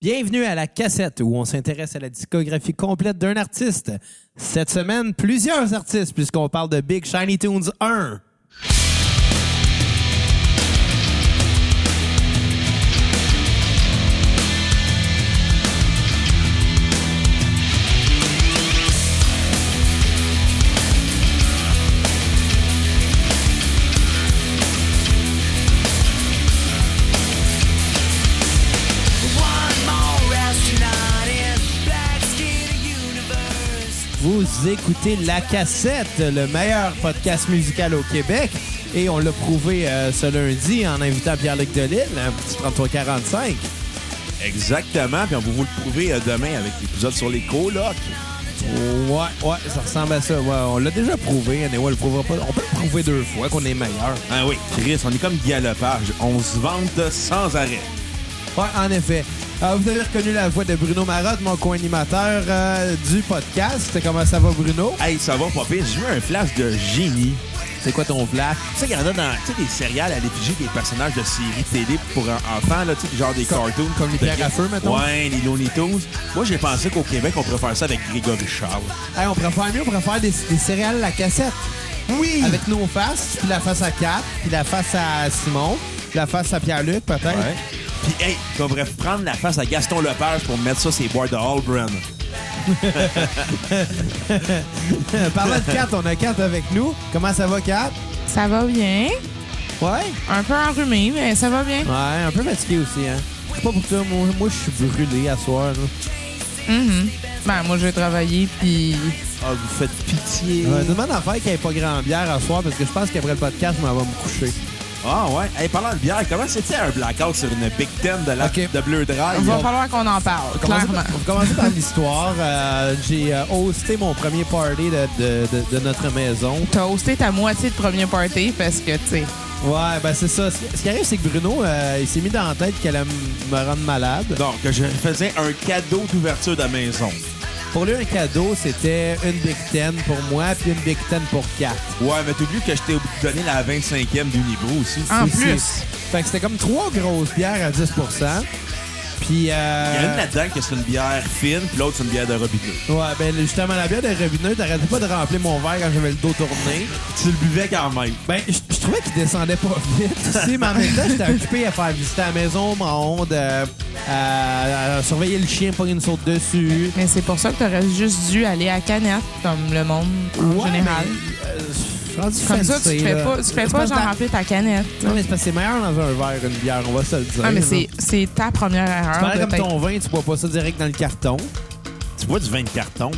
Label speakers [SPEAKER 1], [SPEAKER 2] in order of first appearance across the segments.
[SPEAKER 1] Bienvenue à la cassette où on s'intéresse à la discographie complète d'un artiste. Cette semaine, plusieurs artistes puisqu'on parle de Big Shiny Tunes 1. Vous écoutez La Cassette, le meilleur podcast musical au Québec. Et on l'a prouvé euh, ce lundi en invitant Pierre-Luc Delisle, un petit 3345.
[SPEAKER 2] Exactement. Puis on va vous le prouver euh, demain avec l'épisode sur les colocs.
[SPEAKER 1] Ouais, ouais, ça ressemble à ça. Ouais, on l'a déjà prouvé, anyway, on le prouvera pas. On peut le prouver deux fois qu'on est meilleur.
[SPEAKER 2] Ah oui, Chris, on est comme galopage. On se vante sans arrêt.
[SPEAKER 1] Ouais, en effet. Euh, vous avez reconnu la voix de Bruno Marotte, mon co-animateur euh, du podcast. Comment ça va, Bruno?
[SPEAKER 2] Hey, ça va, papy? J'ai eu un flash de génie.
[SPEAKER 1] C'est quoi ton flash?
[SPEAKER 2] Tu sais, il y en a dans tu sais, des céréales à l'effigie des personnages de séries télé pour en- enfants, là, tu sais, genre des
[SPEAKER 1] Comme-
[SPEAKER 2] cartoons.
[SPEAKER 1] comme les
[SPEAKER 2] de-
[SPEAKER 1] Pierre à feu, mettons?
[SPEAKER 2] Ouais, les Looney Tunes. Moi, j'ai pensé qu'au Québec, on pourrait faire ça avec Grégory Charles.
[SPEAKER 1] Hey, on pourrait faire mieux, on pourrait faire des, des céréales à la cassette.
[SPEAKER 2] Oui!
[SPEAKER 1] Avec nos faces, puis la face à Cap, puis la face à Simon, puis la face à Pierre-Luc, peut-être.
[SPEAKER 2] Ouais. Puis, hey, on pourrait prendre la face à Gaston Lepage pour mettre ça sur les boîtes de Hallbrand.
[SPEAKER 1] Euh, Parlant de Kat, on a Kat avec nous. Comment ça va, Kat?
[SPEAKER 3] Ça va bien.
[SPEAKER 1] Ouais?
[SPEAKER 3] Un peu enrhumé, mais ça va bien.
[SPEAKER 1] Ouais, un peu fatigué aussi, hein? C'est pas pour ça, moi, moi je suis brûlé à soir. Là.
[SPEAKER 3] Mhm. Ben, moi, j'ai travaillé, puis...
[SPEAKER 2] Ah, vous faites pitié.
[SPEAKER 1] Euh, demande à faire qu'il n'y ait pas grand bière à soir parce que je pense qu'après le podcast, je m'en vais me coucher.
[SPEAKER 2] Ah ouais. Hey, parlant de bière, comment c'était un blackout sur une Big Ten de, la,
[SPEAKER 1] Ok.
[SPEAKER 2] de Bleu Drive?
[SPEAKER 3] Il va falloir qu'on en parle,
[SPEAKER 1] Commencer
[SPEAKER 3] clairement.
[SPEAKER 1] par- On va commencer par l'histoire. Euh, J'ai euh, hosté mon premier party de, de- de- de notre maison.
[SPEAKER 3] T'as hosté ta moitié de premier party parce que, tu sais...
[SPEAKER 1] Ouais, ben c'est ça. Ce ce qui arrive, c'est que Bruno, euh, il s'est mis dans la tête qu'elle allait m- me rendre malade.
[SPEAKER 2] Donc, je faisais un cadeau d'ouverture de maison.
[SPEAKER 1] Pour lui, un cadeau, c'était une Big Ten pour moi, puis une Big Ten pour Kat.
[SPEAKER 2] Ouais, mais t'oublies que je t'ai donné la 25e d'Unibro aussi.
[SPEAKER 3] En
[SPEAKER 1] Aussi.
[SPEAKER 3] plus.
[SPEAKER 1] Fait que c'était comme trois grosses bières à 10 Puis. euh,
[SPEAKER 2] Il y en a une là-dedans que c'est une bière fine, puis l'autre, c'est une bière de robinet.
[SPEAKER 1] Ouais, ben justement, la bière de Robineux, t'arrêtais pas de remplir mon verre quand j'avais le dos tourné.
[SPEAKER 2] Tu le buvais quand même.
[SPEAKER 1] Ben, je je trouvais qu'il descendait pas vite, tu sais, mais en même temps, j'étais occupé à faire visiter la maison, ma onde, euh, à, à surveiller le chien, pas une saute dessus.
[SPEAKER 3] Mais c'est pour ça que t'aurais juste dû aller à Canette, comme le monde en
[SPEAKER 1] Ouais,
[SPEAKER 3] général.
[SPEAKER 1] mais, euh, je suis rendu
[SPEAKER 3] Comme ça, tu
[SPEAKER 1] fancy,
[SPEAKER 3] te fais
[SPEAKER 1] là.
[SPEAKER 3] pas, tu te fais
[SPEAKER 1] C'est
[SPEAKER 3] pas
[SPEAKER 1] parce que
[SPEAKER 3] genre remplir ta canette.
[SPEAKER 1] t'as- Non, mais c'est parce que c'est meilleur dans un verre, une bière, on va se le dire.
[SPEAKER 3] Ah, mais
[SPEAKER 1] là.
[SPEAKER 3] c'est c'est ta première
[SPEAKER 1] C'est
[SPEAKER 3] erreur.
[SPEAKER 1] pareil comme
[SPEAKER 3] peut-être.
[SPEAKER 1] ton vin, tu bois pas ça direct dans le carton.
[SPEAKER 2] Tu vois du vin de carton.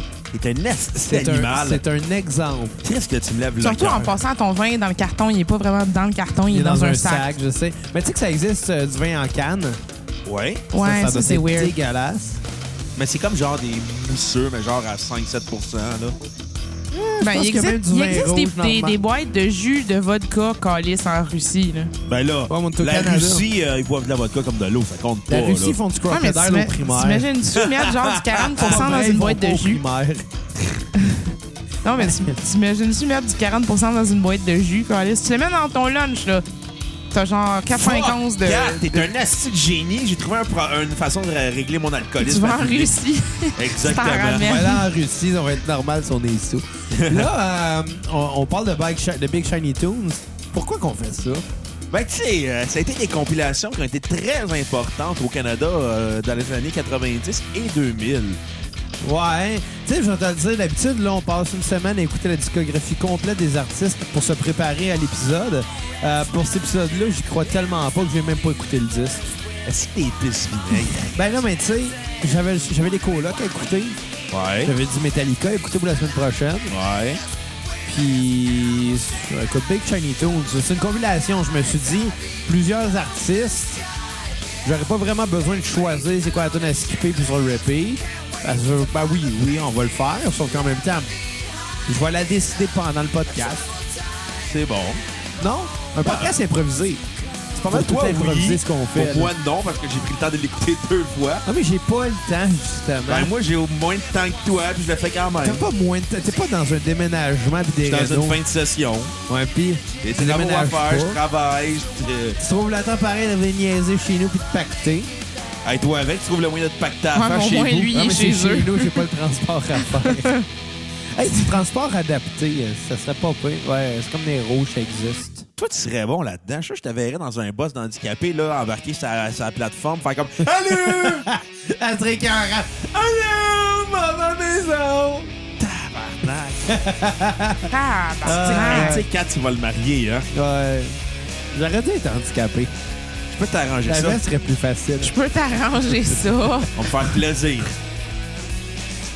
[SPEAKER 2] T'es un esti
[SPEAKER 1] C'est un,
[SPEAKER 2] animal.
[SPEAKER 1] c'est un exemple.
[SPEAKER 2] Qu'est-ce que tu me lèves le
[SPEAKER 3] Surtout en
[SPEAKER 2] cœur?
[SPEAKER 3] passant ton vin dans le carton, il est pas vraiment dans le carton, il, est dans, un sac.
[SPEAKER 1] je sais. Mais tu sais que ça existe euh, du vin en canne.
[SPEAKER 2] Ouais.
[SPEAKER 3] Ouais, ça,
[SPEAKER 1] doit
[SPEAKER 3] c'est
[SPEAKER 1] être
[SPEAKER 3] weird.
[SPEAKER 1] dégueulasse.
[SPEAKER 2] Oh, Mais c'est comme genre des mousseux, mais genre à 5-7 là.
[SPEAKER 3] Ben,
[SPEAKER 1] pense
[SPEAKER 3] il
[SPEAKER 1] qu'il y a
[SPEAKER 3] existe,
[SPEAKER 1] même du
[SPEAKER 3] il
[SPEAKER 1] vin
[SPEAKER 3] existe
[SPEAKER 1] rouge,
[SPEAKER 3] des, des-
[SPEAKER 1] normal.
[SPEAKER 3] des boîtes de jus de vodka calice en Russie. Là.
[SPEAKER 2] Ben là,
[SPEAKER 1] Ouais, mais on est au
[SPEAKER 2] la
[SPEAKER 1] Canada.
[SPEAKER 2] Russie, euh, ils boivent de la vodka comme de l'eau, ça compte pas.
[SPEAKER 1] La Russie,
[SPEAKER 2] là.
[SPEAKER 1] ils font du
[SPEAKER 3] Ouais, mais
[SPEAKER 1] crocodile
[SPEAKER 3] t'ima-
[SPEAKER 1] au primaire.
[SPEAKER 3] T'imagines-tu mettre genre du 40 dans une boîte de jus?
[SPEAKER 1] primaire.
[SPEAKER 3] Non, mais t'im- t'imagines-tu mettre du 40 dans une boîte de jus, calice? Tu le mets dans ton lunch, là. T'as genre 4,51 de.
[SPEAKER 2] Regarde, T'es un asti de génie. J'ai trouvé un pro- une façon de ré- régler mon
[SPEAKER 3] Tu
[SPEAKER 2] alcoolisme.
[SPEAKER 3] vas en Russie.
[SPEAKER 2] Exactement.
[SPEAKER 3] Tu t'en ramènes.
[SPEAKER 1] On va aller en Russie, on va être normal si on est sous. Là, euh, on, on parle de Big, Shi- de Big Shiny Tunes. Pourquoi qu'on fait ça?
[SPEAKER 2] Ben, tu sais, euh, ça a été des compilations qui ont été très importantes au Canada euh, dans les années 90 et 2000.
[SPEAKER 1] Ouais, tu sais, je vais te le dire, d'habitude, là, on passe une semaine à écouter la discographie complète des artistes pour se préparer à l'épisode. Euh, pour cet épisode-là, j'y crois tellement pas que j'ai même pas écouté le disque.
[SPEAKER 2] Est-ce que t'es pisse vinaigre?
[SPEAKER 1] Ben là, mais tu sais, j'avais j'avais des colocs à écouter.
[SPEAKER 2] Hein? Ouais.
[SPEAKER 1] J'avais du Metallica à écouter pour la semaine prochaine.
[SPEAKER 2] Ouais.
[SPEAKER 1] Puis, euh, écoute, Big Shiny Tunes, c'est une compilation. Je me suis dit, plusieurs artistes, j'aurais pas vraiment besoin de choisir c'est quoi la tune à skipper puis sur le repeat. Parce que, ben oui, oui, on va le faire, sauf qu'en même temps, je vais la décider pendant le podcast.
[SPEAKER 2] C'est bon.
[SPEAKER 1] Non? Un podcast improvisé. C'est pas mal
[SPEAKER 2] Pour
[SPEAKER 1] tout
[SPEAKER 2] toi,
[SPEAKER 1] improvisé
[SPEAKER 2] oui.
[SPEAKER 1] ce qu'on fait.
[SPEAKER 2] Pour
[SPEAKER 1] là.
[SPEAKER 2] moi, non, parce que j'ai pris le temps de l'écouter deux fois.
[SPEAKER 1] Non, mais j'ai pas le temps, justement.
[SPEAKER 2] Ben, moi, j'ai au moins de temps que toi, puis je le fais quand
[SPEAKER 1] T'as
[SPEAKER 2] même.
[SPEAKER 1] pas moins de temps. T'es pas dans un déménagement pis des
[SPEAKER 2] Je suis dans
[SPEAKER 1] rénaux.
[SPEAKER 2] une fin de session.
[SPEAKER 1] Ouais, pis
[SPEAKER 2] J'ai
[SPEAKER 1] tu
[SPEAKER 2] des travaux à
[SPEAKER 1] déménages
[SPEAKER 2] faire,
[SPEAKER 1] pas.
[SPEAKER 2] je travaille. je- euh,
[SPEAKER 1] Tu trouves le temps pareil de venir niaiser chez nous puis de pacter.
[SPEAKER 2] Hey, toi avec, tu trouves le moyen de te pacter à
[SPEAKER 3] Ouais,
[SPEAKER 2] faire
[SPEAKER 3] mais au
[SPEAKER 2] chez
[SPEAKER 3] moins,
[SPEAKER 2] vous.
[SPEAKER 3] lui, il
[SPEAKER 1] Non,
[SPEAKER 3] est
[SPEAKER 1] mais
[SPEAKER 3] chez
[SPEAKER 1] c'est
[SPEAKER 3] eux.
[SPEAKER 1] chez nous, j'ai pas le transport à faire. hey, du transport adapté, euh, ça serait pas pire. Ouais, c'est comme les rouges, ça existe.
[SPEAKER 2] Toi, tu serais bon là-dedans. Je suis sûr que je te verrais dans un boss d'handicapé, là, embarqué sur la, sur la plateforme, faire comme Allô!
[SPEAKER 1] Ça serait carré.
[SPEAKER 2] Allô, maman maison! Tabarnak!
[SPEAKER 3] Ah,
[SPEAKER 2] Hey,
[SPEAKER 3] bah,
[SPEAKER 2] tu
[SPEAKER 3] c'est
[SPEAKER 2] sais, quand tu vas le marier, hein,
[SPEAKER 1] Ouais. J'aurais dû être handicapé.
[SPEAKER 2] je peux t'arranger
[SPEAKER 1] La
[SPEAKER 2] ça.
[SPEAKER 1] veste serait plus facile.
[SPEAKER 3] Je peux t'arranger ça.
[SPEAKER 2] On va me faire plaisir.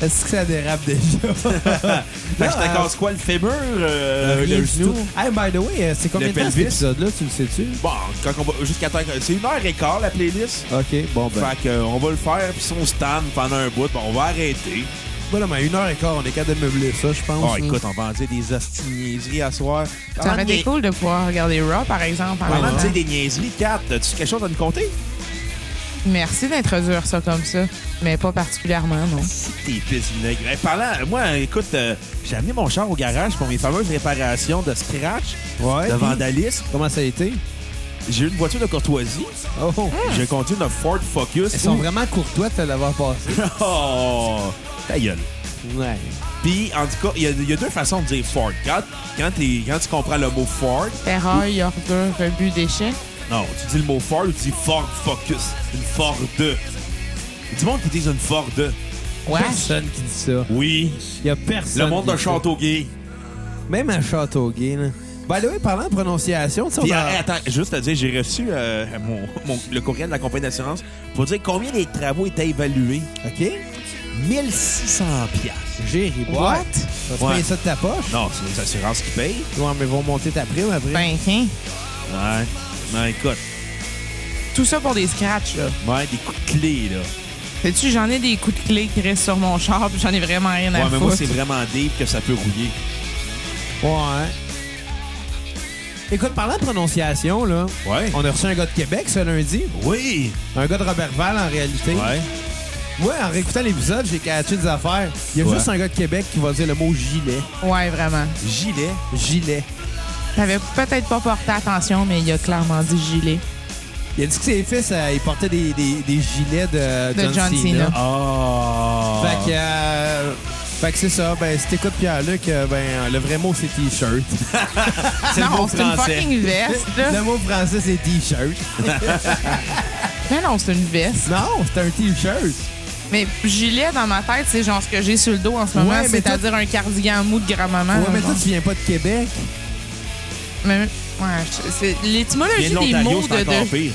[SPEAKER 1] Est-ce que ça dérape déjà?
[SPEAKER 2] Fait que je
[SPEAKER 1] Non,
[SPEAKER 2] te
[SPEAKER 1] euh,
[SPEAKER 2] casse quoi, le fémur? euh,
[SPEAKER 1] Rien
[SPEAKER 2] le
[SPEAKER 1] du
[SPEAKER 2] genou?
[SPEAKER 1] tout. Hey, by the way, euh, c'est combien
[SPEAKER 2] Le
[SPEAKER 1] de temps cet
[SPEAKER 2] pelvis.
[SPEAKER 1] épisode-là, tu le sais-tu?
[SPEAKER 2] Bon, quand on va jusqu'à temps que- C'est une heure et quart, la playlist.
[SPEAKER 1] OK, bon ben.
[SPEAKER 2] Fait que, euh, on va le faire, puis si on se tanne pendant un bout, ben, on va arrêter.
[SPEAKER 1] Voilà, mais une heure et quart, on est capable de meubler ça, je pense.
[SPEAKER 2] Oh, écoute, on va en dire des astiniaiseries à soir.
[SPEAKER 3] Ça
[SPEAKER 2] Parlant
[SPEAKER 3] aurait
[SPEAKER 2] de
[SPEAKER 3] été
[SPEAKER 2] nia-
[SPEAKER 3] cool de pouvoir regarder Raw, par exemple. en
[SPEAKER 2] parlant
[SPEAKER 3] même
[SPEAKER 2] de
[SPEAKER 3] temps.
[SPEAKER 2] dire des niaiseries, Kat, as-tu quelque chose à nous compter?
[SPEAKER 3] Merci d'introduire ça comme ça, mais pas particulièrement, non.
[SPEAKER 2] Si t'es pisse vinaigre. Hey, parlant, moi, écoute, euh, j'ai amené mon char au garage pour mes fameuses réparations de scratch,
[SPEAKER 1] Ouais,
[SPEAKER 2] de
[SPEAKER 1] puis-
[SPEAKER 2] vandalisme.
[SPEAKER 1] Comment ça a été?
[SPEAKER 2] J'ai eu une voiture de courtoisie.
[SPEAKER 1] Oh,
[SPEAKER 2] J'ai conduit une Ford Focus.
[SPEAKER 1] Elles sont
[SPEAKER 2] où-
[SPEAKER 1] vraiment courtois de te l'avoir passé.
[SPEAKER 2] Oh! Ta gueule.
[SPEAKER 1] ouais.
[SPEAKER 2] Puis, en tout cas, il y, a- il y a deux façons de dire Ford. Quand, quand, t'es- quand tu comprends le mot Ford,
[SPEAKER 3] Ferraille, ordure, rebut, déchet.
[SPEAKER 2] non, tu dis le mot Ford ou tu dis Ford Focus. Une Ford. Il y a du monde qui dit une Ford.
[SPEAKER 3] Ouais.
[SPEAKER 1] Personne qui dit ça.
[SPEAKER 2] Oui.
[SPEAKER 1] Il y a personne.
[SPEAKER 2] Le monde
[SPEAKER 1] qui
[SPEAKER 2] de
[SPEAKER 1] dit ça.
[SPEAKER 2] Châteauguay.
[SPEAKER 1] Même à Châteauguay, là. By the way, parlant de prononciation, tu sais, on
[SPEAKER 2] Puis,
[SPEAKER 1] a-
[SPEAKER 2] hey, attends, juste à dire, j'ai reçu euh, mon, mon- le courriel de la compagnie d'assurance pour dire combien les travaux étaient évalués.
[SPEAKER 1] OK?
[SPEAKER 2] 1600 piastres.
[SPEAKER 1] J'ai ri.
[SPEAKER 3] What?
[SPEAKER 1] Ça
[SPEAKER 2] Ouais.
[SPEAKER 1] ça de ta poche?
[SPEAKER 2] Non, c'est les assurances qui payent.
[SPEAKER 1] Ouais, mais ils vont monter ta prime après.
[SPEAKER 3] Ben, hein.
[SPEAKER 2] Ouais. Non, écoute,
[SPEAKER 3] Tout ça pour des scratchs, là.
[SPEAKER 2] ouais, des coups de clé, là.
[SPEAKER 3] Sais-tu, j'en ai des coups de clé qui restent sur mon char, puis j'en ai vraiment rien à
[SPEAKER 2] Ouais, mais moi,
[SPEAKER 3] foutre.
[SPEAKER 2] c'est vraiment deep que ça peut rouiller.
[SPEAKER 1] Ouais. Écoute, parlant de prononciation, là,
[SPEAKER 2] Ouais.
[SPEAKER 1] on a reçu un gars de Québec ce lundi.
[SPEAKER 2] Oui!
[SPEAKER 1] Un gars de Robertval, en réalité.
[SPEAKER 2] Ouais.
[SPEAKER 1] Moi, en réécoutant l'épisode, j'ai catché des affaires. Il y a
[SPEAKER 2] Ouais.
[SPEAKER 1] juste un gars de Québec qui va dire le mot gilet.
[SPEAKER 3] Ouais, vraiment.
[SPEAKER 2] Gilet.
[SPEAKER 1] Gilet.
[SPEAKER 3] T'avais peut-être pas porté attention, mais il a clairement dit gilet.
[SPEAKER 1] Il a dit que ses fils, euh, ils portaient des, des- des gilets de,
[SPEAKER 3] De John Cena.
[SPEAKER 2] Oh!
[SPEAKER 1] Fait que, euh, fait que c'est ça. Ben, si t'écoutes Pierre-Luc, euh, ben, le vrai mot, c'est T-shirt.
[SPEAKER 2] c'est le mot
[SPEAKER 3] non, c'est une
[SPEAKER 2] français.
[SPEAKER 3] fucking veste, là.
[SPEAKER 1] le mot français, c'est T-shirt.
[SPEAKER 3] Mais non, c'est une veste.
[SPEAKER 1] Non, c'est un T-shirt.
[SPEAKER 3] Mais gilet, dans ma tête, c'est genre ce que j'ai sur le dos en ce moment,
[SPEAKER 1] Ouais, mais
[SPEAKER 3] c'est-à-dire un cardigan mou de grand-maman.
[SPEAKER 1] ouais,
[SPEAKER 3] là,
[SPEAKER 1] mais
[SPEAKER 3] genre.
[SPEAKER 1] toi, tu viens pas de Québec.
[SPEAKER 3] Mais- ouais, je- c'est-
[SPEAKER 2] Viens
[SPEAKER 3] L'étymologie
[SPEAKER 2] de
[SPEAKER 3] des
[SPEAKER 2] l'Ontario,
[SPEAKER 3] mots
[SPEAKER 2] c'est
[SPEAKER 3] de,
[SPEAKER 2] encore pire.
[SPEAKER 3] de-
[SPEAKER 1] vrai,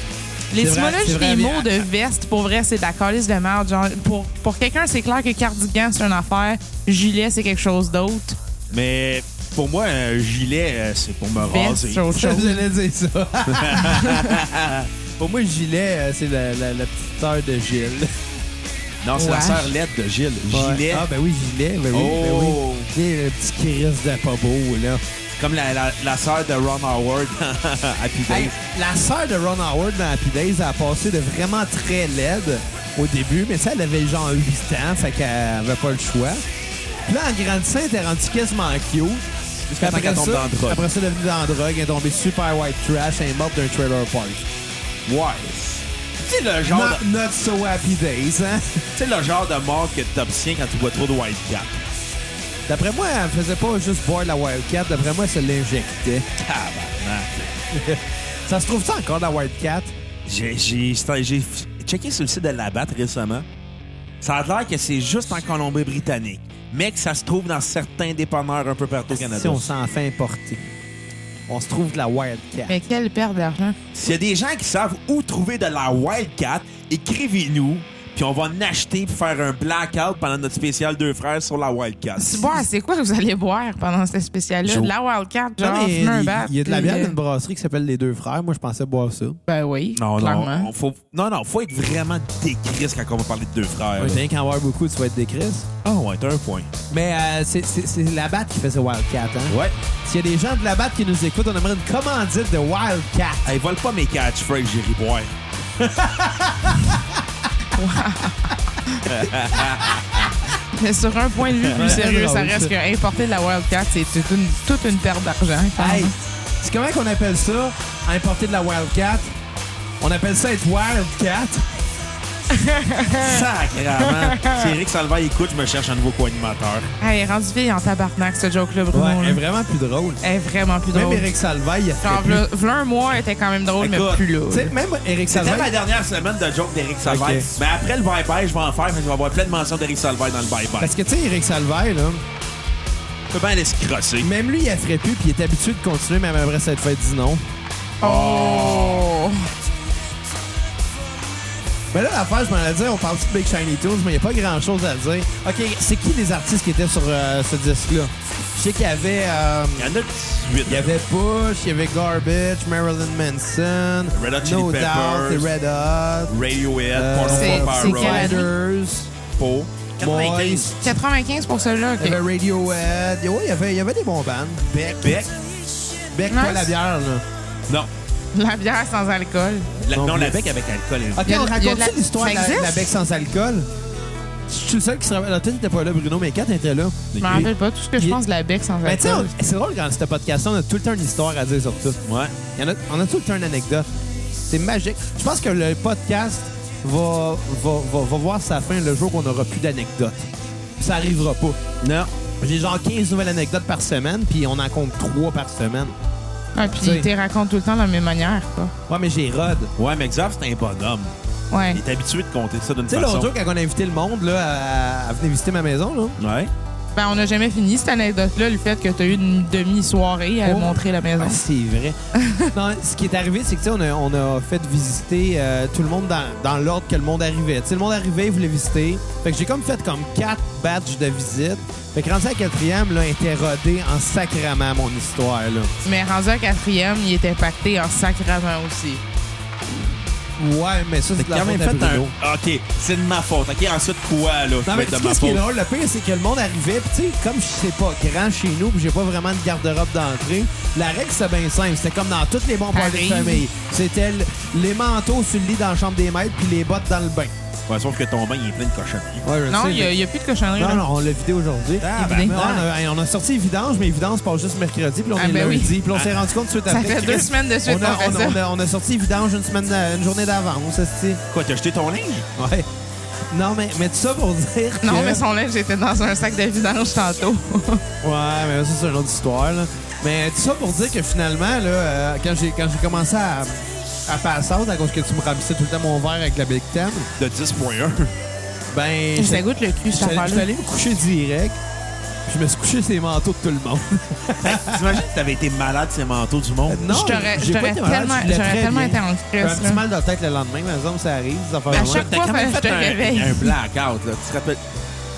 [SPEAKER 1] c'est
[SPEAKER 3] l'étymologie
[SPEAKER 1] vrai,
[SPEAKER 3] des
[SPEAKER 1] mais-
[SPEAKER 3] mots de veste, pour vrai, c'est de la calice de merde. Genre, pour, pour quelqu'un, c'est clair que cardigan, c'est une affaire. Gilet, c'est quelque chose d'autre.
[SPEAKER 2] Mais pour moi, un gilet, euh, c'est pour
[SPEAKER 1] Ah,
[SPEAKER 2] me
[SPEAKER 3] Veste,
[SPEAKER 2] raser.
[SPEAKER 3] c'est autre
[SPEAKER 1] Je
[SPEAKER 3] chose.
[SPEAKER 1] voulais dire ça. Pour moi, le gilet, euh, c'est la, la- la petite sœur de Gilles.
[SPEAKER 2] Non, c'est la
[SPEAKER 3] Ouais.
[SPEAKER 2] sœur lettre de Gilles. Gilet.
[SPEAKER 1] Ah, ben oui, gilet. Ben oui, ben oui.
[SPEAKER 2] Oh.
[SPEAKER 1] Gilet, le petit Chris de pas beau, là.
[SPEAKER 2] Comme la, la, la sœur de Ron Howard Happy Days.
[SPEAKER 1] Hey, la sœur de Ron Howard dans Happy Days a passé de vraiment très laide au début, mais ça, elle avait genre 8 ans, fait qu'elle avait pas le choix. Puis là, en grandissant, elle était rendue quasiment cute.
[SPEAKER 2] Jusqu'à temps
[SPEAKER 1] Après
[SPEAKER 2] qu'elle tombe
[SPEAKER 1] ça-
[SPEAKER 2] dans la drogue.
[SPEAKER 1] Après ça, elle est devenue dans la drogue, elle est tombée super white trash, elle est morte d'un trailer park.
[SPEAKER 2] Ouais. C'est le genre,
[SPEAKER 1] Not,
[SPEAKER 2] de,
[SPEAKER 1] not so happy days, hein?
[SPEAKER 2] tu sais, le genre de mort que t'obtiens quand tu bois trop de White Cap.
[SPEAKER 1] D'après moi, elle faisait pas juste boire la Wildcat, d'après moi, elle se l'injectait.
[SPEAKER 2] Tabarnak.
[SPEAKER 1] Ça se trouve ça encore, la Wildcat?
[SPEAKER 2] J'ai- J'ai c'est- j'ai f- checké sur le site de la BAT récemment. Ça a l'air que c'est juste en Colombie-Britannique, mais que ça se trouve dans certains dépanneurs un peu partout au
[SPEAKER 1] Si
[SPEAKER 2] Canada.
[SPEAKER 1] on s'en fait importer, on se trouve de la Wildcat.
[SPEAKER 3] Mais quelle perte d'argent.
[SPEAKER 2] S'il y a des gens qui savent où trouver de la Wildcat, écrivez-nous, puis on va en acheter pour faire un blackout pendant notre spécial Deux Frères sur la Wildcat.
[SPEAKER 3] Tu bois, c'est quoi que vous allez boire pendant cette spéciale-là?
[SPEAKER 2] Jo-
[SPEAKER 3] De la Wildcat,
[SPEAKER 1] Non,
[SPEAKER 3] genre,
[SPEAKER 1] mais
[SPEAKER 3] fumer un
[SPEAKER 1] il-
[SPEAKER 3] bat,
[SPEAKER 1] il y a de la
[SPEAKER 3] puis,
[SPEAKER 1] bière
[SPEAKER 3] euh,
[SPEAKER 1] d'une brasserie qui s'appelle Les Deux Frères. Moi, je pensais boire ça.
[SPEAKER 3] Ben oui,
[SPEAKER 2] Non,
[SPEAKER 3] clairement.
[SPEAKER 2] non, on- faut, non, non, faut être vraiment décris quand on va parler de Deux Frères.
[SPEAKER 1] Ouais, T'as qu'en boire beaucoup, tu vas être décris.
[SPEAKER 2] Ah ouais, t'as un point.
[SPEAKER 1] Mais euh, c'est- c'est c'est la batte qui faisait Wildcat. Hein?
[SPEAKER 2] Ouais.
[SPEAKER 1] S'il y a des gens de la batte qui nous écoutent, on aimerait une commandite de Wildcat.
[SPEAKER 2] Hey, vole pas mes catchphrases, Jerry Boy.
[SPEAKER 3] Mais sur un point de vue plus sérieux, ça
[SPEAKER 1] drôle,
[SPEAKER 3] reste
[SPEAKER 1] ça.
[SPEAKER 3] que importer de la Wildcat, c'est toute une, toute une perte d'argent.
[SPEAKER 1] Hey, c'est comment qu'on appelle ça, importer de la Wildcat? On appelle ça être Wildcat.
[SPEAKER 2] Sacrement. Si Eric Salvaire écoute, je me cherche un nouveau co-animateur.
[SPEAKER 3] Elle est rendue vieille en tabarnak, ce joke-là, Bruno.
[SPEAKER 1] Ouais, elle est
[SPEAKER 3] là.
[SPEAKER 1] vraiment plus drôle.
[SPEAKER 3] Elle est vraiment plus
[SPEAKER 1] Même
[SPEAKER 3] drôle.
[SPEAKER 1] Eric Salvaille, il a fait
[SPEAKER 3] Genre,
[SPEAKER 1] plus-
[SPEAKER 3] v'là- v'là un mois, elle était quand même drôle, mais
[SPEAKER 2] Écoute,
[SPEAKER 3] plus là.
[SPEAKER 1] Tu sais, même Eric
[SPEAKER 2] C'était ma
[SPEAKER 1] Salvaille...
[SPEAKER 2] dernière semaine de joke d'Eric Salvaire.
[SPEAKER 1] Ok.
[SPEAKER 2] Mais après le bye-bye, je vais en faire, mais je vais avoir plein de mentions d'Eric Salvaire dans le bye-bye.
[SPEAKER 1] Parce que, tu sais, Eric Salvaille, là,
[SPEAKER 2] Je peux bien aller se crosser.
[SPEAKER 1] même lui, il a ferait plus, puis il est habitué de continuer, même après cette fête, dit non.
[SPEAKER 3] Oh!
[SPEAKER 1] Mais là, l'affaire, je m'en allais dire, on parle de Big Shiny Tunes, mais il n'y a pas grand-chose à dire. OK, c'est qui les artistes qui étaient sur euh, ce disque-là? Je sais qu'il y avait... euh,
[SPEAKER 2] Il y en a 18.
[SPEAKER 1] il y avait Bush, il y avait Garbage, Marilyn Manson,
[SPEAKER 2] Red Hot Chili
[SPEAKER 1] No
[SPEAKER 2] Peppers.
[SPEAKER 1] Doubt, les Red Hot,
[SPEAKER 2] Radiohead,
[SPEAKER 1] Euh,
[SPEAKER 2] Porno
[SPEAKER 3] c'est- c'est
[SPEAKER 2] Power
[SPEAKER 3] quelle
[SPEAKER 2] Road,
[SPEAKER 3] année?
[SPEAKER 1] Riders,
[SPEAKER 2] Po.
[SPEAKER 1] Boys,
[SPEAKER 3] 95 pour ceux-là,
[SPEAKER 1] il y
[SPEAKER 3] OK.
[SPEAKER 1] avait Radiohead. Ouais, il y avait, il y avait des bons bands. Beck,
[SPEAKER 2] Beck.
[SPEAKER 1] Beck,
[SPEAKER 3] Nice.
[SPEAKER 1] pas la bière, là.
[SPEAKER 2] Non.
[SPEAKER 3] La bière sans alcool.
[SPEAKER 2] La-
[SPEAKER 1] Non,
[SPEAKER 2] non, la
[SPEAKER 1] plus. Ah,
[SPEAKER 2] Beck avec alcool. hein. elle-
[SPEAKER 1] Ok,
[SPEAKER 3] Il y a- il y a
[SPEAKER 1] raconte
[SPEAKER 3] de la-
[SPEAKER 1] tu l'histoire
[SPEAKER 3] ça
[SPEAKER 1] de la,
[SPEAKER 3] existe?
[SPEAKER 1] la bec sans alcool? Je suis le seul qui se rappelle. Toi, t'étais pas là, Bruno, mais Kat était là.
[SPEAKER 3] Je me rappelle pas tout ce que je
[SPEAKER 1] Il-
[SPEAKER 3] pense de la bec sans
[SPEAKER 1] Mais tu sais,
[SPEAKER 3] alcool.
[SPEAKER 1] on- c'est drôle quand c'était podcast, on a tout le temps une histoire à dire sur tout.
[SPEAKER 2] Ouais.
[SPEAKER 1] Il y en a, on a tout le temps une anecdote. C'est magique. Je pense que le podcast va, va, va, va voir sa fin le jour qu'on n'aura plus d'anecdotes. Ça arrivera pas.
[SPEAKER 2] Non.
[SPEAKER 1] J'ai genre 15 nouvelles anecdotes par semaine, puis on en compte 3 par semaine.
[SPEAKER 3] Ah,
[SPEAKER 1] tu
[SPEAKER 3] puis
[SPEAKER 1] sais.
[SPEAKER 3] il te raconte tout le temps de la même manière, quoi.
[SPEAKER 1] Ouais, mais j'ai rod.
[SPEAKER 2] Ouais, mais Xav, c'est un bonhomme.
[SPEAKER 3] Ouais.
[SPEAKER 2] Il est habitué de compter ça d'une
[SPEAKER 1] Tu sais,
[SPEAKER 2] façon.
[SPEAKER 1] l'autre jour, quand on a invité le monde là, à, à venir visiter ma maison, là,
[SPEAKER 2] Ouais.
[SPEAKER 3] Ben, on n'a jamais fini cette anecdote-là, le fait que tu as eu une demi-soirée à
[SPEAKER 1] Oh.
[SPEAKER 3] montrer la maison.
[SPEAKER 1] Ah, c'est vrai. non, ce qui est arrivé, c'est que tu sais, on a, on a fait visiter euh, tout le monde dans, dans l'ordre que le monde arrivait. Tu sais, le monde arrivait, il voulait visiter. Fait que j'ai comme fait comme quatre batchs de visite. Fait que rendu à la quatrième, là, était rodé en sacrament mon histoire, là.
[SPEAKER 3] Mais rendu à quatrième, il était pacté en sacrament aussi.
[SPEAKER 1] Ouais, mais ça, c'est de la
[SPEAKER 2] Quand même
[SPEAKER 1] faute à
[SPEAKER 2] fait un. Ah,
[SPEAKER 1] Bruno.
[SPEAKER 2] OK, c'est de ma faute. OK, ensuite quoi, là? Ça
[SPEAKER 1] Non,
[SPEAKER 2] va
[SPEAKER 1] mais
[SPEAKER 2] être
[SPEAKER 1] tu
[SPEAKER 2] de
[SPEAKER 1] sais,
[SPEAKER 2] ma
[SPEAKER 1] qu'est-ce qui est
[SPEAKER 2] faute.
[SPEAKER 1] drôle? Le pire, c'est que le monde arrivait, puis tu sais, comme je sais pas grand chez nous, puis j'ai pas vraiment de garde-robe d'entrée, la règle, c'est bien simple. C'était comme dans tous les bons parties de
[SPEAKER 3] Arrive.
[SPEAKER 1] famille. C'était le- les manteaux sur le lit dans la chambre des maîtres, puis les bottes dans le bain.
[SPEAKER 2] Ouais, sauf que ton bain, il est plein de cochonneries.
[SPEAKER 1] Ouais, je
[SPEAKER 3] Non,
[SPEAKER 1] sais,
[SPEAKER 3] il
[SPEAKER 1] mais-
[SPEAKER 3] n'y a, plus de cochonnerie.
[SPEAKER 1] Non,
[SPEAKER 3] là.
[SPEAKER 1] non, on l'a vidé aujourd'hui.
[SPEAKER 2] Ah,
[SPEAKER 1] Mais
[SPEAKER 3] ben,
[SPEAKER 1] on, a, hey, on a sorti Évidence, mais Évidence passe juste mercredi, puis là, on
[SPEAKER 3] Ah,
[SPEAKER 1] est
[SPEAKER 3] ben oui.
[SPEAKER 1] lundi, puis on s'est rendu compte suite
[SPEAKER 3] Ça
[SPEAKER 1] après.
[SPEAKER 3] fait deux
[SPEAKER 1] Chris,
[SPEAKER 3] semaines de suite
[SPEAKER 1] on a,
[SPEAKER 3] qu'on fait
[SPEAKER 1] on a-
[SPEAKER 3] ça.
[SPEAKER 1] on a- on a sorti Évidence une, semaine, euh, une journée d'avance, esti.
[SPEAKER 2] Quoi, t'as jeté ton linge?
[SPEAKER 1] Ouais. Non, mais, mais tout ça pour dire que...
[SPEAKER 3] Non, mais son linge était dans un sac de vidange tantôt.
[SPEAKER 1] Ouais, mais ça, c'est une autre histoire, là. Mais tout ça pour dire que finalement, là, euh, quand j'ai quand j'ai commencé à, à passer out, à cause que tu me remplissais tout le temps mon verre avec la Big Ten,
[SPEAKER 2] De 10.1.
[SPEAKER 1] ben...
[SPEAKER 3] ça goûte le cul,
[SPEAKER 1] Je suis
[SPEAKER 3] cette
[SPEAKER 1] allé- je suis
[SPEAKER 3] affaire-là.
[SPEAKER 1] allé me coucher direct. puis Je me suis couché sur les manteaux de tout le monde.
[SPEAKER 2] T'imagines que t'avais été malade ces manteaux du monde?
[SPEAKER 1] Non,
[SPEAKER 3] Je t'aurais
[SPEAKER 1] j'ai
[SPEAKER 3] je
[SPEAKER 1] pas
[SPEAKER 3] t'aurais
[SPEAKER 1] été malade,
[SPEAKER 3] tellement,
[SPEAKER 1] je l'ai
[SPEAKER 3] j'aurais
[SPEAKER 1] très
[SPEAKER 3] tellement
[SPEAKER 1] bien.
[SPEAKER 3] été en
[SPEAKER 1] J'ai un
[SPEAKER 3] stress.
[SPEAKER 1] petit
[SPEAKER 3] là.
[SPEAKER 1] mal de tête le lendemain, mais ça, ça arrive, ça fait
[SPEAKER 3] À chaque
[SPEAKER 2] T'as
[SPEAKER 3] fois,
[SPEAKER 2] quand même
[SPEAKER 3] fallait
[SPEAKER 2] fait
[SPEAKER 3] que je te réveille.
[SPEAKER 2] un, un blackout, là. Tu te rappelles.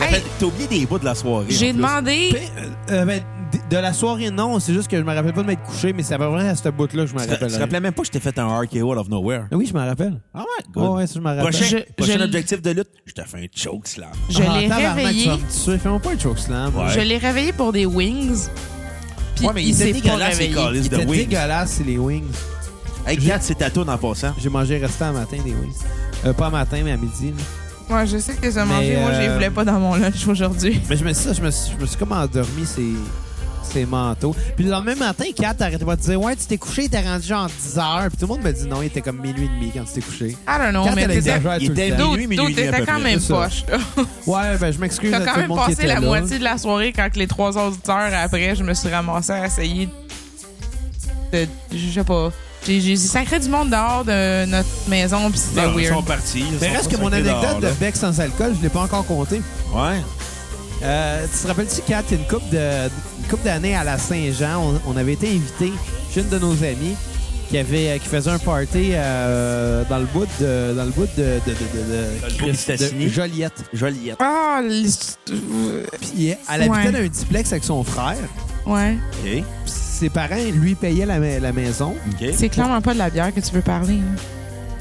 [SPEAKER 3] Hey!
[SPEAKER 2] T'as oublié des bouts de la soirée.
[SPEAKER 3] J'ai
[SPEAKER 2] en plus.
[SPEAKER 3] demandé.
[SPEAKER 1] euh, ben, de la soirée, non, c'est juste que je me rappelle pas de m'être couché, mais c'est à peu près à ce bout-là que je me
[SPEAKER 2] Tu te- tu te
[SPEAKER 1] rappelle.
[SPEAKER 2] rappelais même pas que je t'ai fait un RKO out of nowhere.
[SPEAKER 1] Oui, je me rappelle.
[SPEAKER 2] Ah ouais, good.
[SPEAKER 1] Ouais, ouais, ça, je me rappelle.
[SPEAKER 2] Prochain,
[SPEAKER 3] Je-
[SPEAKER 2] prochain
[SPEAKER 3] je-
[SPEAKER 2] objectif de lutte, je te fais un choke slam.
[SPEAKER 3] Je
[SPEAKER 1] Ah, tabarnak, tu
[SPEAKER 3] l'ai
[SPEAKER 1] vas
[SPEAKER 3] réveillé.
[SPEAKER 1] me tuer. Fais-moi pas un chokeslam.
[SPEAKER 2] Ouais.
[SPEAKER 3] Je l'ai réveillé pour des wings. Puis
[SPEAKER 2] ouais, mais il
[SPEAKER 3] il
[SPEAKER 2] était
[SPEAKER 3] s'est pas
[SPEAKER 2] dégueulasse, les
[SPEAKER 3] réveillé.
[SPEAKER 1] Il
[SPEAKER 2] calices de
[SPEAKER 1] était
[SPEAKER 2] Wings.
[SPEAKER 1] dégueulasse, c'est les wings.
[SPEAKER 2] Hey, regarde, c'est ta toune en passant.
[SPEAKER 1] J'ai mangé restant à matin des wings. Euh, pas à matin, mais à midi. là.
[SPEAKER 3] Ouais, je sais que j'ai mangé. Moi, je les
[SPEAKER 1] euh,
[SPEAKER 3] voulais pas dans mon lunch aujourd'hui.
[SPEAKER 1] Mais je me suis, ça, je me suis, je me suis comme endormi ces, ces manteaux. Puis le lendemain matin, Kat arrêtait pas de dire Ouais, tu t'es couché, il t'es rendu genre 10 heures. Puis tout le monde me dit Non, il était comme minuit et demi quand tu t'es couché.
[SPEAKER 3] I don't know,
[SPEAKER 1] Kat,
[SPEAKER 3] mais
[SPEAKER 1] elle
[SPEAKER 3] t'étais.
[SPEAKER 1] exagère
[SPEAKER 2] il
[SPEAKER 1] tout
[SPEAKER 2] était
[SPEAKER 1] le temps.
[SPEAKER 2] doux.
[SPEAKER 3] Dude,
[SPEAKER 2] Minuit, minuit
[SPEAKER 3] dude,
[SPEAKER 2] et demi à
[SPEAKER 3] t'étais
[SPEAKER 2] peu
[SPEAKER 3] quand
[SPEAKER 2] près,
[SPEAKER 3] même
[SPEAKER 1] c'est ça.
[SPEAKER 3] poche, là.
[SPEAKER 1] Ouais, ben je m'excuse à
[SPEAKER 3] T'as
[SPEAKER 1] tout
[SPEAKER 3] quand
[SPEAKER 1] le
[SPEAKER 3] même
[SPEAKER 1] monde qui
[SPEAKER 3] passé
[SPEAKER 1] était
[SPEAKER 3] la
[SPEAKER 1] là.
[SPEAKER 3] moitié de la soirée quand que les trois autres heures après, je me suis ramassée à essayer de. Je sais pas. J'ai j'ai sacré du monde dehors de notre maison, puis c'était
[SPEAKER 1] Ben,
[SPEAKER 2] Non, Ben, Ils sont
[SPEAKER 3] weird.
[SPEAKER 2] partis. ils
[SPEAKER 1] Mais
[SPEAKER 2] sont
[SPEAKER 1] reste
[SPEAKER 2] pas
[SPEAKER 1] que mon
[SPEAKER 2] sacrés
[SPEAKER 1] anecdote
[SPEAKER 2] dehors,
[SPEAKER 1] de
[SPEAKER 2] là.
[SPEAKER 1] bec sans alcool, je l'ai pas encore compté.
[SPEAKER 2] Ouais.
[SPEAKER 1] Euh, tu te rappelles-tu, Kat, il y a une couple, de, une couple d'années à la Saint-Jean, on, on avait été invité chez une de nos amies qui, avait, qui faisait un party euh, dans le bout de... Dans le bout de... de, de, de-
[SPEAKER 2] Dans
[SPEAKER 1] de-
[SPEAKER 2] le bout de Stassini.
[SPEAKER 1] de Joliette.
[SPEAKER 2] Joliette.
[SPEAKER 3] Ah, les-
[SPEAKER 1] Puis elle habitait
[SPEAKER 3] Ouais.
[SPEAKER 1] dans un duplex avec son frère.
[SPEAKER 3] ouais.
[SPEAKER 2] OK.
[SPEAKER 1] Puis Ses parents lui payaient la, ma- la maison.
[SPEAKER 2] OK.
[SPEAKER 3] C'est clairement pas de la bière que tu veux parler. hein.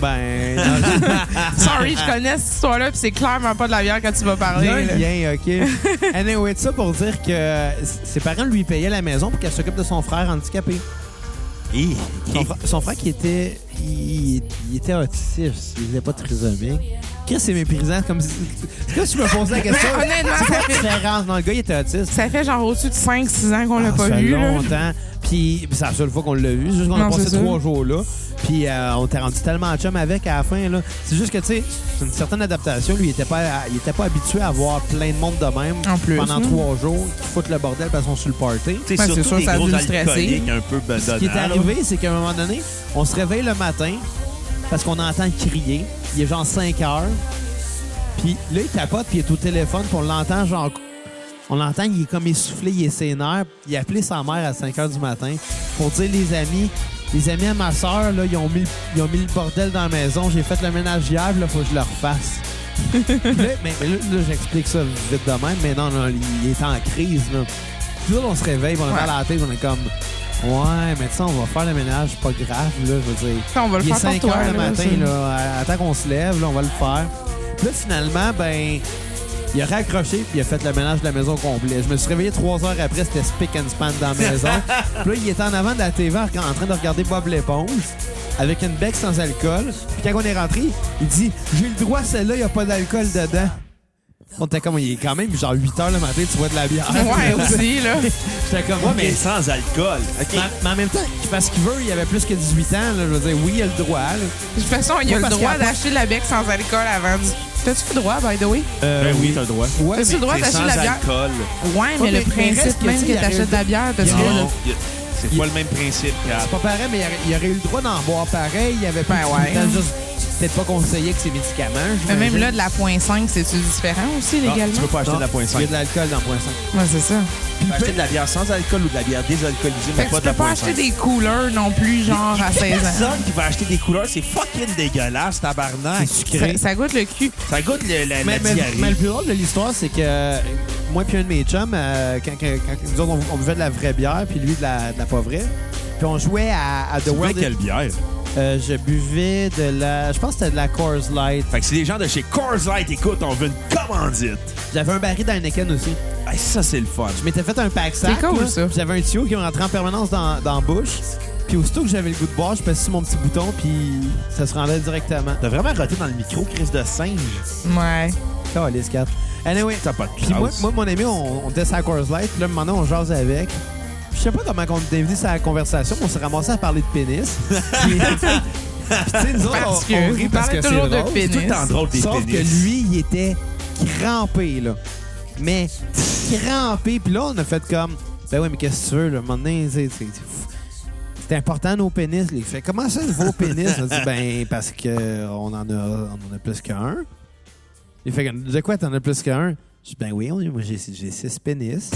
[SPEAKER 1] Ben, dans-
[SPEAKER 3] Sorry, je connais cette histoire-là, puis c'est clairement pas de la bière que tu vas
[SPEAKER 1] il y
[SPEAKER 3] parler.
[SPEAKER 1] a un
[SPEAKER 3] là.
[SPEAKER 1] lien, OK? Anyway, ça pour dire que euh, ses parents lui payaient la maison pour qu'elle s'occupe de son frère handicapé.
[SPEAKER 2] Hi,
[SPEAKER 1] Son,
[SPEAKER 2] OK.
[SPEAKER 1] fra- son frère qui était. Il, il était autiste, il n'était pas trisomique. Qu'est-ce que c'est méprisant? Comme si, c'est comme si je me posais la question.
[SPEAKER 3] Mais honnêtement,
[SPEAKER 1] c'est quoi
[SPEAKER 3] ça
[SPEAKER 1] la différence? Non, le gars, il était autiste.
[SPEAKER 3] Ça fait genre au-dessus de 5-6 ans qu'on l'a
[SPEAKER 1] Ah,
[SPEAKER 3] pas
[SPEAKER 1] ça fait
[SPEAKER 3] vu. là.
[SPEAKER 1] longtemps. Puis ben, c'est la seule fois qu'on l'a vu. C'est juste qu'on a
[SPEAKER 3] Non,
[SPEAKER 1] passé
[SPEAKER 3] c'est sûr.
[SPEAKER 1] trois jours là. Puis euh, on était rendu tellement chum avec à la fin. là. C'est juste que, tu sais, c'est une certaine adaptation. Lui, il était pas, il était pas habitué à voir plein de monde de même
[SPEAKER 3] En plus,
[SPEAKER 1] pendant
[SPEAKER 3] hein.
[SPEAKER 1] trois jours qui foutent le bordel parce qu'on est sur le party.
[SPEAKER 2] Tu sais,
[SPEAKER 3] Ben, c'est
[SPEAKER 2] surtout
[SPEAKER 3] sûr,
[SPEAKER 2] des
[SPEAKER 3] ça a dû
[SPEAKER 2] gros
[SPEAKER 3] le stresser.
[SPEAKER 2] alcooliques un peu bedonnants.
[SPEAKER 1] Ce qui est
[SPEAKER 2] là.
[SPEAKER 1] arrivé, c'est qu'à un moment donné, on se réveille le matin parce qu'on entend crier. Il est genre 5 heures. Puis là, il capote, puis il est au téléphone, puis on l'entend genre... On l'entend, il est comme essoufflé, il est sénère. Il a appelé sa mère à 5 heures du matin pour dire, les amis, les amis à ma soeur, là, ils ont mis, le- ils ont mis le bordel dans la maison. J'ai fait le ménage hier, là, faut que je le refasse. Puis là, mais, mais là, là, j'explique ça vite de même, mais non, non, il est en crise, là. Puis là, on se réveille, puis on a mal à la tête, on est comme... Ouais, mais tu sais, on va faire le ménage, pas grave, là, je veux dire.
[SPEAKER 3] Ça, on va le
[SPEAKER 1] Il est
[SPEAKER 3] faire
[SPEAKER 1] 5
[SPEAKER 3] pour toi.
[SPEAKER 1] heures le
[SPEAKER 3] là,
[SPEAKER 1] matin,
[SPEAKER 3] c'est-
[SPEAKER 1] là. Attends qu'on se lève, là, on va le faire. Puis là, finalement, ben, il a raccroché, puis il a fait le ménage de la maison au complet. Je me suis réveillé trois heures après, c'était spick and span dans la maison. puis là, il était en avant de la TV en en train de regarder Bob l'éponge avec une bec sans alcool. Puis quand on est rentré, il dit J'ai le droit, celle-là, il n'y a pas d'alcool dedans. On était comme, il est quand même genre 8 heures le matin, tu vois de la bière.
[SPEAKER 3] Ouais, aussi, là.
[SPEAKER 1] J'étais comme,
[SPEAKER 2] Ouais,
[SPEAKER 1] ouais,
[SPEAKER 2] mais sans alcool. OK. Ben
[SPEAKER 1] Mais, mais en même temps, parce qu'il veut, il avait plus que 18 ans, là, je veux dire, oui, il a le droit. là.
[SPEAKER 3] De toute façon, il
[SPEAKER 1] Ouais,
[SPEAKER 3] a le
[SPEAKER 1] parce
[SPEAKER 3] droit
[SPEAKER 1] qu'après-
[SPEAKER 3] d'acheter de la bec sans alcool avant. du- T'as-tu le droit, by the way?
[SPEAKER 2] Ben oui, t'as le droit.
[SPEAKER 1] Ouais,
[SPEAKER 3] T'as-tu le droit
[SPEAKER 2] C'est
[SPEAKER 3] d'acheter
[SPEAKER 2] sans
[SPEAKER 3] de la bière?
[SPEAKER 2] alcool.
[SPEAKER 3] Ouais, mais
[SPEAKER 1] mais-
[SPEAKER 3] le
[SPEAKER 1] mais reste
[SPEAKER 3] principe
[SPEAKER 1] que, tu
[SPEAKER 3] même
[SPEAKER 1] sais,
[SPEAKER 3] que
[SPEAKER 1] il y a
[SPEAKER 3] t'achètes de la bière, t'as-tu le
[SPEAKER 1] il y a-
[SPEAKER 3] droit de-
[SPEAKER 2] Non, y a- C'est
[SPEAKER 1] Il-
[SPEAKER 2] pas le même principe, Cap.
[SPEAKER 1] c'est pas pareil, mais il aurait- il aurait eu le droit d'en boire pareil. Il avait pas
[SPEAKER 3] Ben ouais.
[SPEAKER 1] juste peut-être pas conseillé que ses médicaments.
[SPEAKER 3] Mais
[SPEAKER 1] j'imagine.
[SPEAKER 3] même là, de la point 5, c'est-tu différent aussi
[SPEAKER 2] Non, Tu
[SPEAKER 3] légalement?
[SPEAKER 2] peux pas acheter
[SPEAKER 1] Non,
[SPEAKER 2] de la point
[SPEAKER 1] Il y
[SPEAKER 2] 5.
[SPEAKER 1] a de l'alcool dans point 5.
[SPEAKER 3] Ouais, c'est ça.
[SPEAKER 2] Tu peux acheter de la bière sans alcool ou de la bière désalcoolisée, mais
[SPEAKER 3] Fait que
[SPEAKER 2] pas
[SPEAKER 3] tu
[SPEAKER 2] de la
[SPEAKER 3] peux pas
[SPEAKER 2] point
[SPEAKER 3] acheter
[SPEAKER 2] 5.
[SPEAKER 3] des couleurs non plus, genre à 16 ans.
[SPEAKER 2] Personne qui va acheter des couleurs, c'est fucking dégueulasse, tabarnak.
[SPEAKER 1] sucré.
[SPEAKER 3] Ça, ça goûte le cul.
[SPEAKER 2] Ça goûte le- la, la
[SPEAKER 1] Mais, mais-
[SPEAKER 2] diarrhée.
[SPEAKER 1] mais le plus drôle de l'histoire, c'est que euh, moi puis un de mes chums, euh, quand, quand- quand- nous autres, on, on buvait de la vraie bière, puis lui de la, de la pas vraie, puis on jouait à, à The
[SPEAKER 2] Tu bois
[SPEAKER 1] World.
[SPEAKER 2] quelle bière?
[SPEAKER 1] Euh, je buvais de la... Je pense que c'était de la Coors Light.
[SPEAKER 2] Fait que si les gens de chez Coors Light écoutent, on veut une commandite.
[SPEAKER 1] J'avais un baril d'Heineken aussi.
[SPEAKER 2] Hey, ça, c'est le fun.
[SPEAKER 1] Je m'étais fait un pack sac.
[SPEAKER 3] C'est cool,
[SPEAKER 1] là.
[SPEAKER 3] ça.
[SPEAKER 1] Puis J'avais un tuyau qui me rentrait en permanence dans, dans la bouche. Puis aussitôt que j'avais le goût de boire, je passais sur mon petit bouton, puis ça se rendait directement.
[SPEAKER 2] T'as vraiment roté dans le micro, Chris de singe.
[SPEAKER 3] Ouais.
[SPEAKER 1] Oh, les quatre. Anyway,
[SPEAKER 2] T'as pas de
[SPEAKER 1] puis moi,
[SPEAKER 2] classe.
[SPEAKER 1] moi, mon ami, on, on était sur la course light. Puis là, maintenant, on jase avec. Puis Je sais pas comment on est venu sur la conversation, mais on s'est ramassé à parler de pénis. Puis, puis tu sais, nous autres,
[SPEAKER 3] Parce
[SPEAKER 1] on, on
[SPEAKER 3] que
[SPEAKER 1] rit
[SPEAKER 3] vous
[SPEAKER 1] parce
[SPEAKER 3] parlez
[SPEAKER 1] que c'est
[SPEAKER 3] toujours de
[SPEAKER 1] drôle.
[SPEAKER 3] pénis.
[SPEAKER 2] Tout le temps drôle des
[SPEAKER 1] Sauf
[SPEAKER 2] pénis.
[SPEAKER 1] que lui, il était crampé, là. Mais crampé. Puis là, on a fait comme... Ben ouais, mais qu'est-ce que tu veux, là? À un moment donné, c'est- c'est- c'est important, nos pénis. Il fait, comment ça, vos pénis? On a dit, ben, parce qu'on en a, on en a plus qu'un. Il fait, de quoi t'en as plus qu'un? Je dis, ben oui, on- moi, j'ai j'ai six pénis.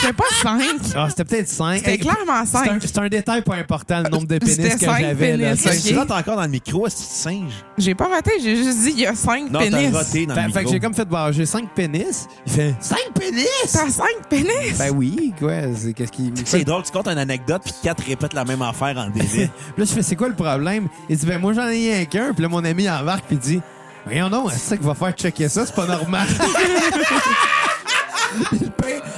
[SPEAKER 3] C'était pas 5.
[SPEAKER 1] Ah, c'était peut-être cinq.
[SPEAKER 3] C'était
[SPEAKER 1] Hey,
[SPEAKER 3] clairement
[SPEAKER 1] c'est un-
[SPEAKER 3] 5.
[SPEAKER 1] C'est un, détail pas important, le nombre de pénis
[SPEAKER 3] C'était
[SPEAKER 1] que
[SPEAKER 3] cinq
[SPEAKER 1] j'avais. là.
[SPEAKER 3] pénis,
[SPEAKER 1] Fait-
[SPEAKER 3] ok.
[SPEAKER 2] Tu rentres encore dans le micro, est-ce que tu singe?
[SPEAKER 3] J'ai pas raté, j'ai juste dit il y a 5
[SPEAKER 2] Non, t'as
[SPEAKER 3] pénis.
[SPEAKER 2] roté dans le
[SPEAKER 1] Fait,
[SPEAKER 2] micro.
[SPEAKER 1] fait que j'ai comme fait, bah, j'ai cinq pénis. Il fait, cinq pénis?
[SPEAKER 3] T'as 5 pénis?
[SPEAKER 1] Ben oui, quoi. C'est qu'est-ce qui.
[SPEAKER 2] C'est drôle, tu comptes une anecdote, puis quatre répètent la même affaire en délai.
[SPEAKER 1] Là, je fais, c'est quoi le problème? Il dit, ben moi, j'en ai rien qu'un. Puis là, mon ami embarque, puis il dit, voyons non, c'est ça qui va faire checker ça, c'est pas normal. Le pire-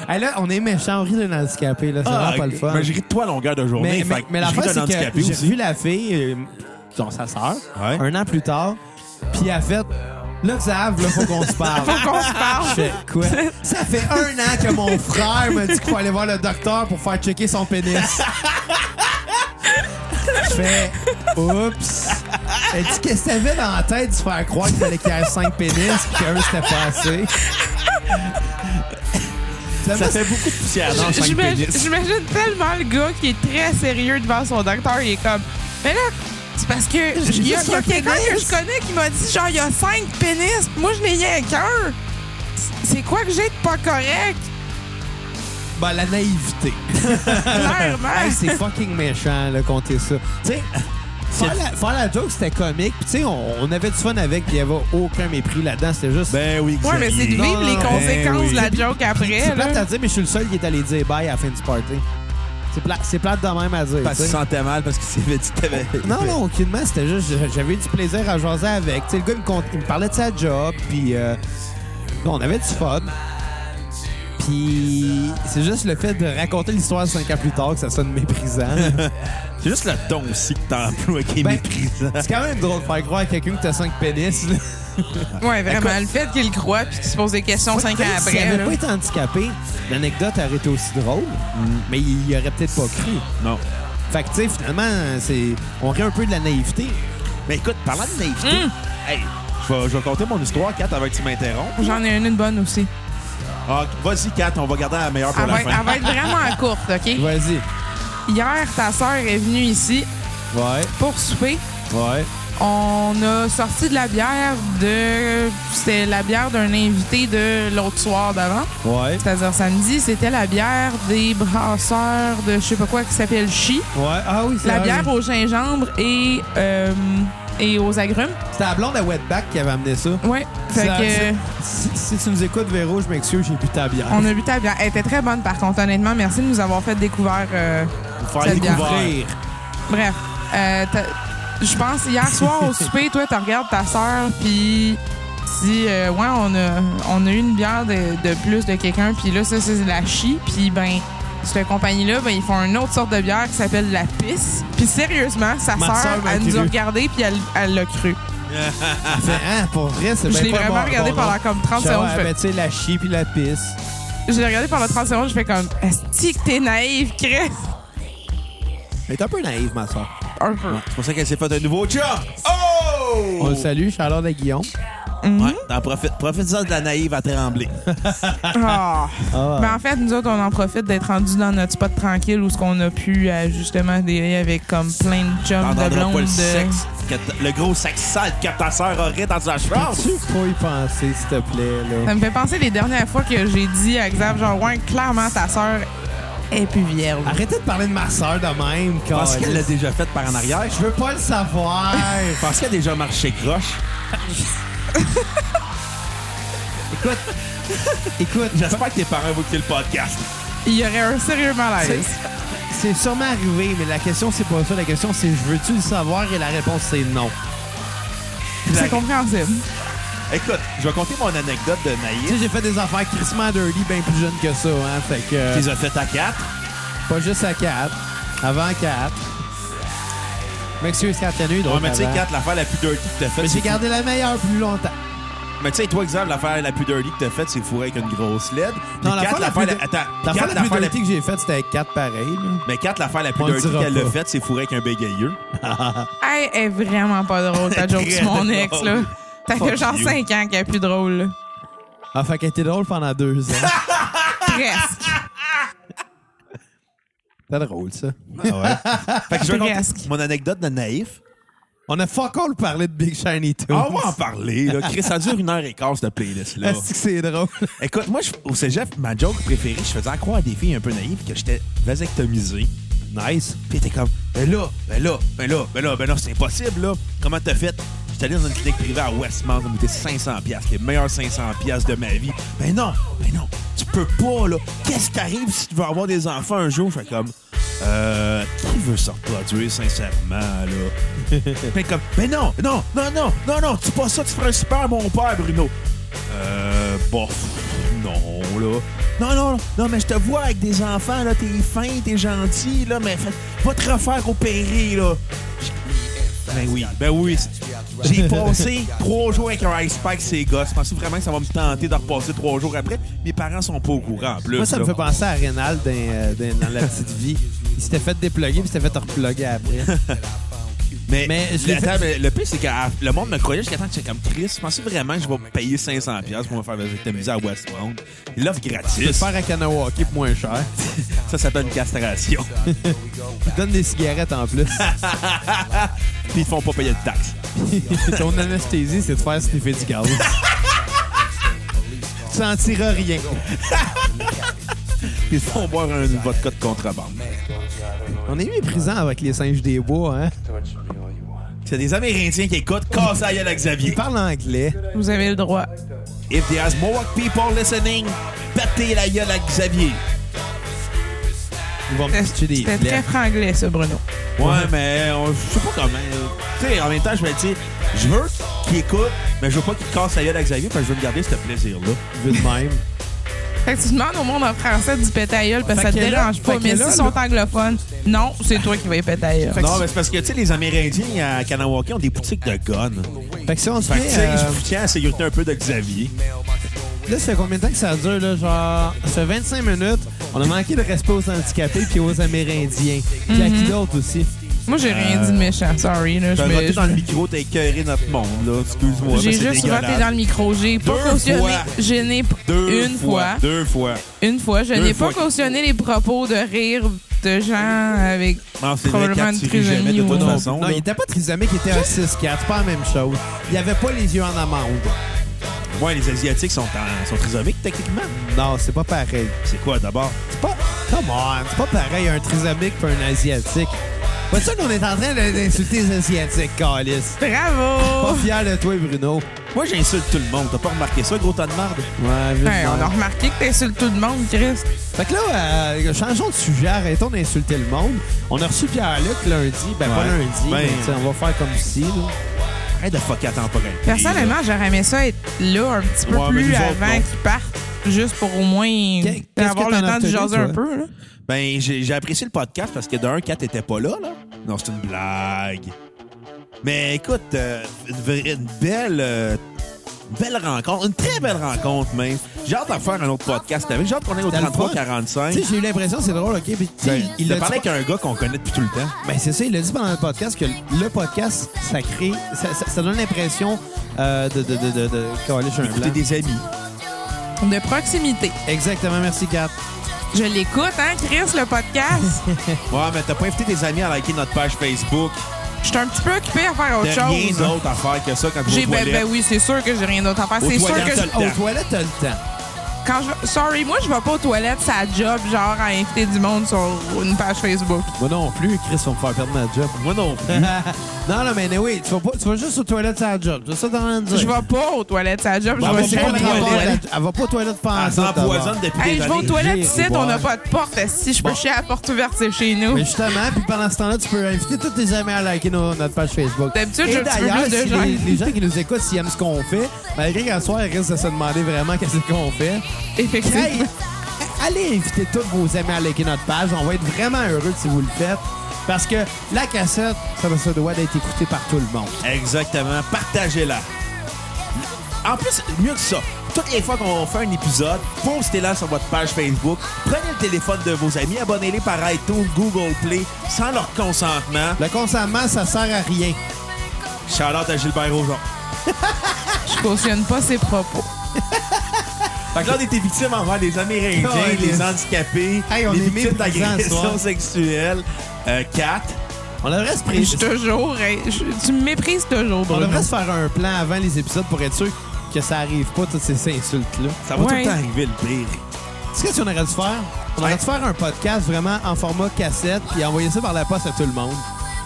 [SPEAKER 1] Hey, là, on est méchant, on rit d'un handicapé, là. C'est
[SPEAKER 2] Ah,
[SPEAKER 1] vraiment pas le fun.
[SPEAKER 2] Mais je ris de toi à longueur de journée.
[SPEAKER 1] Mais,
[SPEAKER 2] fait
[SPEAKER 1] mais,
[SPEAKER 2] que
[SPEAKER 1] mais la
[SPEAKER 2] je ris
[SPEAKER 1] fin,
[SPEAKER 2] d'un
[SPEAKER 1] c'est que
[SPEAKER 2] handicapé
[SPEAKER 1] j'ai
[SPEAKER 2] aussi.
[SPEAKER 1] vu la fille, euh, genre sa sœur,
[SPEAKER 2] Ouais.
[SPEAKER 1] un an plus tard, puis elle a fait Là, Xav, là, faut qu'on se parle.
[SPEAKER 3] Faut qu'on se parle.
[SPEAKER 1] Je fais, quoi? Ça fait un an que mon frère m'a dit qu'il faut aller voir le docteur pour faire checker son pénis. Je fais Oups. Elle dit qu'est-ce que t'avais dans la tête de se faire croire qu'il fallait qu'il y ait cinq pénis puis qu'un c'était pas assez.
[SPEAKER 2] Ça fait beaucoup de poussière dans
[SPEAKER 3] J-
[SPEAKER 2] cinq
[SPEAKER 3] J'imagine
[SPEAKER 2] pénis.
[SPEAKER 3] j'imagine tellement le gars qui est très sérieux devant son docteur. Il est comme, mais là, c'est parce que il y a,
[SPEAKER 1] juste
[SPEAKER 3] il y a
[SPEAKER 1] un
[SPEAKER 3] quelqu'un
[SPEAKER 1] pénis.
[SPEAKER 3] que je connais qui m'a dit genre, il y a cinq pénis, puis moi je n'ai rien qu'un. C'est quoi que j'ai de pas correct?
[SPEAKER 1] Ben, la naïveté.
[SPEAKER 3] Clairement.
[SPEAKER 1] Hey, c'est fucking méchant, là, compter ça. Tu sais, faire la, faire la joke, c'était comique. Puis, tu sais, on, on avait du fun avec, puis il n'y avait aucun mépris là-dedans. C'était juste.
[SPEAKER 2] Ben oui,
[SPEAKER 3] ouais, mais c'est de
[SPEAKER 2] Xavier.
[SPEAKER 1] Non,
[SPEAKER 3] vivre les
[SPEAKER 1] ben
[SPEAKER 3] conséquences
[SPEAKER 2] oui.
[SPEAKER 3] de la joke
[SPEAKER 1] c'est
[SPEAKER 3] après. là.
[SPEAKER 1] plate à dire, mais je suis le seul qui est allé dire bye à la fin du party. C'est pla- c'est plate de même à dire.
[SPEAKER 2] Parce
[SPEAKER 1] tu
[SPEAKER 2] qu'il
[SPEAKER 1] sais.
[SPEAKER 2] se sentait mal, parce qu'il s'est dit que t'avais...
[SPEAKER 1] Non, non, aucunement. C'était juste, j'a- j'avais eu du plaisir à jaser avec. Tu sais, le gars, il me, cont- il me parlait de sa job, puis euh, on avait du fun. Puis c'est juste le fait de raconter l'histoire cinq ans plus tard que ça sonne méprisant.
[SPEAKER 2] C'est juste le ton aussi que t'as employé qui est
[SPEAKER 1] Ben,
[SPEAKER 2] méprisant.
[SPEAKER 1] C'est quand même drôle de faire croire à quelqu'un que t'as cinq pénis. là.
[SPEAKER 3] Ouais, vraiment. Le fait qu'il croit puis qu'il se pose des questions cinq ans
[SPEAKER 1] Peut-être S'il
[SPEAKER 3] après.
[SPEAKER 1] n'avait
[SPEAKER 3] là.
[SPEAKER 1] pas été handicapé, l'anecdote aurait été aussi drôle, mais il y aurait peut-être pas cru.
[SPEAKER 2] Non.
[SPEAKER 1] Fait que, tu sais, finalement, c'est... on rit un peu de la naïveté.
[SPEAKER 2] Mais écoute, parlant de naïveté,
[SPEAKER 1] Hum.
[SPEAKER 3] Hum,
[SPEAKER 2] hey, je vais, je vais compter mon histoire, Kat, avant que tu m'interrompes.
[SPEAKER 3] J'en ai une, une bonne aussi.
[SPEAKER 2] Ah, vas-y, Kat, on va garder la meilleure pour
[SPEAKER 3] Elle va,
[SPEAKER 2] la fin.
[SPEAKER 3] elle va être vraiment courte, OK?
[SPEAKER 1] Vas-y.
[SPEAKER 3] Hier, ta sœur est venue ici
[SPEAKER 1] Ouais,
[SPEAKER 3] pour souper.
[SPEAKER 1] ouais.
[SPEAKER 3] On a sorti de la bière de. C'était la bière d'un invité de l'autre soir d'avant.
[SPEAKER 1] Ouais,
[SPEAKER 3] C'est-à-dire samedi, c'était la bière des brasseurs de je sais pas quoi qui s'appelle Chi.
[SPEAKER 1] ouais. Ah oui, c'est
[SPEAKER 3] La
[SPEAKER 1] vrai.
[SPEAKER 3] bière au gingembre et, euh, et aux agrumes.
[SPEAKER 1] C'était la blonde à Wetback qui avait amené ça.
[SPEAKER 3] Ouais. Fait
[SPEAKER 1] Ça-
[SPEAKER 3] que.
[SPEAKER 1] Si, si tu nous écoutes, Véro, je m'excuse, j'ai plus ta bière.
[SPEAKER 3] On a bu ta bière. Elle était très bonne, par contre, honnêtement. Merci de nous avoir fait découvrir. euh,
[SPEAKER 2] Faut
[SPEAKER 3] cette
[SPEAKER 2] aller
[SPEAKER 3] bière.
[SPEAKER 2] découvrir.
[SPEAKER 3] Bref, euh, t'as- je pense hier soir au souper, toi, tu regardes ta sœur, puis si euh, ouais, on a, on a eu une bière de, de plus de quelqu'un, puis là, ça, c'est de la chi, puis ben. Cette compagnie-là, ben, ils font une autre sorte de bière qui s'appelle la pisse. Puis sérieusement, sa
[SPEAKER 1] Ma
[SPEAKER 3] sœur,
[SPEAKER 1] sœur m'a
[SPEAKER 3] elle nous a
[SPEAKER 1] cru.
[SPEAKER 3] regardé puis elle elle l'a cru.
[SPEAKER 1] Ah, fait, hein, pour vrai, c'est
[SPEAKER 3] Je
[SPEAKER 1] bien
[SPEAKER 3] l'ai
[SPEAKER 1] pas
[SPEAKER 3] vraiment
[SPEAKER 1] bon-
[SPEAKER 3] regardé
[SPEAKER 1] bon
[SPEAKER 3] pendant
[SPEAKER 1] nom.
[SPEAKER 3] comme 30
[SPEAKER 1] Je sais,
[SPEAKER 3] secondes.
[SPEAKER 1] ouais,
[SPEAKER 3] je fais-
[SPEAKER 1] ben, tu sais, la chie puis la pisse.
[SPEAKER 3] Je l'ai regardé pendant 30 secondes, je fais comme Est-ce que t'es naïve, Chris?
[SPEAKER 1] Elle est un peu naïve, ma soeur.
[SPEAKER 3] Un peu.
[SPEAKER 2] C'est pour ça qu'elle s'est fait un nouveau chum. Oh!
[SPEAKER 1] On le salue, Charlotte et Guillaume.
[SPEAKER 2] Ouais, t'en profites. Profite-en de la naïve à trembler.
[SPEAKER 3] Ah.
[SPEAKER 1] Ah.
[SPEAKER 3] Ben, en fait, nous autres, on en profite d'être rendus dans notre spot tranquille où ce qu'on a pu euh, justement délire avec comme plein de euh. chums de
[SPEAKER 2] T'entendras
[SPEAKER 3] blondes.
[SPEAKER 2] pas le
[SPEAKER 3] de-
[SPEAKER 2] sexe, que t- le gros sexe sale que ta sœur aurait dans sa chambre.
[SPEAKER 1] Peux-tu pas y penser, s'il te plaît, là?
[SPEAKER 3] Ça me fait penser les dernières fois que j'ai dit à Xav genre ouais, clairement ta sœur est plus vierge.
[SPEAKER 1] Arrêtez de parler de ma soeur de même, quand
[SPEAKER 2] Parce qu'elle l'a déjà faite par en arrière.
[SPEAKER 1] Je veux pas le savoir.
[SPEAKER 2] Parce qu'elle a déjà marché croche.
[SPEAKER 1] écoute, écoute,
[SPEAKER 2] J'espère que tes parents vont écouter le podcast.
[SPEAKER 3] Il y aurait un sérieux malaise.
[SPEAKER 1] c'est sûrement arrivé, mais la question, c'est pas ça. La question, c'est je veux-tu le savoir? Et la réponse, c'est non.
[SPEAKER 3] C'est compréhensible.
[SPEAKER 2] Écoute, je vais compter mon anecdote de
[SPEAKER 1] Tu
[SPEAKER 2] naïve.
[SPEAKER 1] sais, j'ai fait des affaires crissement dirty bien plus jeune que ça, hein. Fait que,
[SPEAKER 2] Tu
[SPEAKER 1] euh,
[SPEAKER 2] les as faites à quatre.
[SPEAKER 1] pas juste à 4, avant 4. M'excuse, 4 il y en a eu,
[SPEAKER 2] Ouais,
[SPEAKER 1] d'autres
[SPEAKER 2] mais tu sais,
[SPEAKER 1] avant.
[SPEAKER 2] Kat, l'affaire la plus dirty que t'as faite.
[SPEAKER 1] Oh, Mais j'ai
[SPEAKER 2] c'est
[SPEAKER 1] gardé la meilleure plus longtemps.
[SPEAKER 2] fou- Mais tu sais, toi, exemple, l'affaire la plus dirty que t'as faite, c'est fourré avec une grosse LED. Puis
[SPEAKER 1] Non, la
[SPEAKER 2] Kat,
[SPEAKER 1] fois la plus,
[SPEAKER 2] la- Attends,
[SPEAKER 1] la fois
[SPEAKER 2] Kat,
[SPEAKER 1] la plus
[SPEAKER 2] l'affaire la-
[SPEAKER 1] dirty que j'ai faite, c'était avec 4 pareil. là.
[SPEAKER 2] Mais Kat, l'affaire la plus
[SPEAKER 1] On le
[SPEAKER 2] dirty
[SPEAKER 1] dira
[SPEAKER 2] qu'elle a
[SPEAKER 1] pas.
[SPEAKER 2] faite, c'est fourré avec un bégailleux.
[SPEAKER 3] Hey, elle est vraiment pas drôle ta joke sur mon ex là. T'as
[SPEAKER 2] Fuck
[SPEAKER 3] fait genre
[SPEAKER 2] you.
[SPEAKER 3] 5 ans qu'elle est plus drôle. là.
[SPEAKER 1] Ah, fait qu'elle était drôle pendant deux ans.
[SPEAKER 3] Presque.
[SPEAKER 1] C'était drôle, ça.
[SPEAKER 2] Fait que je vais compter
[SPEAKER 3] Presque.
[SPEAKER 2] mon anecdote de naïf.
[SPEAKER 1] On a fuck all parlé de Big Shiny Toons.
[SPEAKER 2] Ah, on va en parler, là. Chris, ça dure une heure et quart, cette playlist-là.
[SPEAKER 1] Est-ce que c'est drôle?
[SPEAKER 2] Écoute, moi, je- au cégep, ma joke préférée, je faisais croire à des filles un peu naïves que j'étais vasectomisé. Nice. Puis t'es comme, ben là, ben là, ben là, ben là, ben là, c'est impossible, là. Comment t'as fait? J'étais allé dans une clinique privée à Westmount, ça me coûtait 500 piastres, les meilleurs 500 piastres de ma vie. Ben non, ben non, tu peux pas, là. Qu'est-ce qui arrive si tu veux avoir des enfants un jour? Je fais comme, euh, qui veut se reproduire, sincèrement, là? Puis comme, mais non, non, non, non, non, non, tu pas ça, tu ferais un super bon père, Bruno. Euh, bof, non, là. Non, non, non, non, mais je te vois avec des enfants, là, t'es fin, t'es gentil, là, mais fait- va te refaire opérer, là. Ben oui, ben oui. J'ai passé trois jours avec un ice pack, ces gosses. Je pensais vraiment que ça va me tenter de repasser trois jours après. Mes parents sont pas au courant, en plus.
[SPEAKER 1] Moi, ça me
[SPEAKER 2] là.
[SPEAKER 1] fait penser à Rénal dans, euh, dans- dans La Petite Vie. Il s'était fait déploguer puis il s'était fait reploguer après.
[SPEAKER 2] Mais,
[SPEAKER 1] Mais je l'ai
[SPEAKER 2] attends,
[SPEAKER 1] fait-
[SPEAKER 2] mais le pire, c'est que ah, le monde me croyait jusqu'à temps que j'étais comme Chris. Je pensais vraiment que je vais payer 500$ piastres pour me faire vasectomiser à Westmount. Il l'offre
[SPEAKER 1] Je le
[SPEAKER 2] gratis.
[SPEAKER 1] faire à Kanawaki pour moins cher.
[SPEAKER 2] Ça, ça donne une castration.
[SPEAKER 1] Il donne des cigarettes en plus.
[SPEAKER 2] Puis ils font pas payer de taxes.
[SPEAKER 1] Ton anesthésie, c'est de faire sniffer du gaz. tu sentiras rien.
[SPEAKER 2] Puis ils font boire un vodka de contrebande.
[SPEAKER 1] On est méprisant avec les singes des bois, hein?
[SPEAKER 2] C'est des Amérindiens qui écoutent. Casse la gueule à
[SPEAKER 1] Ils
[SPEAKER 2] Xavier.
[SPEAKER 1] parlent anglais.
[SPEAKER 3] Vous avez le droit.
[SPEAKER 2] If there's Mohawk people listening, battez la gueule à Xavier.
[SPEAKER 1] Ils vont me pitcher des
[SPEAKER 3] C'était très
[SPEAKER 1] flèches.
[SPEAKER 3] franglais ça Bruno.
[SPEAKER 2] Ouais, mais on- je sais pas comment. euh, Tu sais, en même temps, je me dis, je veux qu'il écoute, mais je veux pas qu'il casse la gueule à Xavier parce que je veux me garder ce plaisir-là.
[SPEAKER 1] Vu de même.
[SPEAKER 3] Fait que tu demandes au monde en français du pétaïeul parce que
[SPEAKER 1] Fait
[SPEAKER 3] ça te
[SPEAKER 1] que là-
[SPEAKER 3] dérange
[SPEAKER 1] fait
[SPEAKER 3] pas.
[SPEAKER 1] que
[SPEAKER 3] Mais
[SPEAKER 1] là,
[SPEAKER 3] s'ils sont anglophones, non, c'est toi qui vas y pétaïeul.
[SPEAKER 2] Non, mais c'est parce que, tu sais, les Amérindiens à Kanawaki ont des boutiques de guns.
[SPEAKER 1] Fait que si on se
[SPEAKER 2] Fait que, tu
[SPEAKER 1] fait...
[SPEAKER 2] sais,
[SPEAKER 1] euh,
[SPEAKER 2] je tiens à sécurité un peu de Xavier.
[SPEAKER 1] Là, ça fait combien de temps que ça dure, là? Genre, ça fait 25 minutes. On a manqué de respect aux handicapés puis aux Amérindiens. Puis à qui d'autre aussi?
[SPEAKER 3] Moi, j'ai rien dit de méchant, sorry. Là, je
[SPEAKER 2] T'as
[SPEAKER 3] me-
[SPEAKER 2] voté
[SPEAKER 3] je-
[SPEAKER 2] dans le micro, t'as écœuré notre monde, là. Excuse-moi.
[SPEAKER 3] J'ai
[SPEAKER 2] mais c'est
[SPEAKER 3] juste voté
[SPEAKER 2] dégueulasse.
[SPEAKER 3] dans le micro. J'ai pas
[SPEAKER 2] Deux
[SPEAKER 3] cautionné.
[SPEAKER 2] fois.
[SPEAKER 3] Je n'ai p-
[SPEAKER 2] Deux
[SPEAKER 3] une fois.
[SPEAKER 2] Deux fois.
[SPEAKER 3] Une fois. Je
[SPEAKER 2] Deux
[SPEAKER 3] n'ai pas
[SPEAKER 2] fois.
[SPEAKER 3] cautionné les propos de rire de gens avec
[SPEAKER 2] Non, c'est vrai
[SPEAKER 3] Probablement
[SPEAKER 2] que tu
[SPEAKER 3] une
[SPEAKER 2] ris jamais de
[SPEAKER 3] trisomie
[SPEAKER 2] toute
[SPEAKER 3] ou-
[SPEAKER 2] façon.
[SPEAKER 1] Non,
[SPEAKER 2] là.
[SPEAKER 1] il était pas trisomique, il était un 6 C'est pas la même chose. Il avait pas les yeux en amande.
[SPEAKER 2] Ouais, les Asiatiques sont, en- sont trisomiques, techniquement.
[SPEAKER 1] Non, c'est pas pareil.
[SPEAKER 2] C'est quoi, d'abord?
[SPEAKER 1] C'est pas... Come on! C'est pas pareil un trisomique puis un asiatique. Pas ça qu'on est en train de- d'insulter les asiatiques, Calis.
[SPEAKER 2] Oh.
[SPEAKER 1] Pas
[SPEAKER 3] bravo.
[SPEAKER 1] fier de toi, Bruno.
[SPEAKER 2] Moi, j'insulte tout le monde. T'as pas remarqué ça, gros tas de marde?
[SPEAKER 1] Ouais, vite.
[SPEAKER 3] Hey, Ben, on a remarqué que t'insultes tout le monde, Chris.
[SPEAKER 1] Fait que là, euh, changeons de sujet, arrêtons d'insulter le monde. On a reçu Pierre-Luc lundi, ben pas
[SPEAKER 2] Ouais.
[SPEAKER 1] lundi,
[SPEAKER 2] Ben-
[SPEAKER 1] mais tu sais, on va faire comme si. là.
[SPEAKER 2] Arrête de fucker à temporaire.
[SPEAKER 3] Personnellement, j'aurais aimé ça être là un petit peu
[SPEAKER 2] Ouais, mais
[SPEAKER 3] plus
[SPEAKER 2] nous autres, non.
[SPEAKER 3] avant qu'ils partent, juste pour au moins
[SPEAKER 1] Qu'est- qu'est-ce
[SPEAKER 3] avoir
[SPEAKER 1] que
[SPEAKER 3] le
[SPEAKER 1] t'en as
[SPEAKER 3] temps de
[SPEAKER 1] retenu,
[SPEAKER 3] jaser
[SPEAKER 1] toi?
[SPEAKER 3] un peu. Là.
[SPEAKER 2] Ben, j'ai j'ai apprécié le podcast parce que d'un, Kat était pas là, là. Non, c'est une blague. Mais écoute, euh, une, vraie- une belle. euh, une belle rencontre, une très belle rencontre même. J'ai hâte d'en faire un autre podcast avec. J'ai hâte qu'on aille au
[SPEAKER 1] C'était le fun. Tu
[SPEAKER 2] 33-45.
[SPEAKER 1] sais, j'ai eu l'impression, c'est drôle, OK? Puis, tu sais,
[SPEAKER 2] Ben,
[SPEAKER 1] il
[SPEAKER 2] de
[SPEAKER 1] l'a
[SPEAKER 2] parler
[SPEAKER 1] dit...
[SPEAKER 2] avec un gars qu'on connaît depuis tout le temps.
[SPEAKER 1] Ben, c'est ça, il l'a dit pendant le podcast que le podcast, ça crée... Ça, ça- ça donne l'impression euh, de... de, de, de, de... Calais, j'ai un
[SPEAKER 2] Écouter
[SPEAKER 1] blanc.
[SPEAKER 2] des amis.
[SPEAKER 3] De proximité.
[SPEAKER 1] Exactement, merci, Kat.
[SPEAKER 3] Je l'écoute, hein, Chris, le podcast.
[SPEAKER 2] Ouais, mais t'as pas invité tes amis à liker notre page Facebook.
[SPEAKER 3] Je suis un petit peu occupée à faire autre
[SPEAKER 2] T'as rien
[SPEAKER 3] chose.
[SPEAKER 2] d'autre à faire que ça quand tu vas
[SPEAKER 3] J'ai
[SPEAKER 2] aux
[SPEAKER 3] ben,
[SPEAKER 2] toilettes.
[SPEAKER 3] ben oui, c'est sûr que j'ai rien d'autre à faire.
[SPEAKER 2] Aux
[SPEAKER 3] C'est sûr
[SPEAKER 2] toilettes,
[SPEAKER 3] que je-
[SPEAKER 2] t'as le
[SPEAKER 1] Aux
[SPEAKER 2] temps.
[SPEAKER 1] toilettes, t'as le temps.
[SPEAKER 3] quand je sorry, moi je vais pas aux toilettes, ça job genre à inviter du monde sur une page Facebook.
[SPEAKER 1] Moi non plus, Chris, on me faire perdre ma job.
[SPEAKER 2] Moi non plus.
[SPEAKER 1] non, non, mais oui, tu vas, pas, tu vas juste aux toilettes, ça job. C'est ça que t'es en train de dire. Ah,
[SPEAKER 3] Je vais pas aux toilettes, ça job,
[SPEAKER 2] Bon, ben,
[SPEAKER 3] je
[SPEAKER 2] bon,
[SPEAKER 3] vais
[SPEAKER 1] C'est
[SPEAKER 3] pas
[SPEAKER 1] quoi
[SPEAKER 3] aux
[SPEAKER 1] le
[SPEAKER 2] bon,
[SPEAKER 1] rapport?
[SPEAKER 3] toilettes.
[SPEAKER 1] Elle va pas aux toilettes pendant
[SPEAKER 2] Elle
[SPEAKER 1] Ah, ça, d'abord.
[SPEAKER 2] s'empoisonne Ah, depuis
[SPEAKER 3] Hey,
[SPEAKER 2] des
[SPEAKER 3] je vais aux
[SPEAKER 2] années.
[SPEAKER 3] toilettes
[SPEAKER 1] J'ai-
[SPEAKER 3] ici, on n'a
[SPEAKER 1] ouais.
[SPEAKER 3] pas de porte. Si je peux chier à la porte ouverte, c'est chez nous.
[SPEAKER 1] Mais justement, puis pendant ce temps-là, tu peux inviter tous tes amis à liker nos- notre page Facebook.
[SPEAKER 3] D'habitude,
[SPEAKER 1] Et
[SPEAKER 3] j'ai un petit peu
[SPEAKER 1] d'ailleurs,
[SPEAKER 3] plus de
[SPEAKER 1] si
[SPEAKER 3] gens.
[SPEAKER 1] Les, les gens qui nous écoutent, s'ils aiment ce qu'on fait, malgré qu'à soir, ils risquent de se demander vraiment qu'est-ce qu'on fait.
[SPEAKER 3] Effectivement.
[SPEAKER 1] Hey, allez inviter tous vos amis à liker notre page. On va être vraiment heureux si vous le faites. Parce que la cassette, ça, ça doit d'être écoutée par tout le monde.
[SPEAKER 2] Exactement. Partagez-la. En plus, mieux que ça, toutes les fois qu'on fait un épisode, postez-la sur votre page Facebook. Prenez le téléphone de vos amis, abonnez-les par iTunes, Google Play, sans leur consentement.
[SPEAKER 1] Le consentement, ça sert à rien.
[SPEAKER 2] Shout-out à Gilbert Rojon.
[SPEAKER 3] Je cautionne pas ses propos.
[SPEAKER 2] Fait que là, on était victime envers les Amérindiens,
[SPEAKER 1] Oh, yes.
[SPEAKER 2] les handicapés,
[SPEAKER 1] Hey, on
[SPEAKER 2] les
[SPEAKER 1] est
[SPEAKER 2] victimes
[SPEAKER 1] méprisants ce
[SPEAKER 2] d'agressions
[SPEAKER 1] soir.
[SPEAKER 2] sexuelles. Euh, Kat,
[SPEAKER 1] On devrait se
[SPEAKER 3] Je
[SPEAKER 1] pré-
[SPEAKER 3] suis toujours. hey, je- tu me méprises toujours,
[SPEAKER 1] On
[SPEAKER 3] Bruno.
[SPEAKER 1] devrait se faire un plan avant les épisodes pour être sûr que ça arrive pas, toutes ces insultes-là.
[SPEAKER 2] ça va tout
[SPEAKER 3] Ouais.
[SPEAKER 2] le temps arriver, le pire.
[SPEAKER 1] Tu sais ce qu'on aurait dû faire? On aurait dû faire un podcast vraiment en format cassette puis envoyer ça par la poste à tout le monde.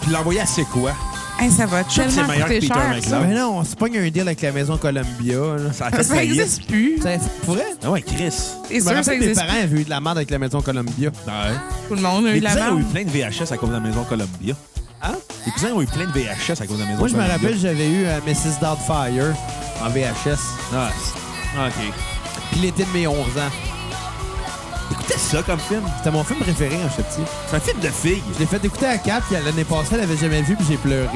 [SPEAKER 2] Puis l'envoyer à c'est quoi?
[SPEAKER 3] Hey, ça va
[SPEAKER 2] trouve que c'est
[SPEAKER 3] tellement
[SPEAKER 2] meilleur que
[SPEAKER 3] coûter
[SPEAKER 2] Peter
[SPEAKER 3] cher.
[SPEAKER 2] McLeod.
[SPEAKER 3] Ça,
[SPEAKER 1] Ben non, on se pogne un deal avec la maison Columbia. là.
[SPEAKER 2] Ça a fait
[SPEAKER 3] ça
[SPEAKER 2] faillite.
[SPEAKER 3] n'existe plus.
[SPEAKER 1] Ça pourrait?
[SPEAKER 2] Ah ouais, Chris.
[SPEAKER 3] C'est
[SPEAKER 1] Je me
[SPEAKER 3] sûr que ça
[SPEAKER 1] rappelle que mes
[SPEAKER 3] n'existe
[SPEAKER 1] parents avaient eu de la merde avec la maison Columbia.
[SPEAKER 2] Ouais.
[SPEAKER 3] plus. Tout le monde a eu
[SPEAKER 2] Les
[SPEAKER 3] de la
[SPEAKER 2] cousins ont eu
[SPEAKER 3] merde.
[SPEAKER 2] plein de VHS à cause de la maison Columbia.
[SPEAKER 1] Hein?
[SPEAKER 2] Les cousins ont eu plein de VHS à cause de la maison
[SPEAKER 1] Moi, je me
[SPEAKER 2] Columbia.
[SPEAKER 1] rappelle, j'avais eu euh, Mrs. Doubtfire en VHS.
[SPEAKER 2] Ah, c'est- OK.
[SPEAKER 1] Puis l'été de mes 11 ans.
[SPEAKER 2] Écoutez ça comme film.
[SPEAKER 1] C'était mon film préféré quand j'étais petit.
[SPEAKER 2] C'est un film de filles.
[SPEAKER 1] Je l'ai fait écouter à 4, puis l'année passée, elle avait jamais vu, puis j'ai pleuré.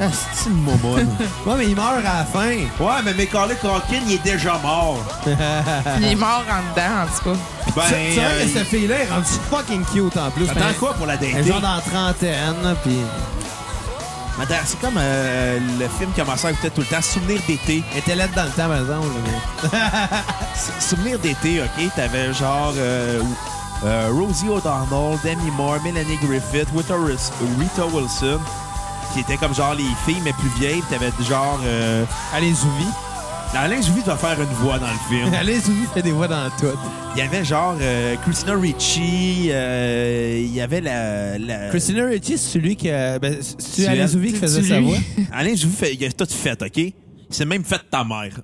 [SPEAKER 2] Ah, c'est une momone.
[SPEAKER 1] Ouais, mais il meurt à la fin.
[SPEAKER 2] ouais, mais Macaulay Culkin, il est déjà mort.
[SPEAKER 3] Il est mort en dedans, en tout cas.
[SPEAKER 2] Ben,
[SPEAKER 1] Tu- tu vois
[SPEAKER 2] euh, ben,
[SPEAKER 1] que cette fille-là est rendue fucking cute en plus.
[SPEAKER 2] T'attends
[SPEAKER 1] Mais-
[SPEAKER 2] quoi pour la
[SPEAKER 1] Un
[SPEAKER 2] dater?
[SPEAKER 1] genre dans la trentaine, là, puis
[SPEAKER 2] Attends, C'est comme euh, le film que ma soeur écoutait tout le temps, Souvenir d'été.
[SPEAKER 1] elle était laide dans le temps, par exemple. là, mais-
[SPEAKER 2] S- Souvenir d'été, OK? T'avais genre euh, euh, Rosie O'Donnell, Demi Moore, Melanie Griffith, Rita, Wils- Rita Wilson, qui étaient comme genre les filles, mais plus vieilles. T'avais genre... Euh,
[SPEAKER 1] Allez, Zouvi.
[SPEAKER 2] Alain Jouvi doit faire une voix dans le film.
[SPEAKER 1] Allez, Zouvi fait des voix dans tout.
[SPEAKER 2] Il y avait genre euh, Christina Ricci, euh, il y avait la... la...
[SPEAKER 1] Christina Ricci, c'est celui que. Ben, c'est
[SPEAKER 2] C'est
[SPEAKER 1] Alain
[SPEAKER 2] elle.
[SPEAKER 1] Zouvi qui
[SPEAKER 3] C'est
[SPEAKER 1] faisait sa
[SPEAKER 3] lui.
[SPEAKER 1] voix.
[SPEAKER 2] Alain Jouvi, fait- il a tout fait, OK? Il s'est même fait ta mère.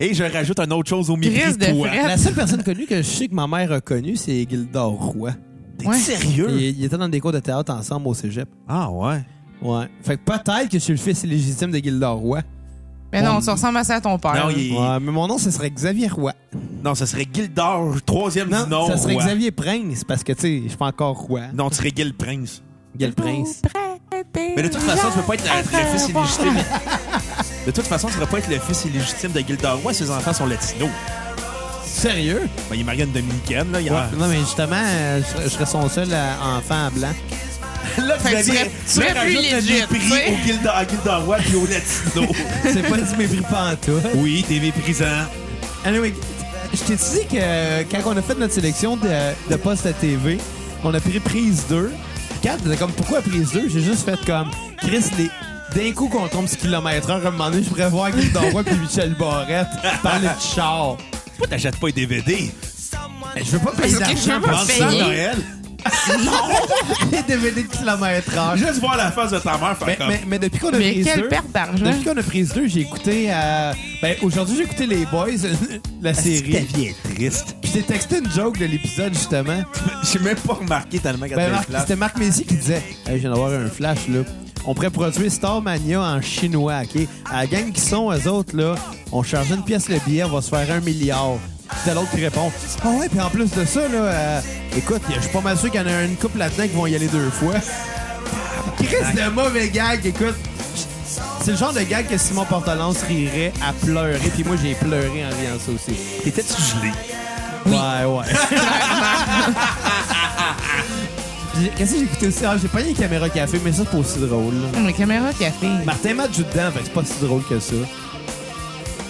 [SPEAKER 2] Et je rajoute une autre chose au milieu
[SPEAKER 3] Crise
[SPEAKER 2] de
[SPEAKER 3] de
[SPEAKER 2] toi.
[SPEAKER 3] frette.
[SPEAKER 1] La seule personne connue que je sais que ma mère a connue, c'est Gildor Roy.
[SPEAKER 2] T'es
[SPEAKER 3] Ouais.
[SPEAKER 2] sérieux?
[SPEAKER 1] Ils ils étaient dans des cours de théâtre ensemble au cégep.
[SPEAKER 2] Ah ouais?
[SPEAKER 1] Ouais. Fait que peut-être que je suis le fils illégitime de Gildor Roy.
[SPEAKER 3] Mais non, tu ressembles assez à ton père.
[SPEAKER 2] Non, il est-
[SPEAKER 1] Ouais, mais mon nom, ce serait Xavier Roy.
[SPEAKER 2] non, ça serait Gildor, troisième
[SPEAKER 1] Non,
[SPEAKER 2] du nom.
[SPEAKER 1] ça serait
[SPEAKER 2] ouais.
[SPEAKER 1] Xavier Prince, parce que, tu sais, je suis pas encore roi.
[SPEAKER 2] Non, tu serais Gil Prince.
[SPEAKER 1] Gueule Prince.
[SPEAKER 2] Mais de toute façon, tu peux pas être le fils illégitime. De toute façon, tu ne pas être le fils illégitime de Gildor Roy. Ses enfants sont latinos.
[SPEAKER 1] Sérieux?
[SPEAKER 2] Ben, il est marié à une dominicaine, là. Il a...
[SPEAKER 1] Ouais, Non, mais justement, euh, je serais- je serais son seul euh, enfant blanc.
[SPEAKER 2] Là, vous
[SPEAKER 3] Fait que
[SPEAKER 2] avez-
[SPEAKER 3] tu serais- tu serais
[SPEAKER 2] là,
[SPEAKER 3] plus
[SPEAKER 2] rajoute le
[SPEAKER 3] legit,
[SPEAKER 2] mépris
[SPEAKER 3] tu sais.
[SPEAKER 2] au Gilda- à Gilda Roy puis au Latino.
[SPEAKER 1] C'est pas du mépris pantoute.
[SPEAKER 2] oui, t'es méprisant.
[SPEAKER 1] Anyway, je t'ai dit que euh, quand on a fait notre sélection de, de postes à TV, on a pris prise 2. Quand t'étais comme, pourquoi prise 2? J'ai juste fait comme, Chris, les... d'un coup qu'on tombe ce kilomètre heure, à un moment donné, je pourrais voir Guy Dorois puis Michel Barrette parler de char.
[SPEAKER 2] Pourquoi t'achètes pas les DVD?
[SPEAKER 1] Je veux pas payer
[SPEAKER 3] Ok, je veux
[SPEAKER 1] d'argent
[SPEAKER 3] pas
[SPEAKER 1] pour
[SPEAKER 2] Prends
[SPEAKER 1] ça.
[SPEAKER 2] ça à
[SPEAKER 3] payer.
[SPEAKER 2] Noël.
[SPEAKER 1] les DVD de kilomètre heure.
[SPEAKER 2] Juste voir la face de ta mère faire
[SPEAKER 1] Mais,
[SPEAKER 2] comme...
[SPEAKER 1] mais- mais depuis qu'on a
[SPEAKER 3] Mais
[SPEAKER 1] prise
[SPEAKER 3] quelle
[SPEAKER 1] 2,
[SPEAKER 3] perte d'argent.
[SPEAKER 1] Depuis qu'on a prise 2, j'ai écouté... euh, ben, aujourd'hui, j'ai écouté Les Boys,
[SPEAKER 3] Ah,
[SPEAKER 1] la
[SPEAKER 2] Ta
[SPEAKER 1] série.
[SPEAKER 2] vie est triste.
[SPEAKER 1] Puis j'ai texté une joke de l'épisode, justement.
[SPEAKER 2] J'ai même pas remarqué tellement qu'elle
[SPEAKER 1] Ben,
[SPEAKER 2] était
[SPEAKER 1] Marc-
[SPEAKER 2] plate.
[SPEAKER 1] c'était Marc Messi qui disait hey, Je viens d'avoir un flash, là. On pourrait produire Starmania en chinois, OK À la gang qui sont, eux autres, là, on charge une pièce le billet, on va se faire un milliard. C'est l'autre qui répond Ah ouais, puis en plus de ça, là, euh, écoute, je suis pas mal sûr qu'il y en a une couple là-dedans qui vont y aller deux fois. Chris de mauvais gag, écoute. C'est le genre de gag que Simon Portalance rirait à pleurer, puis moi j'ai pleuré en riant ça aussi.
[SPEAKER 2] T'étais-tu gelé?
[SPEAKER 1] Ouais, ouais. Puis, Qu'est-ce que j'ai écouté aussi? Ah, j'ai pas une caméra café, mais ça, c'est pas aussi drôle. là.
[SPEAKER 3] Mais caméra café.
[SPEAKER 1] Martin Matt joue dedans, fait que c'est pas si drôle que ça.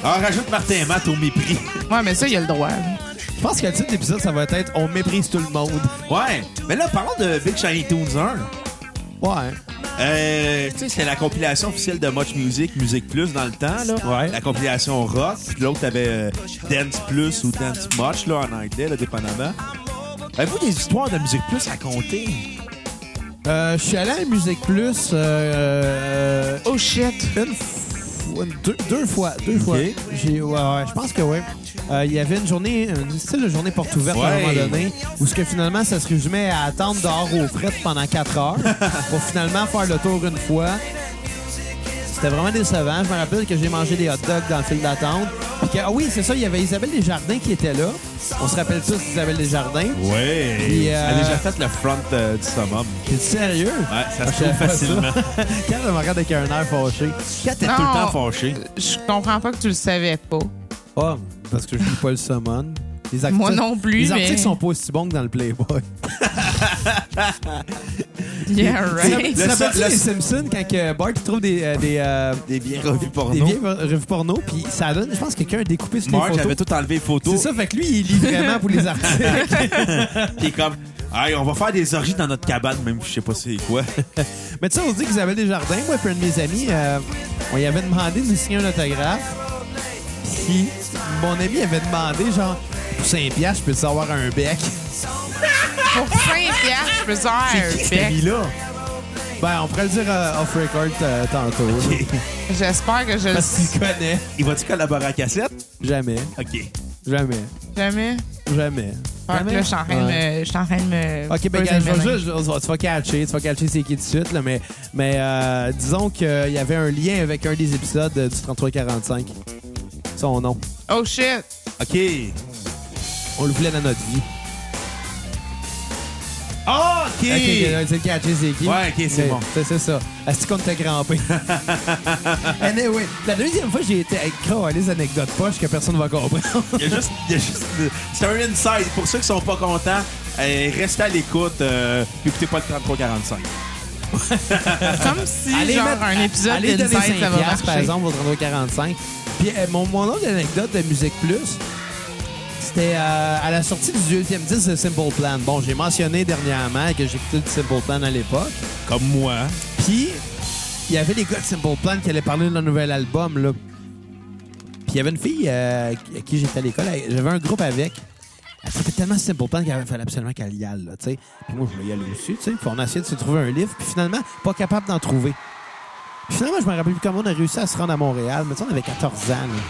[SPEAKER 2] Alors, Ah, rajoute Martin et Matt au mépris.
[SPEAKER 3] Ouais, mais ça, il a le droit. là.
[SPEAKER 1] Je pense que le titre d'épisode, ça va être On méprise tout le monde.
[SPEAKER 2] Ouais. Mais là, parlons de Big Shiny Tunes 1.
[SPEAKER 1] Ouais.
[SPEAKER 2] Euh, tu sais, c'est la compilation officielle de Much Music, Music Plus dans le temps, là.
[SPEAKER 1] Ouais.
[SPEAKER 2] La compilation rock, puis l'autre avait euh, Dance Plus ou Dance Much, là, en anglais, là, dépendamment. Avez-vous des histoires de Musique Plus à compter?
[SPEAKER 1] Euh, je suis allé à Musique Plus euh,
[SPEAKER 3] Oh shit.
[SPEAKER 1] une fois, deux, deux fois, deux fois.
[SPEAKER 2] Ok.
[SPEAKER 1] J'ai, ouais, ouais, je pense que ouais. Euh, Il y avait une journée, une style de journée porte ouverte à un
[SPEAKER 2] Ouais.
[SPEAKER 1] moment donné, où ce que finalement ça se résumait à attendre dehors au fret pendant quatre heures pour finalement faire le tour une fois. C'était vraiment décevant. Je me rappelle que j'ai mangé des hot dogs dans le fil d'attente. Puis que- ah oui, c'est ça, il y avait Isabelle Desjardins qui était là. On se rappelle tous d'Isabelle Desjardins.
[SPEAKER 2] Ouais.
[SPEAKER 1] Puis, euh,
[SPEAKER 2] Elle a déjà fait le front euh, du summum. Ah,
[SPEAKER 1] T'es sérieux?
[SPEAKER 2] Ouais, ça se
[SPEAKER 1] Je savais
[SPEAKER 2] trouve
[SPEAKER 1] pas
[SPEAKER 2] facilement.
[SPEAKER 1] ça. Quand elle me regarde avec un air fâché.
[SPEAKER 2] Kat est tout
[SPEAKER 3] Non.
[SPEAKER 2] le temps fâché.
[SPEAKER 3] Je comprends pas que tu le savais pas.
[SPEAKER 1] Ah, parce que je lis pas le summon. Les articles,
[SPEAKER 3] Moi non plus,
[SPEAKER 1] Les
[SPEAKER 3] mais-
[SPEAKER 1] articles sont pas aussi bons que dans le Playboy.
[SPEAKER 3] Yeah,
[SPEAKER 1] Tu
[SPEAKER 3] right.
[SPEAKER 1] te
[SPEAKER 2] Le
[SPEAKER 1] rappelles-tu
[SPEAKER 2] so- le
[SPEAKER 1] les
[SPEAKER 2] so-
[SPEAKER 1] Simpsons quand que Bart il trouve des, euh, des, euh,
[SPEAKER 2] Des bien revues porno.
[SPEAKER 1] des vieilles revues porno, puis ça donne, je pense, que quelqu'un a découpé sur
[SPEAKER 2] Marge
[SPEAKER 1] les
[SPEAKER 2] avait
[SPEAKER 1] photos.
[SPEAKER 2] tout enlevé les
[SPEAKER 1] C'est
[SPEAKER 2] photos.
[SPEAKER 1] ça, fait que lui, il lit vraiment pour les articles.
[SPEAKER 2] Puis comme, hey, on va faire des orgies dans notre cabane, même je sais pas c'est quoi.
[SPEAKER 1] mais tu sais, on se dit qu'ils avaient des jardins. Moi, puis un de mes amis, euh, on y avait demandé de nous signer un autographe. Puis mon ami avait demandé, genre, pour 5 piastres, je peux savoir un bec.
[SPEAKER 3] Pour 5 piastres, je peux faire un bec.
[SPEAKER 2] là
[SPEAKER 1] Ben, on pourrait le dire euh, off record euh, tantôt.
[SPEAKER 3] J'espère que je le
[SPEAKER 1] Parce qu'il
[SPEAKER 3] sais
[SPEAKER 1] connaît.
[SPEAKER 2] Il va-tu collaborer à cassette?
[SPEAKER 1] Jamais.
[SPEAKER 2] OK.
[SPEAKER 1] Jamais.
[SPEAKER 3] jamais.
[SPEAKER 1] Jamais.
[SPEAKER 3] Fait que là, je suis en train de
[SPEAKER 1] Ouais.
[SPEAKER 3] me- je suis en train de me.
[SPEAKER 1] Ok, ben,
[SPEAKER 3] creuser
[SPEAKER 1] gars, je
[SPEAKER 3] mes
[SPEAKER 1] vais
[SPEAKER 3] mains.
[SPEAKER 1] juste, je vais- tu vas catcher, tu vas catcher c'est qui tout de suite, là, mais, mais euh, disons qu'il y avait un lien avec un des épisodes euh, du 3345. Son nom.
[SPEAKER 3] Oh shit.
[SPEAKER 2] OK.
[SPEAKER 1] On le voulait dans notre vie.
[SPEAKER 2] Ah, OK!
[SPEAKER 1] Ok, ok, tu le catcher c'est qui.
[SPEAKER 2] Ouais, ok, c'est
[SPEAKER 1] Mais
[SPEAKER 2] bon.
[SPEAKER 1] C'est c'est ça. Est-ce qu'on t'a crampé? anyway, la deuxième fois, j'ai été avec les anecdotes poches que personne ne va comprendre.
[SPEAKER 2] Il y a juste. il y a juste- C'est un inside. Pour ceux qui sont pas contents, euh, restez à l'écoute. euh, écoutez pas le 3345.
[SPEAKER 3] Comme si,
[SPEAKER 1] Allez
[SPEAKER 3] genre,
[SPEAKER 1] mettre-
[SPEAKER 3] un épisode
[SPEAKER 1] allez donner
[SPEAKER 3] d'Inside, ça
[SPEAKER 1] 5
[SPEAKER 3] va
[SPEAKER 1] piastres, par
[SPEAKER 3] marcher.
[SPEAKER 1] exemple, au 32,45. Puis euh, mon, mon autre anecdote de Musique Plus, c'était euh, à la sortie du deuxième disque de Simple Plan. Bon, j'ai mentionné dernièrement que j'écoutais du Simple Plan à l'époque.
[SPEAKER 2] Comme moi.
[SPEAKER 1] Puis, il y avait les gars de Simple Plan qui allaient parler de leur nouvel album, là. Puis, il y avait une fille euh, à qui j'étais à l'école. elle- J'avais un groupe avec. Elle traitait tellement Simple Plan qu'il fallait absolument qu'elle y aille, là, tu sais. Puis moi, je voulais y aller aussi, tu sais. Puis on a essayé de se trouver un livre. Puis finalement, pas capable d'en trouver. Puis finalement, je me rappelle plus comment on a réussi à se rendre à Montréal. Mais tu sais, on avait 14 ans, là.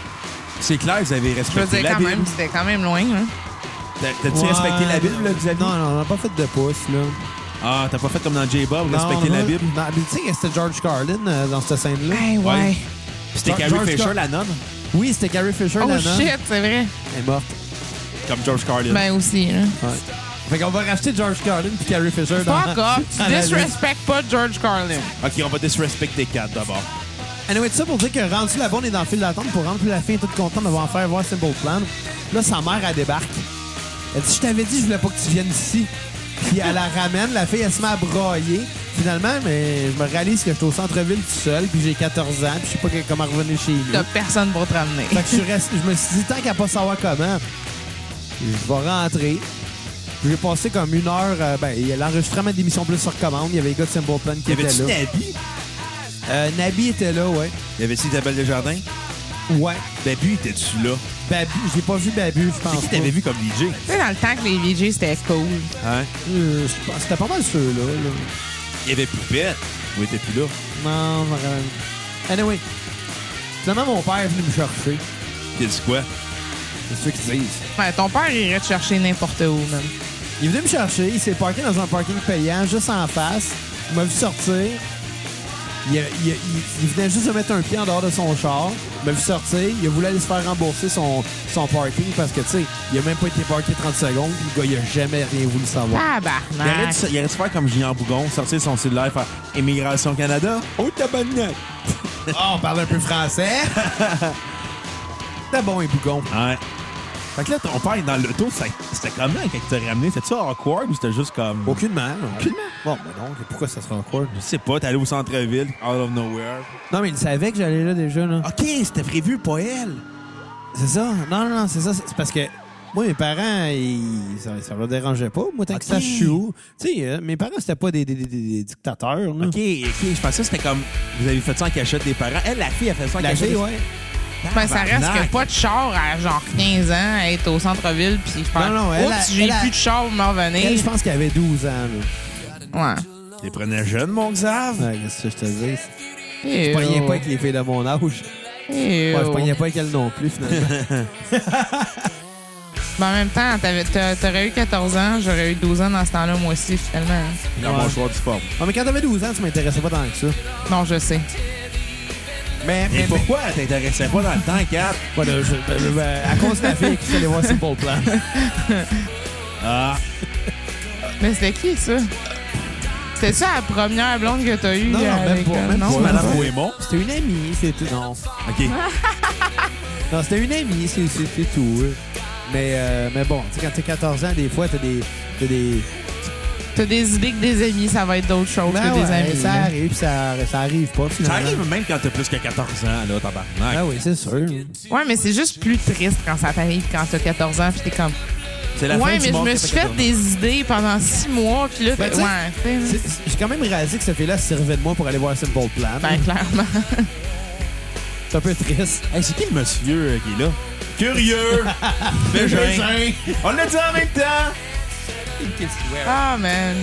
[SPEAKER 2] C'est clair, vous avez
[SPEAKER 3] Je veux
[SPEAKER 2] respecté
[SPEAKER 3] dire,
[SPEAKER 2] la
[SPEAKER 3] quand
[SPEAKER 2] Bible.
[SPEAKER 3] même, c'était quand même loin. Hein.
[SPEAKER 2] T'as- T'as-tu respecté la Bible, là,
[SPEAKER 1] avez
[SPEAKER 2] vis-à-vis?
[SPEAKER 1] Non, non, on n'a pas fait de pouce, là.
[SPEAKER 2] Ah, t'as pas fait comme dans J-Bob, respecter
[SPEAKER 1] Non,
[SPEAKER 2] la
[SPEAKER 1] non,
[SPEAKER 2] Bible?
[SPEAKER 1] non, mais tu sais, c'était George Carlin euh, dans cette scène-là.
[SPEAKER 3] Hey, ouais.
[SPEAKER 2] Ouais.
[SPEAKER 1] Puis
[SPEAKER 2] C'était
[SPEAKER 1] George
[SPEAKER 2] Carrie Fisher,
[SPEAKER 1] Scott.
[SPEAKER 2] la nonne,
[SPEAKER 1] Oui, c'était Carrie Fisher,
[SPEAKER 3] Oh
[SPEAKER 1] la nonne.
[SPEAKER 3] shit, c'est vrai.
[SPEAKER 1] Elle est morte.
[SPEAKER 2] comme George Carlin.
[SPEAKER 3] Ben aussi, là.
[SPEAKER 1] Fait qu'on va racheter George Carlin puis Carrie Fisher dans
[SPEAKER 3] Fuck off.
[SPEAKER 1] dans
[SPEAKER 3] Tu
[SPEAKER 1] la
[SPEAKER 3] disrespectes pas George Carlin.
[SPEAKER 2] OK, on va disrespecter quatre d'abord.
[SPEAKER 1] Anyway, tout ça pour dire que rendu là-bas, on est dans le fil d'attente pour rendre plus la fille est toute contente d'avoir fait voir Simple Plan. Là, sa mère, elle débarque. Elle dit Je t'avais dit, je voulais pas que tu viennes ici. Puis elle la ramène, la fille, elle se met à broyer. Finalement, mais je me réalise que je suis au centre-ville tout seul, puis j'ai 14 ans, puis je sais pas que- comment revenir chez nous.
[SPEAKER 3] T'as personne pour te ramener.
[SPEAKER 1] Fait que je, suis resté- je me suis dit, tant qu'à pas savoir comment, je vais rentrer. J'ai passé comme une heure. euh, ben, il y a l'enregistrement d'émission Plus sur commande. Il y avait les gars de Simple Plan qui
[SPEAKER 2] Y
[SPEAKER 1] étaient
[SPEAKER 2] avait-tu
[SPEAKER 1] là.
[SPEAKER 2] Nabi?
[SPEAKER 1] Euh, Nabi était là, ouais.
[SPEAKER 2] Y avait-tu Isabelle Desjardins?
[SPEAKER 1] Ouais.
[SPEAKER 2] Nabi, était-tu là?
[SPEAKER 1] Babu, j'ai pas vu Babu, je
[SPEAKER 2] C'est
[SPEAKER 1] pense.
[SPEAKER 2] qui
[SPEAKER 1] pas.
[SPEAKER 2] t'avais vu comme DJ?
[SPEAKER 3] Tu sais, dans le temps que les VJ, c'était cool.
[SPEAKER 2] Hein?
[SPEAKER 1] Euh, je pense- C'était pas mal ceux-là. là.
[SPEAKER 2] Y avait Poupette. Ou était plus là?
[SPEAKER 1] Non, je me rappelle. Anyway. Finalement, mon père est venu me chercher.
[SPEAKER 2] Il dit quoi?
[SPEAKER 1] C'est ce qu'ils disent.
[SPEAKER 3] Ouais, Ben, ton père irait te chercher n'importe où, même.
[SPEAKER 1] Il est venu me chercher. Il s'est parké dans un parking payant, juste en face. Il m'a vu sortir. Il, a- il a- il- il venait juste de mettre un pied en dehors de son char. Il m'a vu sortir. Il a voulu aller se faire rembourser son, son parking parce que, tu sais, il a même pas été parké 30 secondes. puis Le gars, il a jamais rien voulu savoir.
[SPEAKER 2] Il aurait
[SPEAKER 3] Tabarnak.
[SPEAKER 2] dû- il aurait dû faire comme Julien Bougon, sortir son cellulaire, faire Immigration Canada. Oh, tabarnak!
[SPEAKER 1] Oh, on parle un peu français. T'es bon, un bougon.
[SPEAKER 2] Ouais. Fait que là, ton père est dans l'auto, ça- c'était comment quand il t'a ramené? C'était-tu awkward ou c'était juste comme.
[SPEAKER 1] Aucunement. non.
[SPEAKER 2] Aucunement.
[SPEAKER 1] Bon, mais donc, pourquoi ça se rencontre?
[SPEAKER 2] Je sais pas, t'es allé au centre-ville, out of nowhere.
[SPEAKER 1] Non, mais il savait que j'allais là déjà, là.
[SPEAKER 2] OK, c'était prévu, pas elle.
[SPEAKER 1] C'est ça? Non, non, non, c'est ça. C'est parce que moi, mes parents, ils- ça, ça leur dérangeait pas. Moi, tant que
[SPEAKER 2] Ok.
[SPEAKER 1] ça, je suis où? Tu sais, euh, mes parents, c'était pas des, des- des- des- des dictateurs, là.
[SPEAKER 2] OK, OK, je pensais que c'était comme. Vous avez fait ça en cachette des parents. Elle, la fille, a fait ça en
[SPEAKER 1] La
[SPEAKER 2] cachette.
[SPEAKER 1] fille,
[SPEAKER 2] des-
[SPEAKER 1] ouais.
[SPEAKER 3] Ben, ça reste
[SPEAKER 2] Tabarnak.
[SPEAKER 3] que pas de char à genre 15 ans, à être au centre-ville puis faire.
[SPEAKER 1] Non, non, elle,
[SPEAKER 3] Oups,
[SPEAKER 1] elle,
[SPEAKER 3] j'ai
[SPEAKER 1] elle,
[SPEAKER 3] plus
[SPEAKER 1] elle-
[SPEAKER 3] de char pour m'en
[SPEAKER 1] Elle,
[SPEAKER 3] revenir.
[SPEAKER 1] je pense qu'elle avait 12 ans, là.
[SPEAKER 3] Ouais.
[SPEAKER 2] Les prenais jeune, mon Xav.
[SPEAKER 1] Ouais, qu'est-ce que je te dis?
[SPEAKER 3] Eh
[SPEAKER 1] Je pognais
[SPEAKER 3] oh.
[SPEAKER 1] pas avec les filles de mon âge. Ouais,
[SPEAKER 3] Eh
[SPEAKER 1] je
[SPEAKER 3] oh.
[SPEAKER 1] pognais pas avec elles non plus, finalement.
[SPEAKER 3] Ben, en même temps, t'avais- t'a- t'aurais eu 14 ans, j'aurais eu 12 ans dans ce temps-là, moi aussi, finalement.
[SPEAKER 2] Dans
[SPEAKER 1] Ouais.
[SPEAKER 2] mon choix du sport.
[SPEAKER 1] Ah, mais quand t'avais 12 ans, tu m'intéressais pas tant que ça.
[SPEAKER 3] Non, je sais.
[SPEAKER 1] Mais,
[SPEAKER 2] Mais pourquoi elle t'intéressait pas dans le temps, Kat?
[SPEAKER 1] Pas de- je- ben, ben, à cause de la fille qui s'allait voir Simple Plan.
[SPEAKER 2] Ah,
[SPEAKER 3] Mais c'était qui, ça? C'était ça la première blonde que t'as eue?
[SPEAKER 1] Non, non,
[SPEAKER 3] à
[SPEAKER 1] même pas,
[SPEAKER 3] l'école,
[SPEAKER 1] même
[SPEAKER 3] non?
[SPEAKER 1] pas.
[SPEAKER 2] Madame Bohémond.
[SPEAKER 1] C'était une amie, c'est tout. Non,
[SPEAKER 2] OK.
[SPEAKER 1] non c'était une amie, c'est c'est- c'est tout. Mais, euh, mais bon, tu sais, quand t'as 14 ans, des fois, t'as des... T'as des...
[SPEAKER 3] T'as des idées que des amis, ça va être d'autres choses
[SPEAKER 1] Ben
[SPEAKER 3] que
[SPEAKER 1] ouais,
[SPEAKER 3] des amis.
[SPEAKER 1] ça
[SPEAKER 3] là.
[SPEAKER 1] arrive, ça, ça arrive pas,
[SPEAKER 2] Ça
[SPEAKER 1] finalement.
[SPEAKER 2] arrive même quand t'as plus que 14 ans, là, tabarnak.
[SPEAKER 1] Ah oui, c'est sûr.
[SPEAKER 3] Ouais, mais c'est juste plus triste quand ça t'arrive quand t'as 14 ans, puis t'es comme.
[SPEAKER 2] C'est la fin
[SPEAKER 3] ouais,
[SPEAKER 2] du
[SPEAKER 3] mais je
[SPEAKER 2] monde
[SPEAKER 3] me
[SPEAKER 2] qui
[SPEAKER 3] suis
[SPEAKER 2] fait
[SPEAKER 3] fait des idées pendant six mois, puis là,
[SPEAKER 1] Ben,
[SPEAKER 3] t'es-
[SPEAKER 1] tu sais,
[SPEAKER 3] ouais, tu sais,
[SPEAKER 1] C'est- c'est- J'ai quand même réalisé que ce fait là se servait de moi pour aller voir Simple Plan.
[SPEAKER 3] ben, clairement.
[SPEAKER 1] C'est un peu triste.
[SPEAKER 2] Hey, c'est qui le monsieur euh, qui est là? Curieux! Bégin! On l'a dit en même temps!
[SPEAKER 3] Ah, man.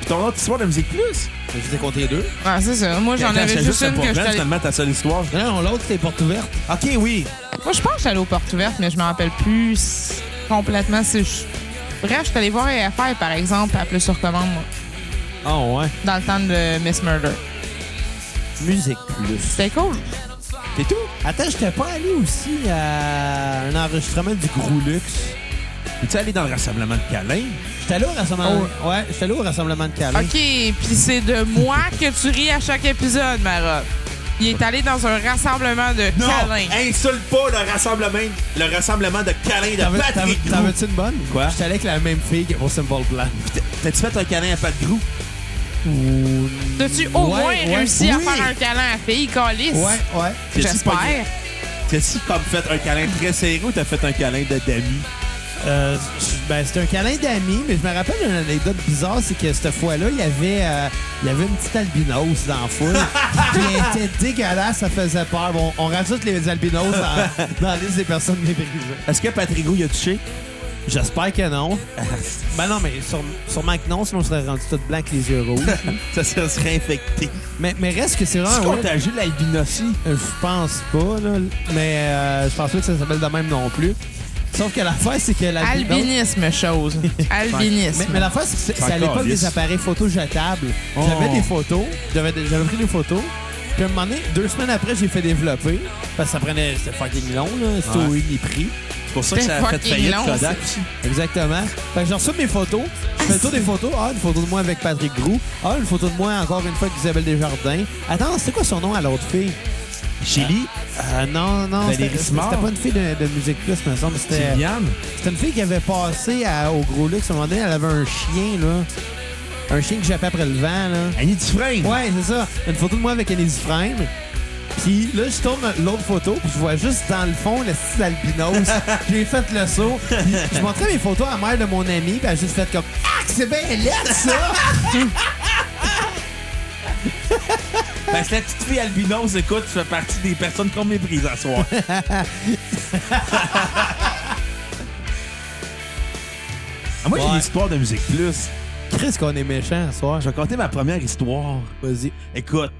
[SPEAKER 2] Puis ton autre histoire de musique plus?
[SPEAKER 1] Je vous ai compté deux.
[SPEAKER 3] Ouais, c'est ça. Moi, j'en
[SPEAKER 2] Attends,
[SPEAKER 3] avais
[SPEAKER 2] Ben, c'est
[SPEAKER 3] juste
[SPEAKER 2] un
[SPEAKER 3] une que
[SPEAKER 2] problème,
[SPEAKER 3] je t'allais-
[SPEAKER 2] Finalement, ta seule histoire.
[SPEAKER 1] Non, non, l'autre, c'était porte ouverte.
[SPEAKER 2] Ok, oui.
[SPEAKER 3] Moi, je pense que j'allais aux portes ouvertes, mais je me rappelle plus si- complètement. si je- Bref, je suis allée voir AFR, par exemple, à Plus sur commande, moi,
[SPEAKER 1] Ah ouais.
[SPEAKER 3] dans le temps de Miss Murder.
[SPEAKER 1] Musique plus.
[SPEAKER 3] C'était cool.
[SPEAKER 2] C'est tout?
[SPEAKER 1] Attends, j'étais pas allé aussi à un enregistrement du Groulux.
[SPEAKER 2] Peux-tu aller dans le rassemblement de câlins?
[SPEAKER 1] J'étais allé au rassemblement. Ah Ouais, j'étais allé au rassemblement de Calais.
[SPEAKER 3] OK, puis c'est de moi que tu ris à chaque épisode, Mara. Il est allé dans un rassemblement de câlins.
[SPEAKER 2] Insulte pas le rassemblement, le rassemblement de câlins
[SPEAKER 1] T'en veux- t'en veux-
[SPEAKER 2] de Patrick
[SPEAKER 1] t'en
[SPEAKER 2] Grou.
[SPEAKER 1] veux-tu une bonne?
[SPEAKER 2] Quoi?
[SPEAKER 1] J'étais allé avec la même fille que pour Simple Plan.
[SPEAKER 2] T'as-tu fait un câlin à Pat Grou?
[SPEAKER 3] T'as-tu au
[SPEAKER 1] Ouais,
[SPEAKER 3] moins
[SPEAKER 1] ouais.
[SPEAKER 3] réussi à
[SPEAKER 1] Oui.
[SPEAKER 3] faire un câlin à fille, Calice?
[SPEAKER 1] Ouais, ouais.
[SPEAKER 2] T'as-tu pogné-
[SPEAKER 3] J'espère.
[SPEAKER 2] T'as-tu comme fait un câlin très serré ou t'as fait un câlin de dami?
[SPEAKER 1] Euh, ben, c'était un câlin d'amis, mais je me rappelle une anecdote bizarre, c'est que cette fois-là, il y avait, euh, il y avait une petite albinos dans la foule. puis elle était dégueulasse, ça faisait peur. Bon, on rajoute les albinos dans, dans la liste des personnes méprisées.
[SPEAKER 2] Est-ce que Patrick Grou y a touché?
[SPEAKER 1] J'espère que non.
[SPEAKER 2] Ah,
[SPEAKER 1] Ben non, mais sur, sûrement que non, sinon on serait rendu tout blanc avec les yeux rouges.
[SPEAKER 2] Ça se serait infecté.
[SPEAKER 1] mais, mais reste que c'est
[SPEAKER 2] Tu
[SPEAKER 1] vraiment... ouais,
[SPEAKER 2] contagieux l'albinossie?
[SPEAKER 1] euh, Je pense pas, là, mais euh, je pense pas que ça s'appelle de même non plus. Sauf que l'affaire, c'est que la
[SPEAKER 3] Albinisme, chose.
[SPEAKER 1] Mais,
[SPEAKER 3] Albinisme.
[SPEAKER 1] mais l'affaire, c'est que c'est- c'est à
[SPEAKER 2] Encore
[SPEAKER 1] l'époque
[SPEAKER 2] lisse.
[SPEAKER 1] des appareils photo jetables. J'avais
[SPEAKER 2] Oh.
[SPEAKER 1] des photos, j'avais des- j'avais pris des photos. Puis à un moment donné, deux semaines après, j'ai fait développer. Parce que ça prenait, c'était fucking long, là. C'était
[SPEAKER 2] Ouais.
[SPEAKER 1] au Uniprix.
[SPEAKER 2] C'est pour ça que
[SPEAKER 3] C'était
[SPEAKER 2] ça a fait
[SPEAKER 3] fucking
[SPEAKER 2] faillite
[SPEAKER 3] long,
[SPEAKER 2] Kodak aussi.
[SPEAKER 1] Exactement. Fait que je reçois mes photos. Je fais le tour des photos. Ah, une photo de moi avec Patrick Groux. Ah, une photo de moi encore une fois avec Isabelle Desjardins. Attends, c'était quoi son nom à l'autre fille?
[SPEAKER 2] Chili,
[SPEAKER 1] Euh, non, non,
[SPEAKER 2] Valérie
[SPEAKER 1] c'était c'était-
[SPEAKER 2] Simard.
[SPEAKER 1] c'était pas une fille de, de Musique Plus, me semble. C'était
[SPEAKER 2] Sylviane.
[SPEAKER 1] c'était une fille qui avait passé à- au Gros Luxe. À un moment donné, elle avait un chien, là. Un chien qui jappait après le vent, là.
[SPEAKER 2] Annie Dufresne.
[SPEAKER 1] Ouais, c'est ça. Une photo de moi avec Annie Dufresne. Puis là, je tourne l'autre photo, puis je vois juste dans le fond le style albinos. J'ai fait le saut. Puis je montrais mes photos à la mère de mon ami, puis elle a juste fait comme Ah, que c'est bien laid, ça!
[SPEAKER 2] Parce que Ben, la petite fille albinos, écoute, tu fais partie des personnes qu'on méprise à soir. Ah, moi, j'ai
[SPEAKER 1] Ouais.
[SPEAKER 2] une histoire de musique plus.
[SPEAKER 1] Chris, qu'on est méchant ce soir.
[SPEAKER 2] Je vais raconter ma première histoire.
[SPEAKER 1] Vas-y.
[SPEAKER 2] Écoute,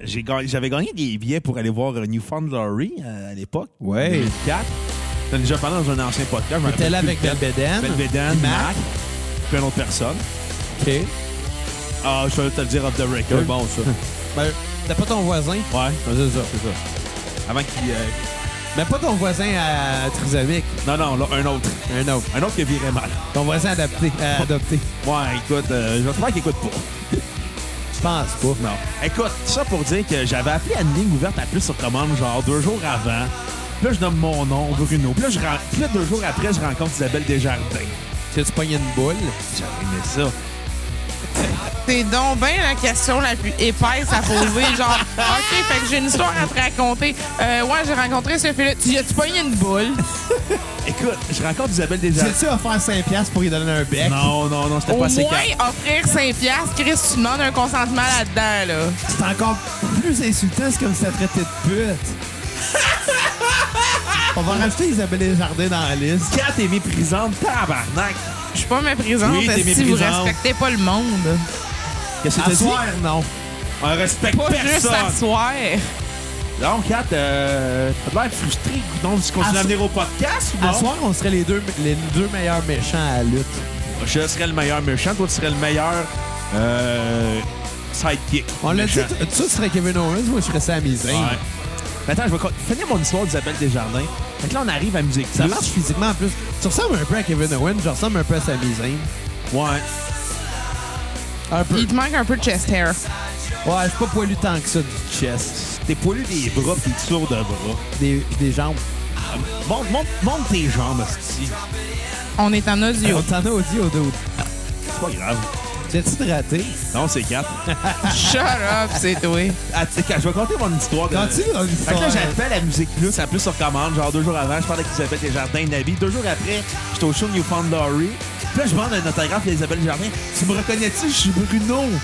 [SPEAKER 2] j'ai gagné- j'avais gagné des billets pour aller voir euh, Newfound Glory euh, à l'époque.
[SPEAKER 1] Ouais.
[SPEAKER 2] 2004. T'as déjà parlé dans un ancien podcast. je me
[SPEAKER 1] T'étais
[SPEAKER 2] rappelle
[SPEAKER 1] là
[SPEAKER 2] plus
[SPEAKER 1] avec Ben.
[SPEAKER 2] lequel.
[SPEAKER 1] Belbeden.
[SPEAKER 2] Belvedere, Mac, puis une autre personne.
[SPEAKER 1] OK.
[SPEAKER 2] Ah, je vais te le dire off the record.
[SPEAKER 1] C'est
[SPEAKER 2] bon, ça.
[SPEAKER 1] Ben, t'as pas ton voisin.
[SPEAKER 2] Ouais.
[SPEAKER 1] c'est ça, c'est ça.
[SPEAKER 2] Avant qu'il. euh,
[SPEAKER 1] Mais pas ton voisin à Trisomique,
[SPEAKER 2] Non, non, là, un autre.
[SPEAKER 1] un autre.
[SPEAKER 2] Un autre qui virait mal.
[SPEAKER 1] Ton voisin adapté, à adopté.
[SPEAKER 2] Ouais, écoute, euh, j'espère qu'il écoute pas.
[SPEAKER 1] Je pense pas.
[SPEAKER 2] Non. Écoute, ça pour dire que j'avais appelé à une ligne ouverte à plus sur commande, genre deux jours avant. Puis là, je donne mon nom, Bruno. Puis là, je ren- puis là, deux jours après, je rencontre Isabelle Desjardins.
[SPEAKER 1] Tu pognes une boule.
[SPEAKER 2] J'avais aimé ça.
[SPEAKER 3] C'est donc bien la question la plus épaisse à poser. Genre, OK, fait que j'ai une histoire à te raconter. Euh, ouais, j'ai rencontré ce fille-là. Tu y as-tu pogné une boule?
[SPEAKER 2] Écoute, je rencontre Isabelle Desjardins.
[SPEAKER 1] T'as-tu offert 5$ pour lui donner un bec?
[SPEAKER 2] Non, non, non, c'était
[SPEAKER 3] Au
[SPEAKER 2] pas assez
[SPEAKER 3] moins,
[SPEAKER 2] calme.
[SPEAKER 3] offrir 5$, piastres, Chris, tu demandes un consentement là-dedans, là.
[SPEAKER 1] C'est encore plus insultant, c'est comme si t'as traité de pute. On va rajouter Isabelle Desjardins dans la liste.
[SPEAKER 2] Quand t'es méprisante, tabarnak.
[SPEAKER 3] Je suis pas méprisante
[SPEAKER 2] Oui, t'es
[SPEAKER 3] si vous
[SPEAKER 2] méprisante.
[SPEAKER 3] respectez pas le monde.
[SPEAKER 2] Qu'est-ce que
[SPEAKER 1] À
[SPEAKER 2] t'as dit?
[SPEAKER 1] soir, non.
[SPEAKER 2] On respecte
[SPEAKER 3] Pas juste
[SPEAKER 2] personne.
[SPEAKER 3] s'asseoir.
[SPEAKER 2] Donc, Kat, euh, t'as l'air frustré. Donc, tu
[SPEAKER 1] À
[SPEAKER 2] continues
[SPEAKER 1] so-
[SPEAKER 2] à venir au podcast ou
[SPEAKER 1] À
[SPEAKER 2] non?
[SPEAKER 1] soir, on serait les deux, les deux meilleurs méchants à la lutte.
[SPEAKER 2] Je serais le meilleur méchant. Toi, tu serais le meilleur euh, sidekick.
[SPEAKER 1] On l'a dit,
[SPEAKER 2] méchant.
[SPEAKER 1] tu tu serais Kevin Owens, moi je serais Sami
[SPEAKER 2] Ouais.
[SPEAKER 1] Zayn.
[SPEAKER 2] Mais Ben, Attends, je vais co- finir mon histoire d'Isabelle Desjardins. Fait que là, on arrive à Musique
[SPEAKER 1] Ça
[SPEAKER 2] Plus.
[SPEAKER 1] marche physiquement en plus. Tu ressembles un peu à Kevin Owens, je ressemble un peu à Sami Zayn.
[SPEAKER 2] Ouais.
[SPEAKER 1] Un peu.
[SPEAKER 3] Il te manque un peu de chest hair.
[SPEAKER 1] Ouais, je suis pas poilu tant que ça du chest.
[SPEAKER 2] T'es poilu des bras pis t'es sourd de bras.
[SPEAKER 1] Des, des jambes.
[SPEAKER 2] Ah, Monte, monte, monte tes jambes, hostie.
[SPEAKER 3] On est en audio.
[SPEAKER 1] On t'en a audio, dude.
[SPEAKER 2] C'est pas grave.
[SPEAKER 1] T'es-tu raté?
[SPEAKER 2] Non, c'est 4.
[SPEAKER 3] Shut up, c'est toi.
[SPEAKER 2] je vais compter mon histoire. De...
[SPEAKER 1] Continue ton
[SPEAKER 2] Fait que là,
[SPEAKER 1] histoire.
[SPEAKER 2] j'appelle la musique plus, à plus sur commande. Genre, deux jours avant, je parle avec Isabelle Desjardins, Nabi. Deux jours après, j'étais au show de Newfoundland. Puis là, je demande un autographe à Isabelle Desjardins. Tu me reconnais-tu? Je suis Bruno.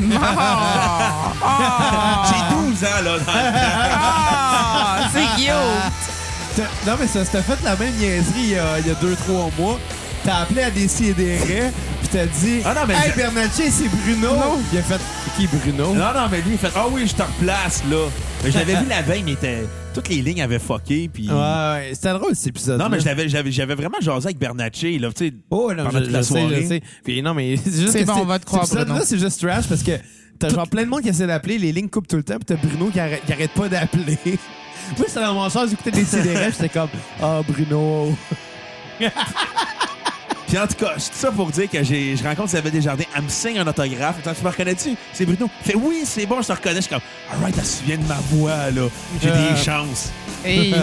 [SPEAKER 3] Oh, oh,
[SPEAKER 2] J'ai 12 ans, là. dans-
[SPEAKER 3] oh, c'est cute.
[SPEAKER 1] T'as- Non, mais ça, c'était fait la même niaiserie il y a, il y a deux, trois mois. T'as appelé à décider des raies, puis t'as dit
[SPEAKER 2] Ah non, mais
[SPEAKER 1] Hey,
[SPEAKER 2] je-
[SPEAKER 1] Bernatchez, c'est Bruno.
[SPEAKER 2] Non.
[SPEAKER 1] Il a fait Qui Bruno
[SPEAKER 2] Non, non, mais lui, il fait Ah oui, je te replace, là. Mais je l'avais vu la veille, mais il était... toutes les lignes avaient fucké. Puis...
[SPEAKER 1] Ouais, ouais, c'était drôle cet épisode.
[SPEAKER 2] Non, mais je l'avais- j'avais j'avais vraiment jasé avec Bernatchez, là. Tu sais,
[SPEAKER 1] Oh, non,
[SPEAKER 2] pendant
[SPEAKER 1] je,
[SPEAKER 2] toute
[SPEAKER 1] je
[SPEAKER 2] la
[SPEAKER 1] sais,
[SPEAKER 2] soirée.
[SPEAKER 1] je sais. Puis non, mais c'est juste
[SPEAKER 3] C'est
[SPEAKER 1] que
[SPEAKER 3] bon, on va te croire,
[SPEAKER 1] là
[SPEAKER 3] Bruno.
[SPEAKER 1] c'est juste trash parce que t'as genre plein de monde qui essaie d'appeler, les lignes coupent tout le temps, puis t'as Bruno qui arrête, qui arrête pas d'appeler. Moi, c'était dans mon sens, j'écoutais des sidérés, j'étais comme Ah, Bruno.
[SPEAKER 2] Puis en tout cas, c'est ça pour dire que j'ai, je rencontre Isabelle Desjardins, elle me signe un autographe. Attends, tu me reconnais-tu? C'est Bruno. Fait oui, c'est bon, je te reconnais. Je suis comme, alright, elle se souvient de ma voix, là. J'ai
[SPEAKER 1] Euh.
[SPEAKER 2] des chances.
[SPEAKER 3] Hey.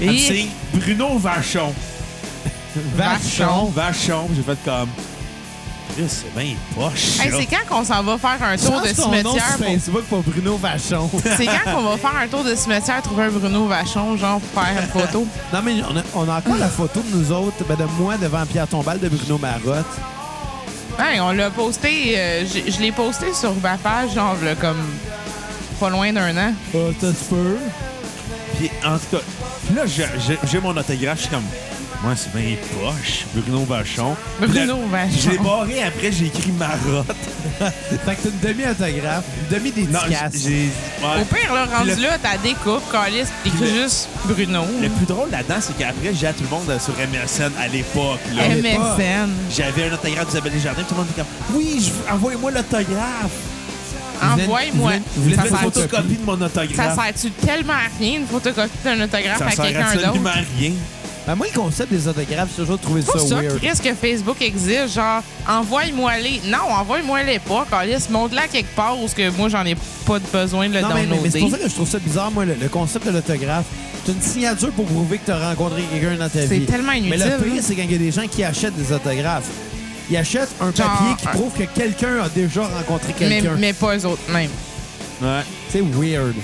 [SPEAKER 2] Elle me
[SPEAKER 3] Hey.
[SPEAKER 2] signe Bruno Vachon.
[SPEAKER 1] Vachon.
[SPEAKER 2] Vachon. J'ai fait comme, Chris, c'est bien poche.
[SPEAKER 3] Hey,
[SPEAKER 2] là.
[SPEAKER 3] c'est quand qu'on s'en va faire un tour
[SPEAKER 1] Change
[SPEAKER 3] de
[SPEAKER 1] ton nom sur
[SPEAKER 3] cimetière pour
[SPEAKER 1] Facebook pour Bruno Vachon.
[SPEAKER 3] C'est quand qu'on va faire un tour de cimetière, trouver un Bruno Vachon, genre, pour faire une photo?
[SPEAKER 1] Non, mais on a, on a encore la photo de nous autres, ben de moi devant Pierre Tombal de Bruno Marotte.
[SPEAKER 3] Hey, Ben, on l'a posté, euh, j'ai- je l'ai posté sur ma page, genre, là, comme pas loin d'un an.
[SPEAKER 1] Ah, ça se peut.
[SPEAKER 2] Puis en tout cas, là, je- je- j'ai mon autographe. Je suis comme, Moi, c'est bien poche. Bruno Vachon.
[SPEAKER 3] Bruno Vachon.
[SPEAKER 2] J'ai barré après, j'ai écrit Marotte.
[SPEAKER 1] Fait que t'as une demi-autographe, une
[SPEAKER 2] Non,
[SPEAKER 1] demi-dédicace.
[SPEAKER 2] j'ai. ouais.
[SPEAKER 3] Au pire, là, rendu
[SPEAKER 2] Le-
[SPEAKER 3] là, t'as des coupes, Calis, pis
[SPEAKER 2] Puis
[SPEAKER 3] t'écris
[SPEAKER 2] le-
[SPEAKER 3] juste Bruno.
[SPEAKER 2] Le plus drôle là-dedans, c'est qu'après, j'ai à tout le monde euh, sur MSN à l'époque.
[SPEAKER 1] Ah,
[SPEAKER 2] là.
[SPEAKER 3] MSN.
[SPEAKER 2] J'avais un autographe d'Isabelle Desjardins, tout le monde était comme Oui, je veux- envoyez-moi l'autographe.
[SPEAKER 3] Envoie-moi.
[SPEAKER 1] vous voulez
[SPEAKER 2] Je
[SPEAKER 3] Ça
[SPEAKER 2] fais une
[SPEAKER 1] faire
[SPEAKER 3] sert-
[SPEAKER 2] photocopie de mon
[SPEAKER 3] Ça
[SPEAKER 2] autographe.
[SPEAKER 3] sert-tu tellement à rien une photocopie d'un autographe à
[SPEAKER 2] sert
[SPEAKER 3] quelqu'un d'autre?
[SPEAKER 2] absolument à rien.
[SPEAKER 1] Ben, moi, le concept des autographes, j'ai toujours trouvé
[SPEAKER 3] C'est
[SPEAKER 1] ça
[SPEAKER 3] pour ça
[SPEAKER 1] weird.
[SPEAKER 3] qu'il risque que Facebook existe. Genre, envoie-moi les. Non, envoie-moi les pas, Calis. Montre-la quelque part où ce que moi, j'en ai pas de besoin de le
[SPEAKER 1] Non, mais, mais- mais c'est
[SPEAKER 3] downloader.
[SPEAKER 1] pour ça que je trouve ça bizarre, moi, le, le concept de l'autographe. C'est une signature pour prouver que tu as rencontré quelqu'un dans ta
[SPEAKER 3] C'est
[SPEAKER 1] vie.
[SPEAKER 3] tellement inutile,
[SPEAKER 1] Mais le
[SPEAKER 3] là.
[SPEAKER 1] pire, c'est quand il y a des gens qui achètent des autographes. Ils achètent un
[SPEAKER 3] Genre,
[SPEAKER 1] papier qui
[SPEAKER 3] un-
[SPEAKER 1] prouve que quelqu'un a déjà rencontré
[SPEAKER 3] mais,
[SPEAKER 1] quelqu'un.
[SPEAKER 3] mais pas eux autres, même.
[SPEAKER 2] Ouais.
[SPEAKER 1] C'est weird.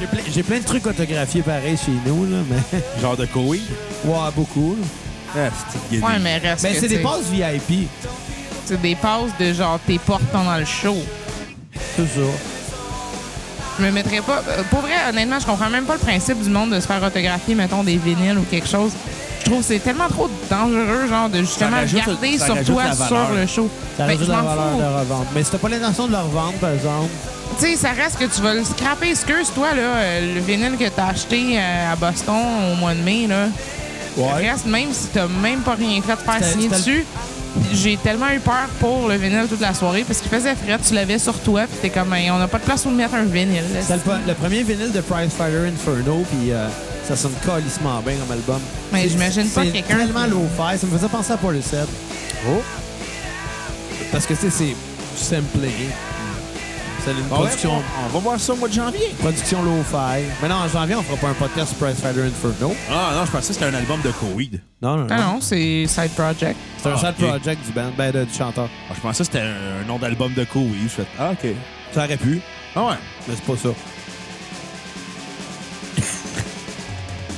[SPEAKER 1] J'ai plein, j'ai plein de trucs autographiés pareil chez nous, là, mais.
[SPEAKER 2] Genre de Koei.
[SPEAKER 1] Ouais, beaucoup. là.
[SPEAKER 2] Ah, c'est
[SPEAKER 3] Ouais, mais reste.
[SPEAKER 1] Mais
[SPEAKER 3] que,
[SPEAKER 1] c'est
[SPEAKER 3] tu
[SPEAKER 1] des
[SPEAKER 3] sais,
[SPEAKER 1] passes VIP.
[SPEAKER 3] C'est des passes de genre, t'es portes pendant le show.
[SPEAKER 1] C'est ça.
[SPEAKER 3] Je me mettrais pas. euh, Pour vrai, honnêtement, je comprends même pas le principe du monde de se faire autographier, mettons, des vinyles ou quelque chose. Je trouve que c'est tellement trop dangereux, genre, de justement
[SPEAKER 2] rajoute-
[SPEAKER 3] garder
[SPEAKER 2] ça
[SPEAKER 3] sur
[SPEAKER 2] rajoute
[SPEAKER 3] toi
[SPEAKER 2] la valeur.
[SPEAKER 3] sur le show.
[SPEAKER 1] Ça
[SPEAKER 3] Fait
[SPEAKER 1] rajoute
[SPEAKER 3] que Ben, je
[SPEAKER 1] la
[SPEAKER 3] m'en
[SPEAKER 1] valeur
[SPEAKER 3] fous.
[SPEAKER 1] de revente. Mais si t'as pas l'intention de le revendre, par exemple,
[SPEAKER 3] Tu sais, ça reste que tu vas le scraper. Excuse, toi, là, euh, le vinyle que t'as acheté euh, à Boston au mois de mai, là.
[SPEAKER 1] Ouais.
[SPEAKER 3] Reste, même si t'as même pas rien fait de faire
[SPEAKER 1] C'était-
[SPEAKER 3] signer
[SPEAKER 1] c'était
[SPEAKER 3] dessus, j'ai tellement eu peur pour le vinyle toute la soirée parce qu'il faisait frais, tu l'avais sur toi, puis t'es comme, Hey, on n'a pas de place où mettre un vinyle. là.
[SPEAKER 1] c'est le, le premier vinyle de Prize Fighter Inferno, puis euh, ça sonne calissement bien comme album.
[SPEAKER 3] Mais
[SPEAKER 1] C'est-
[SPEAKER 3] j'imagine pas
[SPEAKER 1] c'est
[SPEAKER 3] quelqu'un
[SPEAKER 1] tellement
[SPEAKER 3] qui-
[SPEAKER 1] low fi ça me faisait penser à Portishead. Oh. Parce que, tu sais, c'est simple. C'est une
[SPEAKER 2] Ah,
[SPEAKER 1] production,
[SPEAKER 2] on va voir ça au mois de janvier.
[SPEAKER 1] production low-fi. Mais non, en janvier, on fera pas un podcast sur Prize Fighter Inferno.
[SPEAKER 2] Ah non, je pensais que c'était un album de Koweïd.
[SPEAKER 1] Non, non, non.
[SPEAKER 3] Ah non, c'est Side Project.
[SPEAKER 1] C'est un
[SPEAKER 2] Ah,
[SPEAKER 1] side
[SPEAKER 2] ok.
[SPEAKER 1] project du band, ben, de- du chanteur.
[SPEAKER 2] Ah, je pensais que c'était un, un nom d'album de Koweïd. Je fais Ah, OK.
[SPEAKER 1] Ça aurait pu,
[SPEAKER 2] Ah ouais.
[SPEAKER 1] mais c'est pas ça.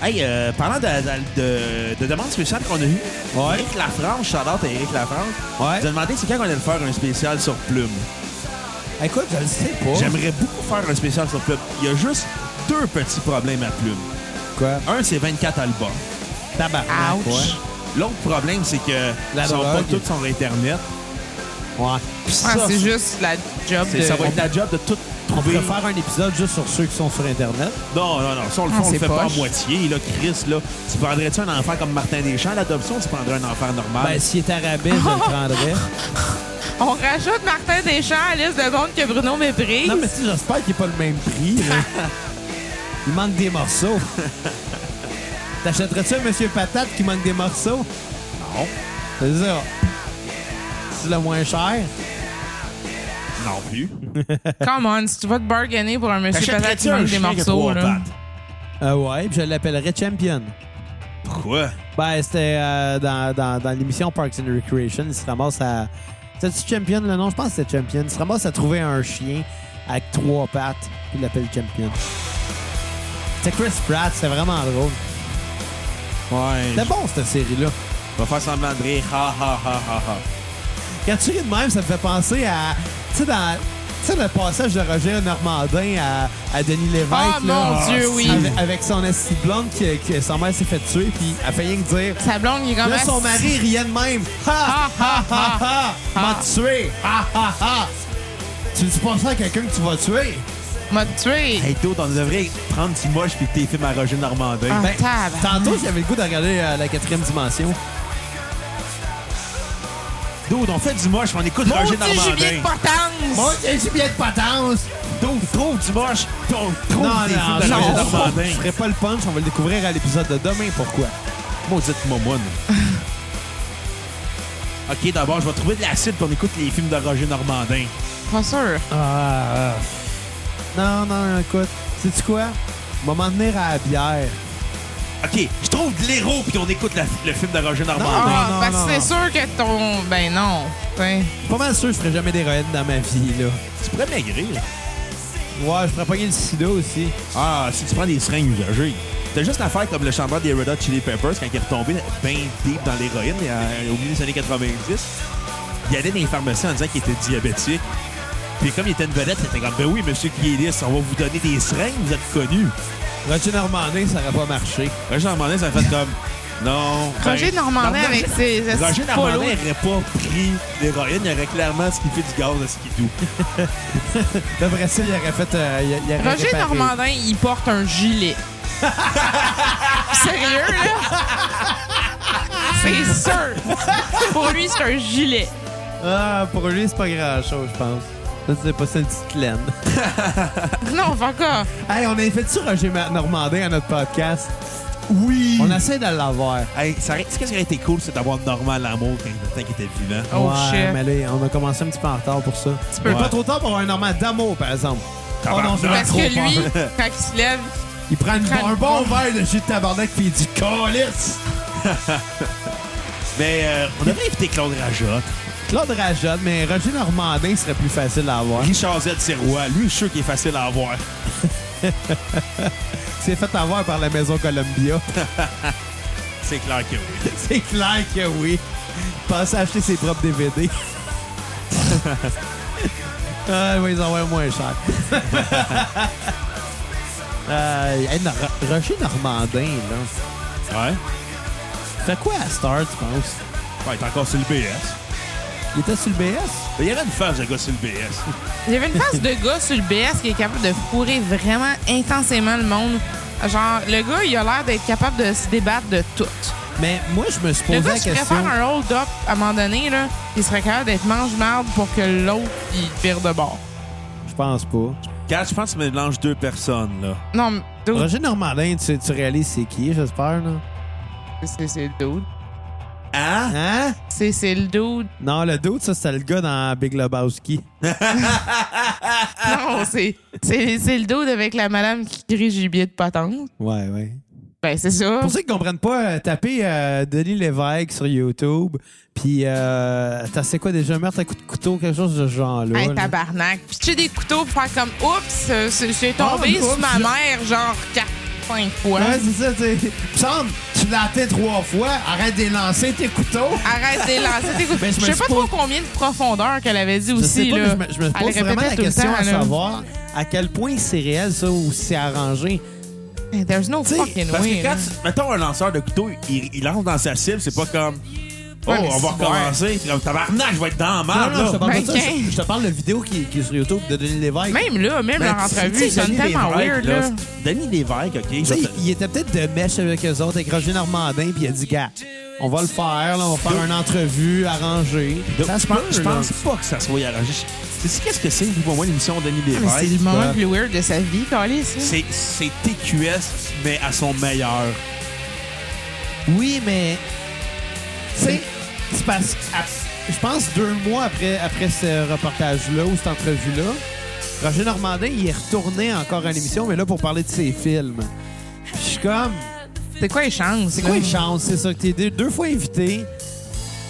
[SPEAKER 2] Hey, euh, parlant de, de, de- de demandes spéciales qu'on a eues,
[SPEAKER 1] Ouais.
[SPEAKER 2] Éric Lafranche, Charlotte et Éric Lafranche,
[SPEAKER 1] Ouais.
[SPEAKER 2] nous a demandé c'est quand on allait faire un spécial sur Plume.
[SPEAKER 1] Écoute, je le sais pas.
[SPEAKER 2] J'aimerais beaucoup faire un spécial sur Plume. Il y a juste deux petits problèmes à Plume.
[SPEAKER 1] quoi?
[SPEAKER 2] Un, c'est 24 albums.
[SPEAKER 1] Tabarnak,
[SPEAKER 3] Ouch.
[SPEAKER 1] ouais.
[SPEAKER 2] L'autre problème, c'est que
[SPEAKER 1] La
[SPEAKER 2] ils sont pas
[SPEAKER 1] drogue.
[SPEAKER 2] tous sur Internet.
[SPEAKER 1] Ouais.
[SPEAKER 2] Puis
[SPEAKER 3] Ah,
[SPEAKER 2] ça,
[SPEAKER 3] c'est juste la job
[SPEAKER 2] c'est-
[SPEAKER 3] de.
[SPEAKER 2] ça va être la job de tout
[SPEAKER 1] Euh, On
[SPEAKER 2] trouver.
[SPEAKER 1] pourrait faire un épisode juste sur ceux qui sont sur Internet.
[SPEAKER 2] Non, non, non. Ça, on le
[SPEAKER 3] Ah,
[SPEAKER 2] fait, on le
[SPEAKER 3] c'est
[SPEAKER 2] fait pas à
[SPEAKER 3] poche.
[SPEAKER 2] moitié. Là, Chris, là, tu prendrais-tu un enfant comme Martin Deschamps à l'adoption ou tu prendrais un enfant normal?
[SPEAKER 1] Ben, s'il est arabais, je le prendrais.
[SPEAKER 3] On rajoute Martin Deschamps à la liste de monde que Bruno méprise.
[SPEAKER 1] Non, mais si, j'espère qu'il n'est pas le même prix. là. Il manque des morceaux. T'achèterais-tu un Monsieur Patate qui manque des morceaux?
[SPEAKER 2] non.
[SPEAKER 1] C'est ça. C'est le moins cher.
[SPEAKER 2] Non plus.
[SPEAKER 3] Come on, si tu vas te bargainer pour un monsieur patate qui
[SPEAKER 2] T'achèterais-tu un chien
[SPEAKER 3] manque des
[SPEAKER 2] qui a trois
[SPEAKER 3] morceaux, là.
[SPEAKER 2] pattes?
[SPEAKER 1] Euh, ouais, puis je l'appellerais Champion.
[SPEAKER 2] Pourquoi?
[SPEAKER 1] Ben, c'était euh, dans, dans- dans l'émission Parks and Recreation. Il se ramasse à. C'était-tu Champion, le nom? Je pense que c'était Champion. Il se ramasse à trouver un chien avec trois pattes, puis il l'appelle Champion. C'était Chris Pratt, c'était vraiment drôle.
[SPEAKER 2] Ouais.
[SPEAKER 1] C'était bon, cette série-là.
[SPEAKER 2] On va faire semblant de rire. Ha, ha, ha, ha, ha.
[SPEAKER 1] Quand tu ris de même, ça me fait penser à. Tu sais, dans. Tu sais, le passage de Roger Normandin à, à Denis Lévesque.
[SPEAKER 3] Ah,
[SPEAKER 1] là,
[SPEAKER 3] mon Dieu, oui.
[SPEAKER 1] Avec, avec son esti blonde, que, que sa mère s'est fait tuer, puis elle fait rien que dire.
[SPEAKER 3] Sa blonde, il est comme
[SPEAKER 1] Là, son
[SPEAKER 3] Ah,
[SPEAKER 1] mari riait de même. Ha! Ha! Ha! Ha! M'a
[SPEAKER 3] Ah.
[SPEAKER 1] tué! Ha! Ha! Ha! Tu dis pas ça à quelqu'un que tu vas tuer?
[SPEAKER 3] M'a tué.
[SPEAKER 2] Hey, Dude, on devrait prendre Timoche puis tes films à Roger Normandin.
[SPEAKER 3] Ah, tabarnak.
[SPEAKER 1] Ben, tantôt, j'avais le goût de regarder euh, la quatrième dimension.
[SPEAKER 2] Dude, on fait du moche, on écoute Roger
[SPEAKER 3] Maudit Julien
[SPEAKER 2] Normandin.
[SPEAKER 3] de Potence.
[SPEAKER 1] Moi, j'ai bien de potence!
[SPEAKER 2] Dude, trouve du moche, trouve trouve
[SPEAKER 1] Non,
[SPEAKER 2] des
[SPEAKER 1] non,
[SPEAKER 2] films de Roger
[SPEAKER 1] non.
[SPEAKER 2] Normandin.
[SPEAKER 1] Je ferai pas le punch, on va le découvrir à l'épisode de demain. Pourquoi?
[SPEAKER 2] Maudite momoune. OK, d'abord, je vais trouver de l'acide puis on écoute les films de Roger Normandin.
[SPEAKER 3] Pas sûr.
[SPEAKER 1] Ah, Non, non, écoute. Sais-tu quoi? Je vais m'en tenir à la bière.
[SPEAKER 2] OK, je trouve de l'héros puis on écoute la- le film de Roger Normandin.
[SPEAKER 3] Ah,
[SPEAKER 1] non,
[SPEAKER 3] parce
[SPEAKER 1] non,
[SPEAKER 3] que c'est
[SPEAKER 1] non.
[SPEAKER 3] sûr que ton. Ben non. Putain.
[SPEAKER 1] Je suis pas mal sûr que je ferai jamais d'héroïne dans ma vie, là.
[SPEAKER 2] Tu pourrais maigrir.
[SPEAKER 1] Ouais, je ferais pas le sida aussi.
[SPEAKER 2] Ah, si tu prends des seringues usagées. T'as juste à faire comme le chanteur des Red Hot Chili Peppers quand il est retombé bien deep dans l'héroïne euh, au milieu des années 90. Il allait dans les pharmacies en disant qu'il était diabétique. Puis comme il était une vedette, il était comme « Ben oui, monsieur Kiedis, on va vous donner des seringues, vous êtes connu.
[SPEAKER 1] Roger Normandin, ça aurait pas marché. »
[SPEAKER 2] Roger Normandin, ça a fait comme Non.
[SPEAKER 3] Roger
[SPEAKER 2] ben,
[SPEAKER 3] Normandin avec ses
[SPEAKER 2] Roger
[SPEAKER 3] esti de
[SPEAKER 2] Normandin
[SPEAKER 3] polos.
[SPEAKER 2] n'aurait pas pris l'héroïne, il aurait clairement skiffé du gaz à skidoo.
[SPEAKER 1] D'après ça, il aurait fait. euh, il- il aurait
[SPEAKER 3] Roger
[SPEAKER 1] réparé.
[SPEAKER 3] Normandin, il porte un gilet. Sérieux, là? C'est sûr! Pour lui, c'est un gilet.
[SPEAKER 1] Ah, pour lui, c'est pas grand-chose, je pense. Ça, c'est pas ça une petite laine.
[SPEAKER 3] Non, fuck off.
[SPEAKER 1] Hey, on a fait ça Roger Ma- Normandin à notre podcast.
[SPEAKER 2] Oui.
[SPEAKER 1] On essaie de l'avoir.
[SPEAKER 2] Hey, ça aurait- qu'est-ce qui aurait été cool, c'est d'avoir Normand Lamour quand le temps qu'il était vivant.
[SPEAKER 3] Oh,
[SPEAKER 1] ouais,
[SPEAKER 3] shit.
[SPEAKER 1] mais là, on a commencé un petit peu en retard pour ça.
[SPEAKER 3] Tu peux
[SPEAKER 1] Mais
[SPEAKER 3] pas
[SPEAKER 1] Pas trop tard pour avoir un Normand d'amour, par exemple. Oh non,
[SPEAKER 2] Tabarnak.
[SPEAKER 1] je vais
[SPEAKER 3] Parce
[SPEAKER 1] trop
[SPEAKER 3] que lui,
[SPEAKER 1] peur.
[SPEAKER 3] quand il se lève,
[SPEAKER 1] Il prend une-
[SPEAKER 3] prend
[SPEAKER 1] un
[SPEAKER 3] une
[SPEAKER 1] bon
[SPEAKER 3] bombe.
[SPEAKER 1] verre de jus de tabarnak puis il dit « Calice!
[SPEAKER 2] Mais euh, on devrait inviter Claude Rajotte. »
[SPEAKER 1] Claude Rajotte, mais Roger Normandin serait plus facile à avoir.
[SPEAKER 2] Richard Z. Sirois, lui, je suis sûr qu'il est facile à avoir.
[SPEAKER 1] C'est fait avoir par la Maison Columbia.
[SPEAKER 2] C'est clair que oui.
[SPEAKER 1] C'est clair que oui. Pensez acheter ses propres DVD. ah, il va les envoyer moins cher. euh, hey, Nor- Roger Normandin, là.
[SPEAKER 2] Ouais.
[SPEAKER 1] Fait quoi à Star, tu penses?
[SPEAKER 2] Ouais, t'es encore sur le BS.
[SPEAKER 1] Il était sur le BS?
[SPEAKER 2] Mais il y avait une phase de gars sur le BS.
[SPEAKER 3] il y avait une face de gars sur le BS qui est capable de fourrer vraiment intensément le monde. Genre, le gars, il a l'air d'être capable de se débattre de tout.
[SPEAKER 1] Mais moi, je me suis posé
[SPEAKER 3] Le gars,
[SPEAKER 1] la
[SPEAKER 3] qui
[SPEAKER 1] question.
[SPEAKER 3] préfère un hold-up à un moment donné, là, il serait capable d'être mange-marde pour que l'autre, il vire de bord.
[SPEAKER 1] Je pense pas.
[SPEAKER 2] Quand je pense que tu mélanges deux personnes, là.
[SPEAKER 3] Non, mais dude,
[SPEAKER 1] Roger Normandin, tu, tu réalises c'est qui, j'espère, là?
[SPEAKER 3] c'est c'est le dude.
[SPEAKER 2] Hein?
[SPEAKER 1] Hein?
[SPEAKER 3] C'est c'est le dude.
[SPEAKER 1] Non, le doute, ça, c'était le gars dans Big Lebowski.
[SPEAKER 3] Non, c'est c'est- c'est le dude avec la madame qui crie gibier de patente.
[SPEAKER 1] Ouais, ouais.
[SPEAKER 3] Ben, c'est ça.
[SPEAKER 1] Pour ceux qui comprennent pas, euh, tapez euh, Denis Lévesque sur YouTube, puis euh, t'as c'est quoi déjà, meurtre à coup de couteau, quelque chose de ce genre-là.
[SPEAKER 3] Hey,
[SPEAKER 1] là.
[SPEAKER 3] tabarnak. Pitcher des couteaux pour faire comme Oups, euh, c'est c'est tombé
[SPEAKER 1] Ah,
[SPEAKER 3] sur
[SPEAKER 1] oups,
[SPEAKER 3] ma
[SPEAKER 1] je-
[SPEAKER 3] mère, genre 4, 5 fois.
[SPEAKER 1] Ouais, c'est ça, tu Sam, tu l'as atteint trois fois, arrête de lancer tes couteaux.
[SPEAKER 3] Arrête de les lancer tes coups.
[SPEAKER 1] Ben, je
[SPEAKER 3] je
[SPEAKER 1] me
[SPEAKER 3] sais
[SPEAKER 1] suis
[SPEAKER 3] pas trop
[SPEAKER 1] pas-
[SPEAKER 3] combien de profondeur qu'elle avait dit
[SPEAKER 1] Je sais
[SPEAKER 3] aussi.
[SPEAKER 1] pas,
[SPEAKER 3] là.
[SPEAKER 1] mais je me, je me
[SPEAKER 3] Elle
[SPEAKER 1] pose
[SPEAKER 3] répétait
[SPEAKER 1] vraiment la
[SPEAKER 3] tout le
[SPEAKER 1] question
[SPEAKER 3] temps,
[SPEAKER 1] à
[SPEAKER 3] là.
[SPEAKER 1] savoir à quel point c'est réel ça ou si c'est arrangé.
[SPEAKER 3] There's no
[SPEAKER 2] T'sais,
[SPEAKER 3] fucking hein.
[SPEAKER 2] parce
[SPEAKER 3] way.
[SPEAKER 2] que quand
[SPEAKER 3] là.
[SPEAKER 2] tu- mettons un lanceur de couteau, il, il lance dans sa cible, c'est pas comme Oh,
[SPEAKER 3] Ouais, mais
[SPEAKER 2] on va
[SPEAKER 3] c'est-
[SPEAKER 2] recommencer. C'est comme tabarnak, je vais être dans la merde,
[SPEAKER 1] non, non, je te
[SPEAKER 2] là.
[SPEAKER 1] parle pas de
[SPEAKER 3] Ben,
[SPEAKER 1] ça. Je,
[SPEAKER 3] quinze.
[SPEAKER 1] je te parle de vidéo qui, qui est sur YouTube de Denis Lévesque.
[SPEAKER 3] Même là, même
[SPEAKER 2] Ben,
[SPEAKER 3] leur
[SPEAKER 2] tu- tu
[SPEAKER 3] entrevue,
[SPEAKER 2] sais,
[SPEAKER 3] ils sonnent
[SPEAKER 2] Denis
[SPEAKER 3] tellement
[SPEAKER 2] Lévesque,
[SPEAKER 3] weird. Là.
[SPEAKER 2] Denis Lévesque, OK.
[SPEAKER 1] Tu
[SPEAKER 2] je
[SPEAKER 1] sais,
[SPEAKER 2] vais
[SPEAKER 1] il-
[SPEAKER 2] te-
[SPEAKER 1] il était peut-être de mèche avec eux autres, avec Roger Normandin, puis il a dit, gars, on va le faire, là, on va faire une entrevue arrangée.
[SPEAKER 2] Donc,
[SPEAKER 1] Ça se
[SPEAKER 2] je pense-
[SPEAKER 1] peut,
[SPEAKER 2] je
[SPEAKER 1] là.
[SPEAKER 2] pense pas que ça soit arrangé. Tu sais qu'est-ce que c'est, vous, pour moi, l'émission de Denis
[SPEAKER 3] Ah, Mais c'est le
[SPEAKER 2] Lévesque?
[SPEAKER 3] moment
[SPEAKER 1] ouais.
[SPEAKER 3] le plus weird de sa vie, Carlis. ça.
[SPEAKER 2] C'est c'est TQS, mais à son meilleur.
[SPEAKER 1] Oui, mais. Tu sais, c'est parce que. Je pense deux mois après, après ce reportage-là ou cette entrevue-là, Roger Normandin, il est retourné encore à l'émission, mais là pour parler de ses films. Puis Je suis comme.
[SPEAKER 3] C'est quoi les chances?
[SPEAKER 1] C'est
[SPEAKER 3] là?
[SPEAKER 1] quoi les chances? C'est ça que t'es deux, deux fois invité.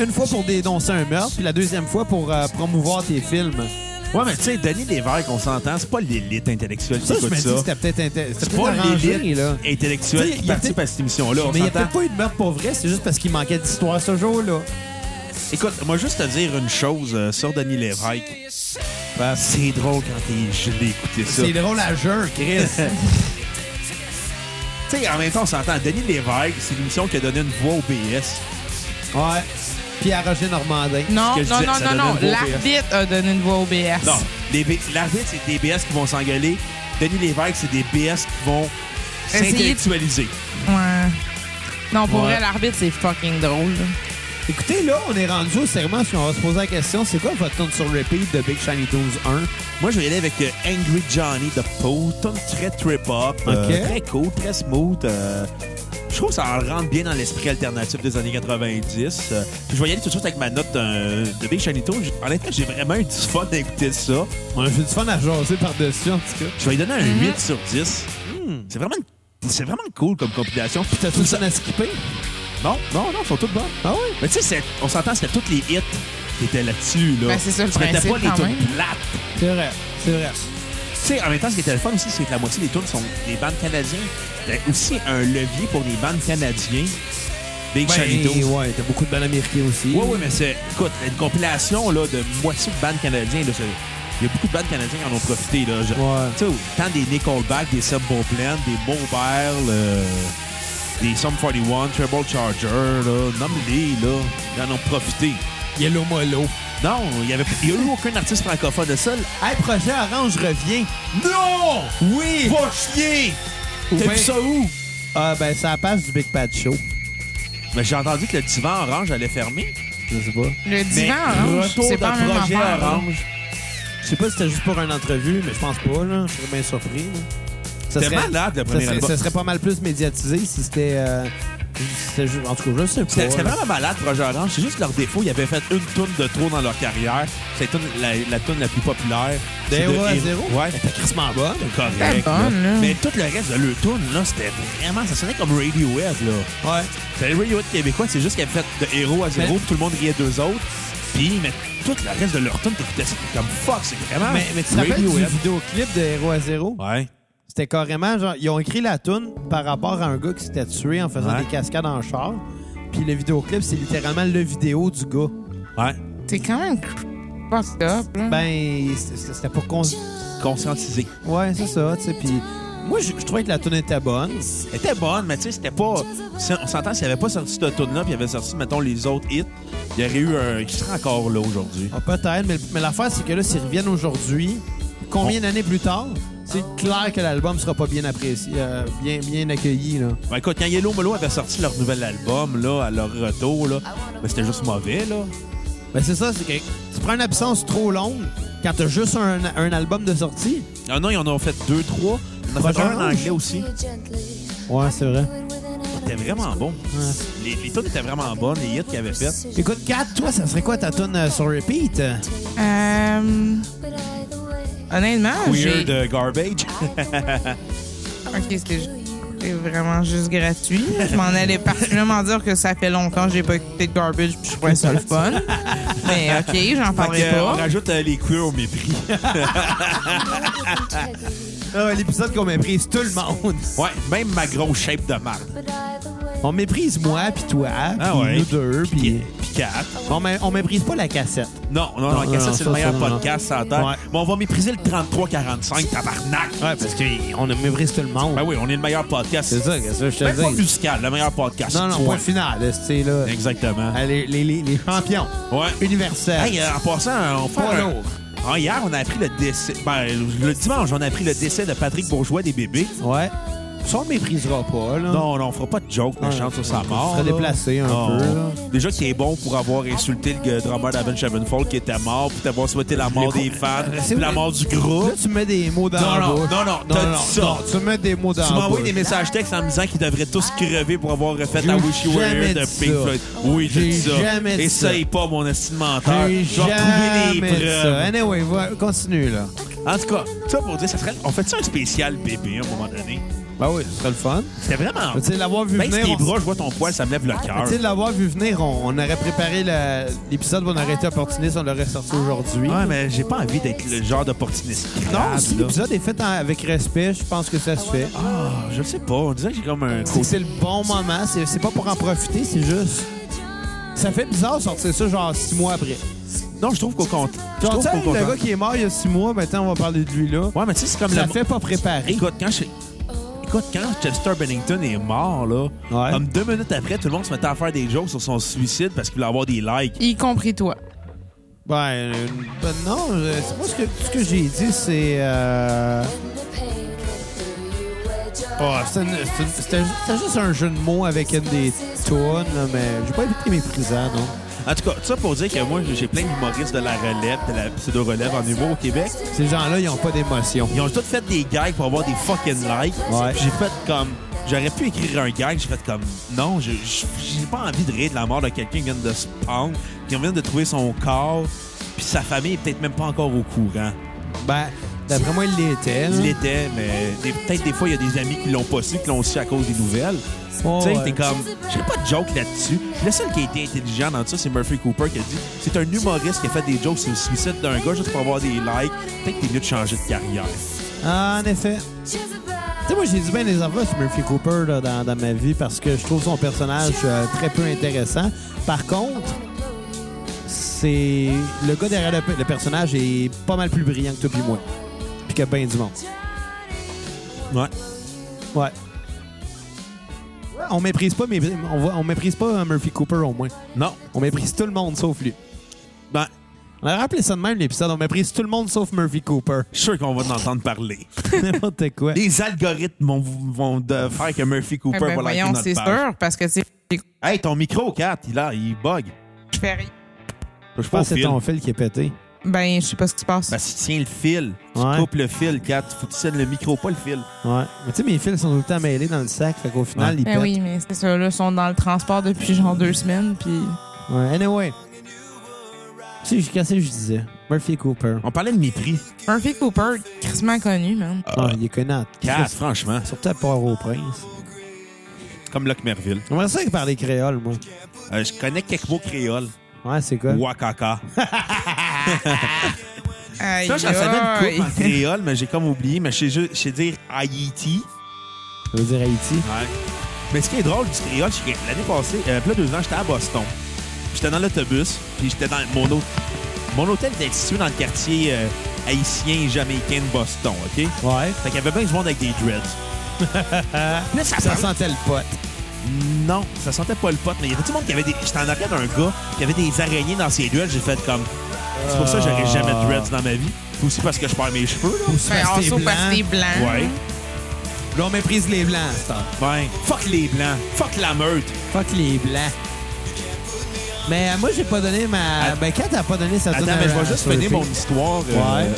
[SPEAKER 1] Une fois pour dénoncer un meurtre, puis la deuxième fois pour euh, promouvoir tes films.
[SPEAKER 2] Ouais, mais tu sais, Denis Lévesque, on s'entend, c'est pas l'élite intellectuelle qui
[SPEAKER 1] Ça, je
[SPEAKER 2] écoute
[SPEAKER 1] me dis que
[SPEAKER 2] ça.
[SPEAKER 1] c'était peut-être inté- c'était
[SPEAKER 2] C'est
[SPEAKER 1] peut-être
[SPEAKER 2] pas
[SPEAKER 1] arrangé,
[SPEAKER 2] l'élite
[SPEAKER 1] là. Tu
[SPEAKER 2] intellectuelle
[SPEAKER 1] sais,
[SPEAKER 2] qui
[SPEAKER 1] il y a
[SPEAKER 2] participe
[SPEAKER 1] peut-être-
[SPEAKER 2] à cette émission-là. on
[SPEAKER 1] Mais il n'y a
[SPEAKER 2] s'entend.
[SPEAKER 1] peut-être pas eu de meurtre pour vrai, c'est juste parce qu'il manquait d'histoire ce jour-là.
[SPEAKER 2] Écoute, moi, juste te dire une chose euh, sur Denis Lévesque. Ben, c'est drôle quand t'es gelé, écouter ça.
[SPEAKER 1] C'est drôle à jeu, Chris.
[SPEAKER 2] Tu sais, en même temps, on s'entend. Denis Lévesque, c'est l'émission qui a donné une voix au BS.
[SPEAKER 1] Ouais. Puis à Roger Normandin.
[SPEAKER 3] Non,
[SPEAKER 2] ce que je
[SPEAKER 3] non,
[SPEAKER 2] disais,
[SPEAKER 3] non,
[SPEAKER 2] ça donnait une voix
[SPEAKER 3] non, non.
[SPEAKER 2] au BS.
[SPEAKER 3] L'arbitre a donné une voix au BS.
[SPEAKER 2] Non, les B- l'arbitre, c'est des BS qui vont s'engueuler. Denis Lévesque, c'est des BS qui vont
[SPEAKER 3] Essayer de-
[SPEAKER 2] s'intellectualiser.
[SPEAKER 3] Ouais. Non, pour
[SPEAKER 1] Ouais.
[SPEAKER 3] vrai, l'arbitre, c'est fucking drôle. là.
[SPEAKER 1] Écoutez, là, on est rendu au serment. Si on va se poser la question, c'est quoi votre tune sur repeat de Big Shiny Tunes 1?
[SPEAKER 2] Moi, je vais y aller avec euh, Angry Johnny de Poe. Tonne très trip-hop, euh,
[SPEAKER 1] Ok.
[SPEAKER 2] très cool, très smooth. euh, je trouve que ça rentre bien dans l'esprit alternatif des années 90. euh, puis je vais y aller tout de suite avec ma note euh, de Big Shiny Toon. En effet, j'ai vraiment eu du fun à écouter ça.
[SPEAKER 1] On a fait du fun à jaser par-dessus, en tout cas.
[SPEAKER 2] Je vais lui donner un
[SPEAKER 3] Mm-hmm.
[SPEAKER 2] 8 sur 10. C'est vraiment, une- c'est vraiment cool comme compilation. Puis
[SPEAKER 1] T'as
[SPEAKER 2] t'as
[SPEAKER 1] tout
[SPEAKER 2] tout
[SPEAKER 1] le
[SPEAKER 2] ça.
[SPEAKER 1] fun à skipper?
[SPEAKER 2] Non, non, non, ils sont toutes bonnes.
[SPEAKER 1] Ah oui?
[SPEAKER 2] Mais tu sais, c'est- on s'entend, c'était tous les hits qui étaient là-dessus. Là.
[SPEAKER 3] Ben, c'est ça, le
[SPEAKER 2] Tu mettais
[SPEAKER 3] principe,
[SPEAKER 2] pas les
[SPEAKER 3] quand
[SPEAKER 2] tunes
[SPEAKER 3] même.
[SPEAKER 2] plates.
[SPEAKER 1] C'est vrai, c'est vrai.
[SPEAKER 2] Tu sais, en même temps, ce qui était le fun aussi, c'est que la moitié des tunes sont des bandes canadiens. T'as aussi un levier pour les bandes canadiens. Big Shiny Toons.
[SPEAKER 1] Et Ben, ouais, t'as beaucoup de balles américaines aussi.
[SPEAKER 2] Ouais, ouais, mais c'est. Écoute, une compilation là, de moitié de bandes canadiens. là, c'est- Il y a beaucoup de bandes canadiens qui en ont profité. Là. Je-
[SPEAKER 1] Ouais.
[SPEAKER 2] Tu sais, tant des Nickelback, des Sub Plan, des Mobile. euh, des Sum 41, Treble Charger, là, nomme-les, là. Ils en ont profité.
[SPEAKER 1] Yellow Molo.
[SPEAKER 2] Non, il n'y avait il y a eu aucun artiste francophone de seul.
[SPEAKER 1] Hey, projet Orange revient.
[SPEAKER 2] Non!
[SPEAKER 1] Oui!
[SPEAKER 2] Va chier!
[SPEAKER 1] Ou
[SPEAKER 2] T'as
[SPEAKER 1] bien-
[SPEAKER 2] vu ça où?
[SPEAKER 1] Ah, ben, ça passe du Big Bad Show.
[SPEAKER 2] Mais j'ai entendu que le divan orange allait fermer.
[SPEAKER 1] Je sais pas.
[SPEAKER 3] Le
[SPEAKER 2] Mais
[SPEAKER 3] divan orange,
[SPEAKER 2] retour
[SPEAKER 3] c'est
[SPEAKER 2] de
[SPEAKER 3] pas la même
[SPEAKER 2] projet
[SPEAKER 3] affaire. là.
[SPEAKER 2] orange.
[SPEAKER 1] Je sais pas si c'était juste pour une entrevue, mais je pense pas, là. Je serais bien surpris, là. Ça
[SPEAKER 2] C'était
[SPEAKER 1] serait-
[SPEAKER 2] malade, le
[SPEAKER 1] Ça
[SPEAKER 2] premier
[SPEAKER 1] serait,
[SPEAKER 2] album.
[SPEAKER 1] ça serait pas mal plus médiatisé si c'était. euh, c'était ju- en tout cas, je sais pas.
[SPEAKER 2] C'était c'était
[SPEAKER 1] là.
[SPEAKER 2] vraiment malade, Projet Orange. C'est juste leur défaut. Ils avaient fait une tourne de trop dans leur carrière. C'est la, toune- la, la toune la plus populaire.
[SPEAKER 1] De
[SPEAKER 2] C'est
[SPEAKER 1] Héros à
[SPEAKER 2] Hé-
[SPEAKER 1] Zéro?
[SPEAKER 2] Ouais.
[SPEAKER 1] C'était crissement bonne.
[SPEAKER 2] C'est correct.
[SPEAKER 3] C'était bonne, là.
[SPEAKER 2] Mais tout le reste de leur tourne, là, c'était vraiment... Ça sonnait comme Radiohead, là.
[SPEAKER 1] Ouais.
[SPEAKER 2] C'était le Radiohead québécois. C'est juste qu'ils avaient fait de héros à zéro,
[SPEAKER 1] Mais-
[SPEAKER 2] puis tout le monde riait d'eux autres. Puis, mais tout le reste de leur tourne, t'écoutais ça, t'es comme « Fuck, c'est vraiment
[SPEAKER 1] Mais, mais tu te rappelles du
[SPEAKER 2] Radiohead.
[SPEAKER 1] vidéoclip de Héros à Zéro?
[SPEAKER 2] Ouais.
[SPEAKER 1] C'était carrément genre. Ils ont écrit la tune par rapport à un gars qui s'était tué en faisant des
[SPEAKER 2] Ouais.
[SPEAKER 1] cascades en char. Puis le vidéoclip, c'est littéralement le vidéo du gars.
[SPEAKER 2] Ouais.
[SPEAKER 3] T'es quand même fucked up, là.
[SPEAKER 1] Ben, c'était c'était pour qu'on.
[SPEAKER 2] Conscientisé.
[SPEAKER 1] Ouais, c'est ça, tu sais. Puis moi, je, je trouvais que la tune était bonne.
[SPEAKER 2] Elle était bonne, mais tu sais, c'était pas. si- on s'entend, s'il avait pas sorti cette tune là puis il avait sorti, mettons, les autres hits, il y aurait eu un. qui serait encore là aujourd'hui.
[SPEAKER 1] Ah, Peut-être, mais, mais l'affaire, c'est que là, s'ils reviennent aujourd'hui, combien d'années plus tard, c'est clair que l'album sera pas bien apprécié, euh, bien, bien accueilli, là.
[SPEAKER 2] Ben, écoute, quand Yellow Molo avait sorti leur nouvel album, là, à leur retour, là, ben, c'était juste mauvais, là.
[SPEAKER 1] Ben, c'est ça, c'est que tu prends une absence trop longue quand t'as juste un, un album de sortie.
[SPEAKER 2] Ah non, ils en ont fait deux, trois. Ils en ont fait
[SPEAKER 1] Prochain
[SPEAKER 2] un en
[SPEAKER 1] ange.
[SPEAKER 2] anglais aussi.
[SPEAKER 1] Ouais, c'est vrai.
[SPEAKER 2] C'était vraiment bon. Les, les tunes étaient vraiment bonnes, les hits qu'ils avaient fait.
[SPEAKER 1] Écoute, Kat, toi, ça serait quoi ta tune euh, sur repeat?
[SPEAKER 3] Euh, honnêtement, Ah, j'ai... Ah,
[SPEAKER 2] Weird euh, Garbage.
[SPEAKER 3] Ok, c'était ju- c'est vraiment juste gratuit. Je m'en allais particulièrement dire que ça fait longtemps que j'ai pas écouté de Garbage puis je trouvais ça le fun. Mais ok, j'en
[SPEAKER 2] Fait que,
[SPEAKER 3] parlerai
[SPEAKER 2] euh, on
[SPEAKER 3] pas.
[SPEAKER 2] rajoute euh, les queers au mépris.
[SPEAKER 1] Ah, L'épisode qu'on méprise tout le monde.
[SPEAKER 2] Ouais, même ma grosse shape de marde.
[SPEAKER 1] On méprise moi, puis toi,
[SPEAKER 2] Ah
[SPEAKER 1] puis
[SPEAKER 2] ouais.
[SPEAKER 1] nous deux, puis...
[SPEAKER 2] Picard.
[SPEAKER 1] On, mé- on méprise pas la cassette.
[SPEAKER 2] Non, non, non,
[SPEAKER 1] Non,
[SPEAKER 2] Cassette,
[SPEAKER 1] non, ça,
[SPEAKER 2] c'est le meilleur
[SPEAKER 1] ça, non,
[SPEAKER 2] podcast sans terre.
[SPEAKER 1] Ouais.
[SPEAKER 2] Mais on va mépriser le 33-45, tabarnak.
[SPEAKER 1] Ouais, parce qu'on méprise tout le monde.
[SPEAKER 2] Ben oui, on est le meilleur podcast.
[SPEAKER 1] C'est ça, qu'est-ce que je te
[SPEAKER 2] Même pas
[SPEAKER 1] dis.
[SPEAKER 2] musical, le meilleur podcast.
[SPEAKER 1] Non, non,
[SPEAKER 2] Point.
[SPEAKER 1] point final, c'est là.
[SPEAKER 2] Exactement.
[SPEAKER 1] Ah, Les, les, les, les champions
[SPEAKER 2] Ouais.
[SPEAKER 1] universels.
[SPEAKER 2] Hey, euh, en passant, on fait
[SPEAKER 1] Pas
[SPEAKER 2] un...
[SPEAKER 1] lourd.
[SPEAKER 2] Ah, hier, on a appris le décès. Ben, le dimanche, on a appris le décès de Patrick Bourgeois des bébés.
[SPEAKER 1] Ouais. Ça, on méprisera pas, là.
[SPEAKER 2] Non, non, on fera pas de joke méchant sur sa mort.
[SPEAKER 1] serait
[SPEAKER 2] là.
[SPEAKER 1] déplacé un
[SPEAKER 2] Non.
[SPEAKER 1] peu, là.
[SPEAKER 2] Déjà qu'il est bon pour avoir insulté le drummer d'Aven Sevenfold qui était mort, pour t'avoir souhaité la mort des fans,
[SPEAKER 1] Euh, C'est
[SPEAKER 2] la
[SPEAKER 1] vrai.
[SPEAKER 2] mort du groupe.
[SPEAKER 1] Là, tu mets des mots dans
[SPEAKER 2] Non,
[SPEAKER 1] la
[SPEAKER 2] non,
[SPEAKER 1] bouche.
[SPEAKER 2] non, non, t'as dit ça.
[SPEAKER 1] non, tu mets des mots dans
[SPEAKER 2] Tu
[SPEAKER 1] la
[SPEAKER 2] m'as
[SPEAKER 1] bouche.
[SPEAKER 2] envoyé des messages textes en me disant qu'ils devraient tous crever pour avoir refait
[SPEAKER 1] J'ai
[SPEAKER 2] la Wish You Were
[SPEAKER 1] jamais
[SPEAKER 2] Here de
[SPEAKER 1] dit
[SPEAKER 2] Pink
[SPEAKER 1] ça.
[SPEAKER 2] Floyd. Oui, j'ai
[SPEAKER 1] J'ai
[SPEAKER 2] dit ça.
[SPEAKER 1] jamais dit
[SPEAKER 2] Essaye pas, mon estime menteur.
[SPEAKER 1] J'ai
[SPEAKER 2] Je vais retrouver
[SPEAKER 1] jamais
[SPEAKER 2] des
[SPEAKER 1] dit ça. hein.
[SPEAKER 2] preuves.
[SPEAKER 1] Anyway, va, continue, là.
[SPEAKER 2] En tout cas, ça pour dire, ça serait... on fait ça un spécial bébé à un moment donné.
[SPEAKER 1] Ben oui, ce serait le fun. Ben,
[SPEAKER 2] C'était vraiment.
[SPEAKER 1] Tu sais, l'avoir vu
[SPEAKER 2] Baisse
[SPEAKER 1] venir...
[SPEAKER 2] tes
[SPEAKER 1] on-
[SPEAKER 2] bras, je vois ton poil, ça me lève le
[SPEAKER 1] Mais
[SPEAKER 2] cœur.
[SPEAKER 1] Tu sais, de l'avoir vu venir, on, on aurait préparé la- l'épisode, où on aurait été opportuniste, on l'aurait sorti aujourd'hui.
[SPEAKER 2] Ouais, mais j'ai pas envie d'être le genre d'opportuniste.
[SPEAKER 1] Non,
[SPEAKER 2] crabe,
[SPEAKER 1] si
[SPEAKER 2] là.
[SPEAKER 1] l'épisode est fait en- avec respect, je pense que ça se fait.
[SPEAKER 2] Ah, je sais pas. On dirait que j'ai comme un
[SPEAKER 1] C'est que
[SPEAKER 2] côté.
[SPEAKER 1] c'est le bon moment. C'est c'est pas pour en profiter, c'est juste. Ça fait bizarre sortir ça genre six mois après.
[SPEAKER 2] Non, je trouve qu'au compte. Je
[SPEAKER 1] Genre, tu
[SPEAKER 2] trouve
[SPEAKER 1] sais,
[SPEAKER 2] qu'au
[SPEAKER 1] le
[SPEAKER 2] contraire.
[SPEAKER 1] gars qui est mort il y a six mois, maintenant on va parler de lui là.
[SPEAKER 2] Ouais, mais tu sais, c'est comme
[SPEAKER 1] Ça
[SPEAKER 2] le-
[SPEAKER 1] fait pas préparer.
[SPEAKER 2] Écoute, quand je... Écoute, quand Chester Bennington est mort, là,
[SPEAKER 1] Ouais.
[SPEAKER 2] comme deux minutes après, tout le monde se mettait à faire des jokes sur son suicide parce qu'il voulait avoir des likes.
[SPEAKER 3] Y compris toi.
[SPEAKER 1] Ben, euh, ben non, euh, c'est pas ce que, ce que j'ai dit, c'est. euh, oh, c'était une- c'était une- c'était ju- c'était juste un jeu de mots avec une des tunes, là, mais j'ai pas évité mes prisons, non.
[SPEAKER 2] En tout cas, ça pour dire que moi, j'ai plein d'humoristes de la relève, de la pseudo-relève en humour au Québec.
[SPEAKER 1] Ces gens-là, ils ont pas d'émotion.
[SPEAKER 2] Ils ont tous fait des gags pour avoir des fucking likes.
[SPEAKER 1] Ouais.
[SPEAKER 2] Puis J'ai fait comme... J'aurais pu écrire un gag, j'ai fait comme... Non, je- je- j'ai pas envie de rire de la mort de quelqu'un qui vient de se pendre, qui vient de trouver son corps, puis sa famille est peut-être même pas encore au courant.
[SPEAKER 1] Ben, d'après moi, ils l'étaient. là.
[SPEAKER 2] Il l'était, mais des- peut-être des fois, il y a des amis qui l'ont pas su, qui l'ont su à cause des nouvelles.
[SPEAKER 1] Oh,
[SPEAKER 2] tu sais,
[SPEAKER 1] ouais.
[SPEAKER 2] t'es comme. J'ai pas de joke là-dessus. Le seul qui a été intelligent dans tout ça, c'est Murphy Cooper qui a dit c'est un humoriste qui a fait des jokes sur le suicide d'un gars juste pour avoir des likes. Peut-être que t'es mieux de changer de carrière.
[SPEAKER 1] Ah, en effet. Tu sais, moi, j'ai dit bien des affaires sur Murphy Cooper là, dans, dans ma vie parce que je trouve son personnage euh, très peu intéressant. Par contre, c'est. Le gars derrière le, pe- le personnage est pas mal plus brillant que toi puis moi. Puis que ben du monde.
[SPEAKER 2] Ouais.
[SPEAKER 1] Ouais. on méprise pas, mais on, va- on méprise pas euh, Murphy Cooper au moins.
[SPEAKER 2] Non.
[SPEAKER 1] On méprise tout le monde sauf lui.
[SPEAKER 2] Ben,
[SPEAKER 1] On a rappelé ça de même l'épisode. On méprise tout le monde sauf Murphy Cooper.
[SPEAKER 2] je suis sûr qu'on va en entendre parler.
[SPEAKER 1] N'importe quoi.
[SPEAKER 2] Les algorithmes vont, vont de faire que Murphy Cooper
[SPEAKER 3] Eh ben,
[SPEAKER 2] va liker
[SPEAKER 3] voyons,
[SPEAKER 2] notre
[SPEAKER 3] c'est
[SPEAKER 2] page.
[SPEAKER 3] sûr, parce que c'est
[SPEAKER 2] Hey, ton micro, Kat, il, a, il bug.
[SPEAKER 3] je fais rien.
[SPEAKER 2] Touche
[SPEAKER 1] Je
[SPEAKER 2] pas au
[SPEAKER 1] pense que c'est
[SPEAKER 2] fil.
[SPEAKER 1] ton fil qui est pété.
[SPEAKER 3] Ben, je sais pas ce qui se passe.
[SPEAKER 2] Ben, si tu tiens le fil, tu
[SPEAKER 1] Ouais.
[SPEAKER 2] coupes le fil, Kat. Faut que tu tiennes le micro, pas le fil.
[SPEAKER 1] Ouais. Mais tu sais, mes fils sont tout le temps mêlés dans le sac. Fait qu'au final,
[SPEAKER 2] Ouais.
[SPEAKER 1] ils
[SPEAKER 3] Ben
[SPEAKER 1] pètent.
[SPEAKER 3] oui, mais c'est ça, là, ils sont dans le transport depuis genre deux semaines, puis
[SPEAKER 1] Ouais. Anyway. Tu sais, qu'est-ce que je disais? Murphy Cooper.
[SPEAKER 2] On parlait de mépris.
[SPEAKER 3] Murphy Cooper, crissement connu, man.
[SPEAKER 1] Ah, il est connard.
[SPEAKER 2] Kat, franchement.
[SPEAKER 1] Surtout à Port-au-Prince.
[SPEAKER 2] Comme Locke Merville.
[SPEAKER 1] J'aimerais ça parler créole, moi.
[SPEAKER 2] Euh, je connais quelques mots créoles.
[SPEAKER 1] Ouais, c'est
[SPEAKER 2] Hein?
[SPEAKER 1] quoi?
[SPEAKER 2] Wakaka.
[SPEAKER 3] Aïe,
[SPEAKER 2] Ça, j'en savais une
[SPEAKER 3] aïe.
[SPEAKER 2] coupe en créole, mais j'ai comme oublié. Mais je sais ju- je sais dire Haïti.
[SPEAKER 1] Ça veut dire Haïti.
[SPEAKER 2] Ouais. Mais ce qui est drôle du créole, c'est que l'année passée, euh, là, deux ans, j'étais à Boston. Puis J'étais dans l'autobus, puis j'étais dans mon hôtel. Mon hôtel était situé dans le quartier euh, haïtien et jamaïcain de Boston, OK?
[SPEAKER 1] Ouais.
[SPEAKER 2] Fait qu'il y avait bien du monde avec des dreads. Puis là, ça,
[SPEAKER 1] Ça
[SPEAKER 2] parlait-
[SPEAKER 1] sentait le pote.
[SPEAKER 2] Non, ça sentait pas le pote, mais il y avait tout le monde qui avait des... J'étais en arrière d'un gars qui avait des araignées dans ses dreads. J'ai fait comme... C'est pour ça que j'aurais jamais de dreads dans ma vie. C'est aussi parce que je perds mes cheveux, là.
[SPEAKER 1] Pousse
[SPEAKER 3] Ben,
[SPEAKER 1] parce que
[SPEAKER 3] also
[SPEAKER 1] t'es
[SPEAKER 3] parce que t'es
[SPEAKER 1] blanc.
[SPEAKER 3] blanc.
[SPEAKER 2] Ouais.
[SPEAKER 1] Là, on méprise les blancs, ça.
[SPEAKER 2] Ben, fuck les blancs. Fuck la meute.
[SPEAKER 1] Fuck les blancs. Mais euh, moi, j'ai pas donné ma.
[SPEAKER 2] Att-
[SPEAKER 1] Ben, Kat a pas donné sa
[SPEAKER 2] Attends,
[SPEAKER 1] tune à-
[SPEAKER 2] mais je vais juste
[SPEAKER 1] sur
[SPEAKER 2] finir
[SPEAKER 1] repeat.
[SPEAKER 2] mon histoire. euh,
[SPEAKER 1] Ouais.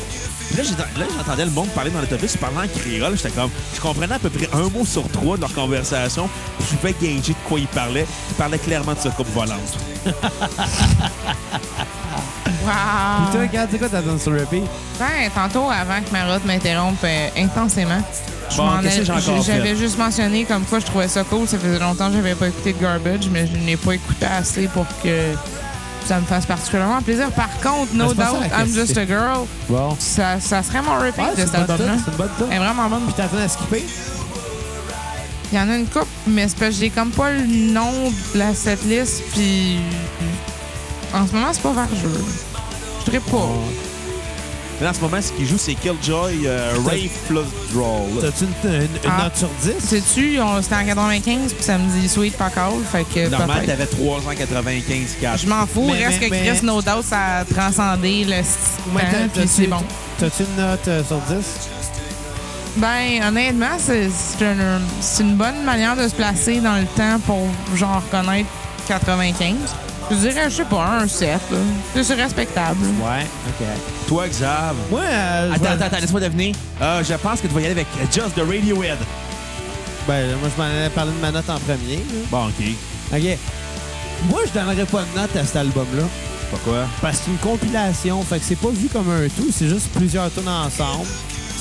[SPEAKER 2] Puis Là, j'ai- là, j'entendais le monde parler dans l'autobus, parlant en créole. J'étais comme, je comprenais à peu près un mot sur trois de leur conversation. Puis je pouvais gager de quoi ils parlaient. Ils parlaient clairement de sa coupe volante.
[SPEAKER 1] Puis toi,
[SPEAKER 3] Wow.
[SPEAKER 1] Kat, c'est quoi ta donné sur repeat?
[SPEAKER 3] Ben, tantôt, avant que ma route m'interrompe euh, intensément, je
[SPEAKER 2] Bon,
[SPEAKER 3] m'en
[SPEAKER 2] qu'est-ce que
[SPEAKER 3] ai-
[SPEAKER 2] j'ai encore
[SPEAKER 3] j'avais
[SPEAKER 2] fait?
[SPEAKER 3] juste mentionné comme quoi je trouvais ça cool. Ça faisait longtemps que j'avais pas écouté de Garbage, mais je n'ai pas écouté assez pour que ça me fasse particulièrement plaisir. Par contre, No
[SPEAKER 1] Mais c'est
[SPEAKER 3] Doubt,
[SPEAKER 1] pas ça la
[SPEAKER 3] I'm
[SPEAKER 1] question.
[SPEAKER 3] Just a Girl,
[SPEAKER 1] Bon.
[SPEAKER 3] ça, ça serait mon repeat
[SPEAKER 1] Ouais,
[SPEAKER 3] de
[SPEAKER 1] c'est
[SPEAKER 3] cet
[SPEAKER 1] une bonne
[SPEAKER 3] album-là.
[SPEAKER 2] hein?
[SPEAKER 1] tune, c'est une bonne
[SPEAKER 2] Eh
[SPEAKER 1] tune.
[SPEAKER 3] Elle est vraiment bonne.
[SPEAKER 1] Puis t'as donné à skipper?
[SPEAKER 3] Il y en a une coupe, mais c'est parce que j'ai comme pas le nom de la setlist, puis en ce moment, c'est pas vergeux. Je dirais pas.
[SPEAKER 2] Là, en ce moment, ce qu'ils jouent, c'est Killjoy, euh, Rave plus Drawl.
[SPEAKER 1] T'as-tu une, une- une
[SPEAKER 3] Ah.
[SPEAKER 1] note sur 10?
[SPEAKER 3] Sais-tu, on- c'était en 95, puis ça me dit Sweet Pas All, fait que
[SPEAKER 2] Normal,
[SPEAKER 3] peut-être.
[SPEAKER 2] t'avais 395 cash.
[SPEAKER 3] Je m'en fous,
[SPEAKER 1] Mais-
[SPEAKER 3] reste
[SPEAKER 1] mais-
[SPEAKER 3] que
[SPEAKER 1] mais-
[SPEAKER 3] Chris No Doubt, ça a transcendé le
[SPEAKER 1] Ouais, t'as-
[SPEAKER 3] temps, Hein, puis
[SPEAKER 1] t'as-tu-
[SPEAKER 3] c'est bon.
[SPEAKER 1] T'as-tu une note euh, sur 10?
[SPEAKER 3] Ben, honnêtement, c'est c'est un- c'est une bonne manière de se placer dans le temps pour, genre, reconnaître 95. Je dirais, je sais pas, un 7, là. C'est- C'est respectable.
[SPEAKER 1] Ouais, OK.
[SPEAKER 2] Toi, Xav.
[SPEAKER 1] Moi, euh, je
[SPEAKER 2] Attends,
[SPEAKER 1] vais-
[SPEAKER 2] attends, attends, laisse-moi devenir. Euh, je pense que tu vas y aller avec Just the Radiohead.
[SPEAKER 1] Ben, moi, je m'en allais parler de ma note en premier. là.
[SPEAKER 2] Bon, OK.
[SPEAKER 1] OK. Moi, je donnerais pas de note à cet album-là.
[SPEAKER 2] Pourquoi?
[SPEAKER 1] Parce que c'est une compilation, fait que c'est pas vu comme un tout, c'est juste plusieurs tunes ensemble.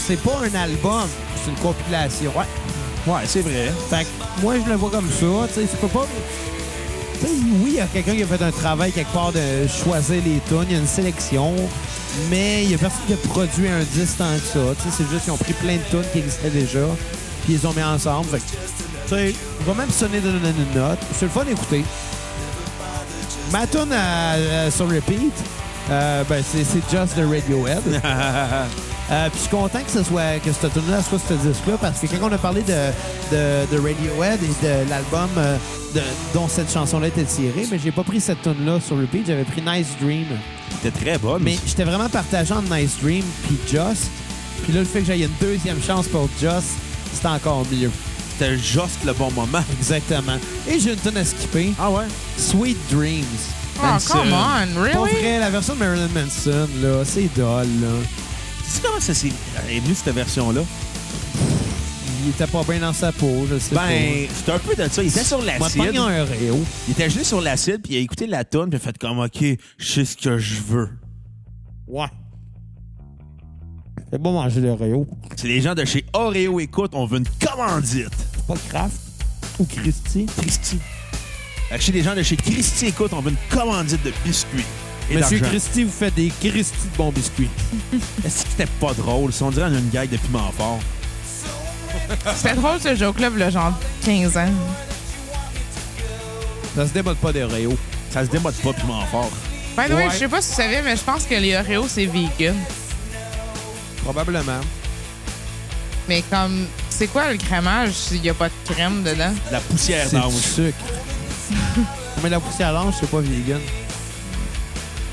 [SPEAKER 1] C'est pas un album, c'est une compilation. Ouais.
[SPEAKER 2] Ouais, c'est vrai.
[SPEAKER 1] Fait que moi, je le vois comme ça. Tu sais, tu peux pas. Tu sais, oui, il y a quelqu'un qui a fait un travail quelque part de choisir les tunes, il y a une sélection, mais il y a personne qui a produit un disque tant que ça. Tu sais, c'est juste qu'ils ont pris plein de tunes qui existaient déjà, puis ils les ont mis ensemble. Fait que, tu sais, on va même sonner de donner une note. C'est le fun d'écouter. Ma tune à- à- sur repeat, euh, ben, c'est c'est Just the Radiohead. Euh, puis je suis content que ce soit que cette tune là soit ce disque-là parce que quand on a parlé de, de, de Radiohead et de l'album euh, de- dont cette chanson-là était tirée, mais j'ai pas pris cette tune là sur repeat, j'avais pris Nice Dream.
[SPEAKER 2] C'était très bonne.
[SPEAKER 1] Mais j'étais vraiment partagé entre Nice Dream puis Just. Puis là, le fait que j'aille une deuxième chance pour Just, c'est encore mieux.
[SPEAKER 2] c'était juste le bon moment.
[SPEAKER 1] Exactement. Et j'ai une tune à skipper,
[SPEAKER 2] Ah ouais?
[SPEAKER 1] Sweet Dreams.
[SPEAKER 3] Oh,
[SPEAKER 2] Manson.
[SPEAKER 3] come on,
[SPEAKER 1] Pas
[SPEAKER 3] really?
[SPEAKER 1] vrai, la version de Marilyn Manson, là, c'est dole, là.
[SPEAKER 2] Tu sais comment ça s'est- est venu cette version-là?
[SPEAKER 1] Il était pas bien dans sa peau, je sais pas.
[SPEAKER 2] Ben, c'était un peu de ça. Il était sur
[SPEAKER 1] Moi,
[SPEAKER 2] l'acide.
[SPEAKER 1] pognons un réo.
[SPEAKER 2] Il était gelé sur l'acide, puis il a écouté la tonne, puis il a fait comme, OK, je sais ce que je veux.
[SPEAKER 1] Ouais. C'est bon manger le réo.
[SPEAKER 2] C'est les gens de chez Oreo Écoute, on veut une commandite.
[SPEAKER 1] Pas Kraft ou Christie.
[SPEAKER 2] Christy. Euh, Chez les gens de chez Christy Écoute, on veut une commandite de biscuits. Et
[SPEAKER 1] Monsieur
[SPEAKER 2] d'argent.
[SPEAKER 1] Christie vous fait des Christie de bons biscuits.
[SPEAKER 2] Est-ce que c'était pas drôle? Si on dirait on a une gag de piment fort.
[SPEAKER 3] C'était drôle, ce joke-là, v'là genre 15 ans.
[SPEAKER 1] Ça se débotte pas des réos.
[SPEAKER 2] Ça se démode pas, piment fort.
[SPEAKER 3] By the way,
[SPEAKER 1] Ouais.
[SPEAKER 3] je sais pas si tu savais, mais je pense que les Oreos, c'est vegan.
[SPEAKER 1] Probablement.
[SPEAKER 3] Mais comme, C'est quoi le crémage s'il n'y a pas de crème dedans?
[SPEAKER 2] La poussière
[SPEAKER 1] C'est du
[SPEAKER 2] d'ange.
[SPEAKER 1] sucre. Mais la poussière à l'ange, c'est pas vegan.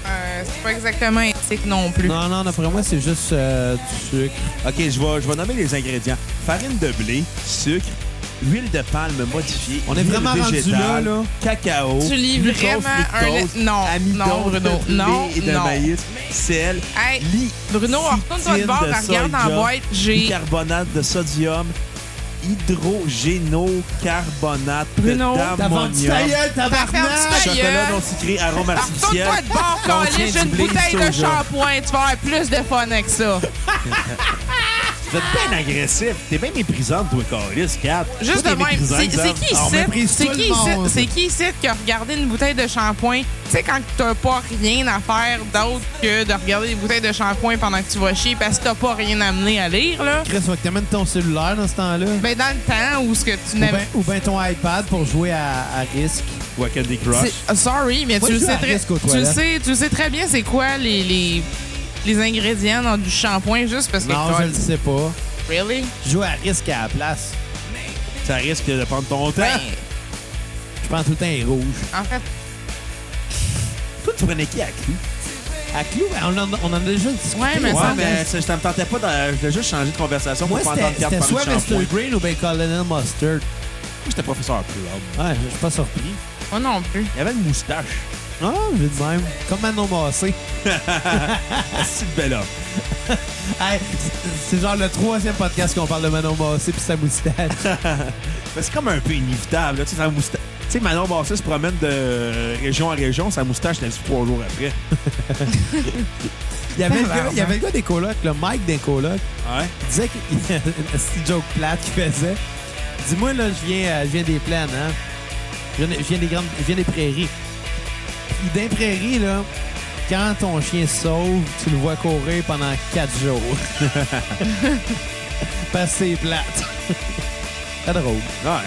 [SPEAKER 3] Euh, c'est pas exactement éthique non plus.
[SPEAKER 1] Non, non, d'après moi, c'est juste euh, du sucre.
[SPEAKER 2] OK, je vais, je vais nommer les ingrédients. Farine de blé, sucre, huile de palme modifiée,
[SPEAKER 1] On est
[SPEAKER 2] huile
[SPEAKER 1] vraiment rendu
[SPEAKER 2] végétale,
[SPEAKER 1] là, là.
[SPEAKER 2] cacao,
[SPEAKER 3] Tu lis
[SPEAKER 2] glucose,
[SPEAKER 3] vraiment un
[SPEAKER 2] fructose,
[SPEAKER 3] le- non,
[SPEAKER 2] amidon
[SPEAKER 3] non, Bruno,
[SPEAKER 2] de blé
[SPEAKER 3] non,
[SPEAKER 2] et de
[SPEAKER 3] non.
[SPEAKER 2] maïs, sel,
[SPEAKER 3] Hey,
[SPEAKER 2] li-
[SPEAKER 3] Bruno, on retourne toi de
[SPEAKER 2] litine
[SPEAKER 3] bord,
[SPEAKER 2] de
[SPEAKER 3] on regarde en
[SPEAKER 2] soja,
[SPEAKER 3] boîte, j'ai...
[SPEAKER 2] bicarbonate de sodium, hydrogénocarbonate
[SPEAKER 3] Bruno,
[SPEAKER 1] T'as vendu ta
[SPEAKER 2] d'ammonium,
[SPEAKER 1] gueule,
[SPEAKER 3] T'as
[SPEAKER 1] tabarnak!
[SPEAKER 3] vendu ta
[SPEAKER 2] chocolat
[SPEAKER 3] gueule.
[SPEAKER 2] non sucré, arôme
[SPEAKER 3] Retourne
[SPEAKER 2] artificiel.
[SPEAKER 3] toi Ah, de bord,
[SPEAKER 2] Contient
[SPEAKER 3] Colin, j'ai une
[SPEAKER 2] du blé, du
[SPEAKER 3] bouteille de
[SPEAKER 2] soja.
[SPEAKER 3] shampoing, tu vas avoir plus de fun avec ça.
[SPEAKER 2] Vous êtes bien agressif. T'es bien méprisante, toi, Carlis, Cap.
[SPEAKER 3] Juste de
[SPEAKER 2] Toi, t'es
[SPEAKER 3] même,
[SPEAKER 2] méprisante,
[SPEAKER 3] c'est c'est qui
[SPEAKER 2] Sam. Ah, mais-
[SPEAKER 3] ici?
[SPEAKER 1] méprise
[SPEAKER 3] C'est
[SPEAKER 1] tout
[SPEAKER 3] qui
[SPEAKER 1] le
[SPEAKER 3] ici?
[SPEAKER 1] monde.
[SPEAKER 3] C'est qui ici qui a regardé une bouteille de shampoing? Tu sais, quand t'as pas rien à faire d'autre que de regarder des bouteilles de shampoing pendant que tu vas chier parce que t'as pas rien amené à lire, là.
[SPEAKER 1] Chris, faut que t'amènes ton cellulaire dans ce temps-là.
[SPEAKER 3] Ben, dans le temps où ce que tu
[SPEAKER 1] Ou
[SPEAKER 3] n'avais
[SPEAKER 1] ben- Ou bien ton iPad pour jouer à, à risque.
[SPEAKER 2] Ou à Candy Crush.
[SPEAKER 3] C'est- ah, Sorry, mais
[SPEAKER 1] Moi,
[SPEAKER 3] tu le,
[SPEAKER 1] je joue
[SPEAKER 3] sais
[SPEAKER 1] à
[SPEAKER 3] très,
[SPEAKER 1] risque aux
[SPEAKER 3] tu, le
[SPEAKER 1] toilettes.
[SPEAKER 3] sais, tu le sais très bien c'est quoi les, les, les ingrédients dans du shampoing juste parce que...
[SPEAKER 1] Non, je le sais pas.
[SPEAKER 3] Really?
[SPEAKER 1] Joue à risque à la place.
[SPEAKER 2] Ça risque de prendre ton temps.
[SPEAKER 3] Ben,
[SPEAKER 1] Je prends tout le temps les rouges.
[SPEAKER 3] en fait,
[SPEAKER 2] Toi, tu prenais qui à clou?
[SPEAKER 1] À Clou, on en, on en a déjà discuté.
[SPEAKER 3] Ouais, mais ça-
[SPEAKER 2] mais ben, ça, je t'en tentais pas. dans- Je voulais juste changer de conversation
[SPEAKER 1] Moi,
[SPEAKER 2] pour pas
[SPEAKER 1] c'était
[SPEAKER 2] entendre Cap
[SPEAKER 1] c'était soit
[SPEAKER 2] parler de shampoing.
[SPEAKER 1] Mr. Green ou bien Colonel Mustard.
[SPEAKER 2] Moi, j'étais professeur plus
[SPEAKER 1] Ouais, je suis pas surpris.
[SPEAKER 3] moi non plus.
[SPEAKER 2] Il y avait une moustache.
[SPEAKER 1] Ah, je dis même. Comme Manon Massé.
[SPEAKER 2] Ah, c'est de bel homme.
[SPEAKER 1] Hey, c'est- c'est genre le troisième podcast qu'on parle de Manon Massé puis sa moustache.
[SPEAKER 2] Mais Ben, c'est comme un peu inévitable. là, Tu sais, sa moustache. Tu sais, Manon Bassé se promène de région en région, sa moustache l'a vu trois jours après.
[SPEAKER 1] Il y avait le gars, il y avait le gars des colocs, le Mike des colocs,
[SPEAKER 2] Ouais.
[SPEAKER 1] il disait qu'il y a une petite joke plate qu'il faisait. Dis-moi, là, je viens, euh, je viens des plaines, hein. Je viens, je viens des grandes, je viens des prairies. Puis Dans les prairies, là, quand ton chien se sauve, tu le vois courir pendant quatre jours. Parce que c'est plate. Très drôle.
[SPEAKER 2] Ouais. hein.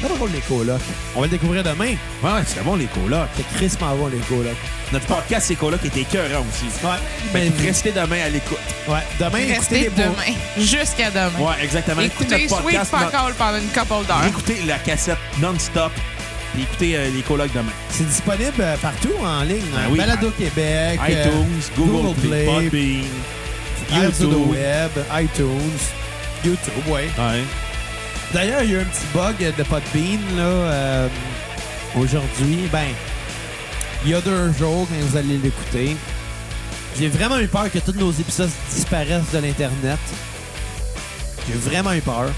[SPEAKER 1] Très drôle, les colocs. On va le découvrir demain.
[SPEAKER 2] Ouais, c'est bon, les colocs.
[SPEAKER 1] C'est Chris m'envoie, les colocs.
[SPEAKER 2] Notre podcast, c'est colocs, était écœurant aussi.
[SPEAKER 1] Ouais.
[SPEAKER 2] Ben,
[SPEAKER 1] Ben,
[SPEAKER 2] restez demain à l'écoute.
[SPEAKER 1] ouais. Demain, écoutez
[SPEAKER 3] Restez
[SPEAKER 1] les beaux-
[SPEAKER 3] demain. Jusqu'à demain.
[SPEAKER 2] Ouais, exactement.
[SPEAKER 3] Écoutez
[SPEAKER 2] notre
[SPEAKER 3] Sweet
[SPEAKER 2] podcast.
[SPEAKER 3] Fuck
[SPEAKER 2] non-
[SPEAKER 3] All pendant une couple d'heures.
[SPEAKER 2] Écoutez la cassette non-stop. Puis écoutez euh, les colocs demain.
[SPEAKER 1] C'est disponible euh, partout en ligne.
[SPEAKER 2] Ben
[SPEAKER 1] hein.
[SPEAKER 2] oui.
[SPEAKER 1] Balado Québec, euh,
[SPEAKER 2] iTunes, Google,
[SPEAKER 1] Google
[SPEAKER 2] Play,
[SPEAKER 1] Play,
[SPEAKER 2] Podbean,
[SPEAKER 1] Air sur le
[SPEAKER 2] YouTube.
[SPEAKER 1] Web, iTunes, YouTube, ouais.
[SPEAKER 2] Ouais.
[SPEAKER 1] D'ailleurs, il y a eu un petit bug de Podbean là, euh, aujourd'hui. Ben, il y a deux jours quand vous allez l'écouter. J'ai vraiment eu peur que tous nos épisodes disparaissent de l'Internet. J'ai vraiment eu peur.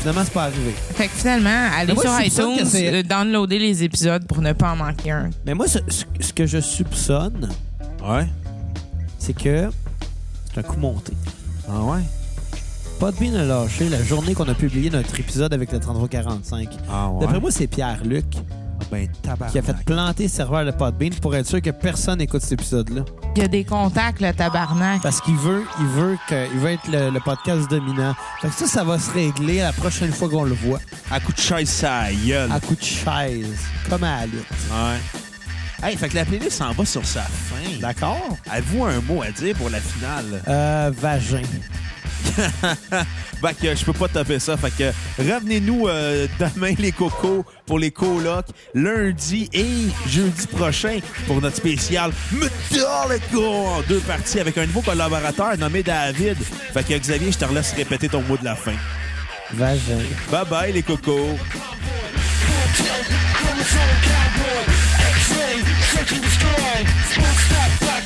[SPEAKER 1] Finalement, c'est pas arrivé.
[SPEAKER 3] Fait que finalement, allez
[SPEAKER 1] Mais moi,
[SPEAKER 3] sur
[SPEAKER 1] je soupçonne
[SPEAKER 3] iTunes,
[SPEAKER 1] que c'est-
[SPEAKER 3] euh, downloader les épisodes pour ne pas en manquer un.
[SPEAKER 1] Mais moi, ce, ce- ce que je soupçonne,
[SPEAKER 2] Ouais.
[SPEAKER 1] c'est que c'est un coup monté.
[SPEAKER 2] Ah ouais?
[SPEAKER 1] Podbean a lâché la journée qu'on a publié notre épisode avec le 3345.
[SPEAKER 2] Ah ouais?
[SPEAKER 1] D'après moi, c'est Pierre-Luc
[SPEAKER 2] ben tabarnak.
[SPEAKER 1] qui a fait planter le serveur de Podbean pour être sûr que personne n'écoute cet épisode-là.
[SPEAKER 3] Il y a des contacts, le tabarnak.
[SPEAKER 1] Parce qu'il veut, il veut, que, il veut être le, le podcast dominant. Fait que ça, ça va se régler la prochaine fois qu'on le voit.
[SPEAKER 2] À coup de chaise, ça gueule.
[SPEAKER 1] À coup de chaise. Comme à Luc.
[SPEAKER 2] Ouais. Hey, fait que la playlist s'en va sur sa fin.
[SPEAKER 1] D'accord?
[SPEAKER 2] Avez-vous un mot à dire pour la finale?
[SPEAKER 1] Euh, vagin.
[SPEAKER 2] Fait que euh, je peux pas taper ça. Fait que revenez-nous euh, demain, les cocos, pour les colocs, lundi et jeudi prochain pour notre spécial Metallica en deux parties avec un nouveau collaborateur nommé David. Fait que Xavier, je te laisse répéter ton mot de la fin.
[SPEAKER 1] Vagin.
[SPEAKER 2] Bye bye, les cocos.
[SPEAKER 4] Chromosome cowboy, X-ray, search and destroy. Smoke stop, black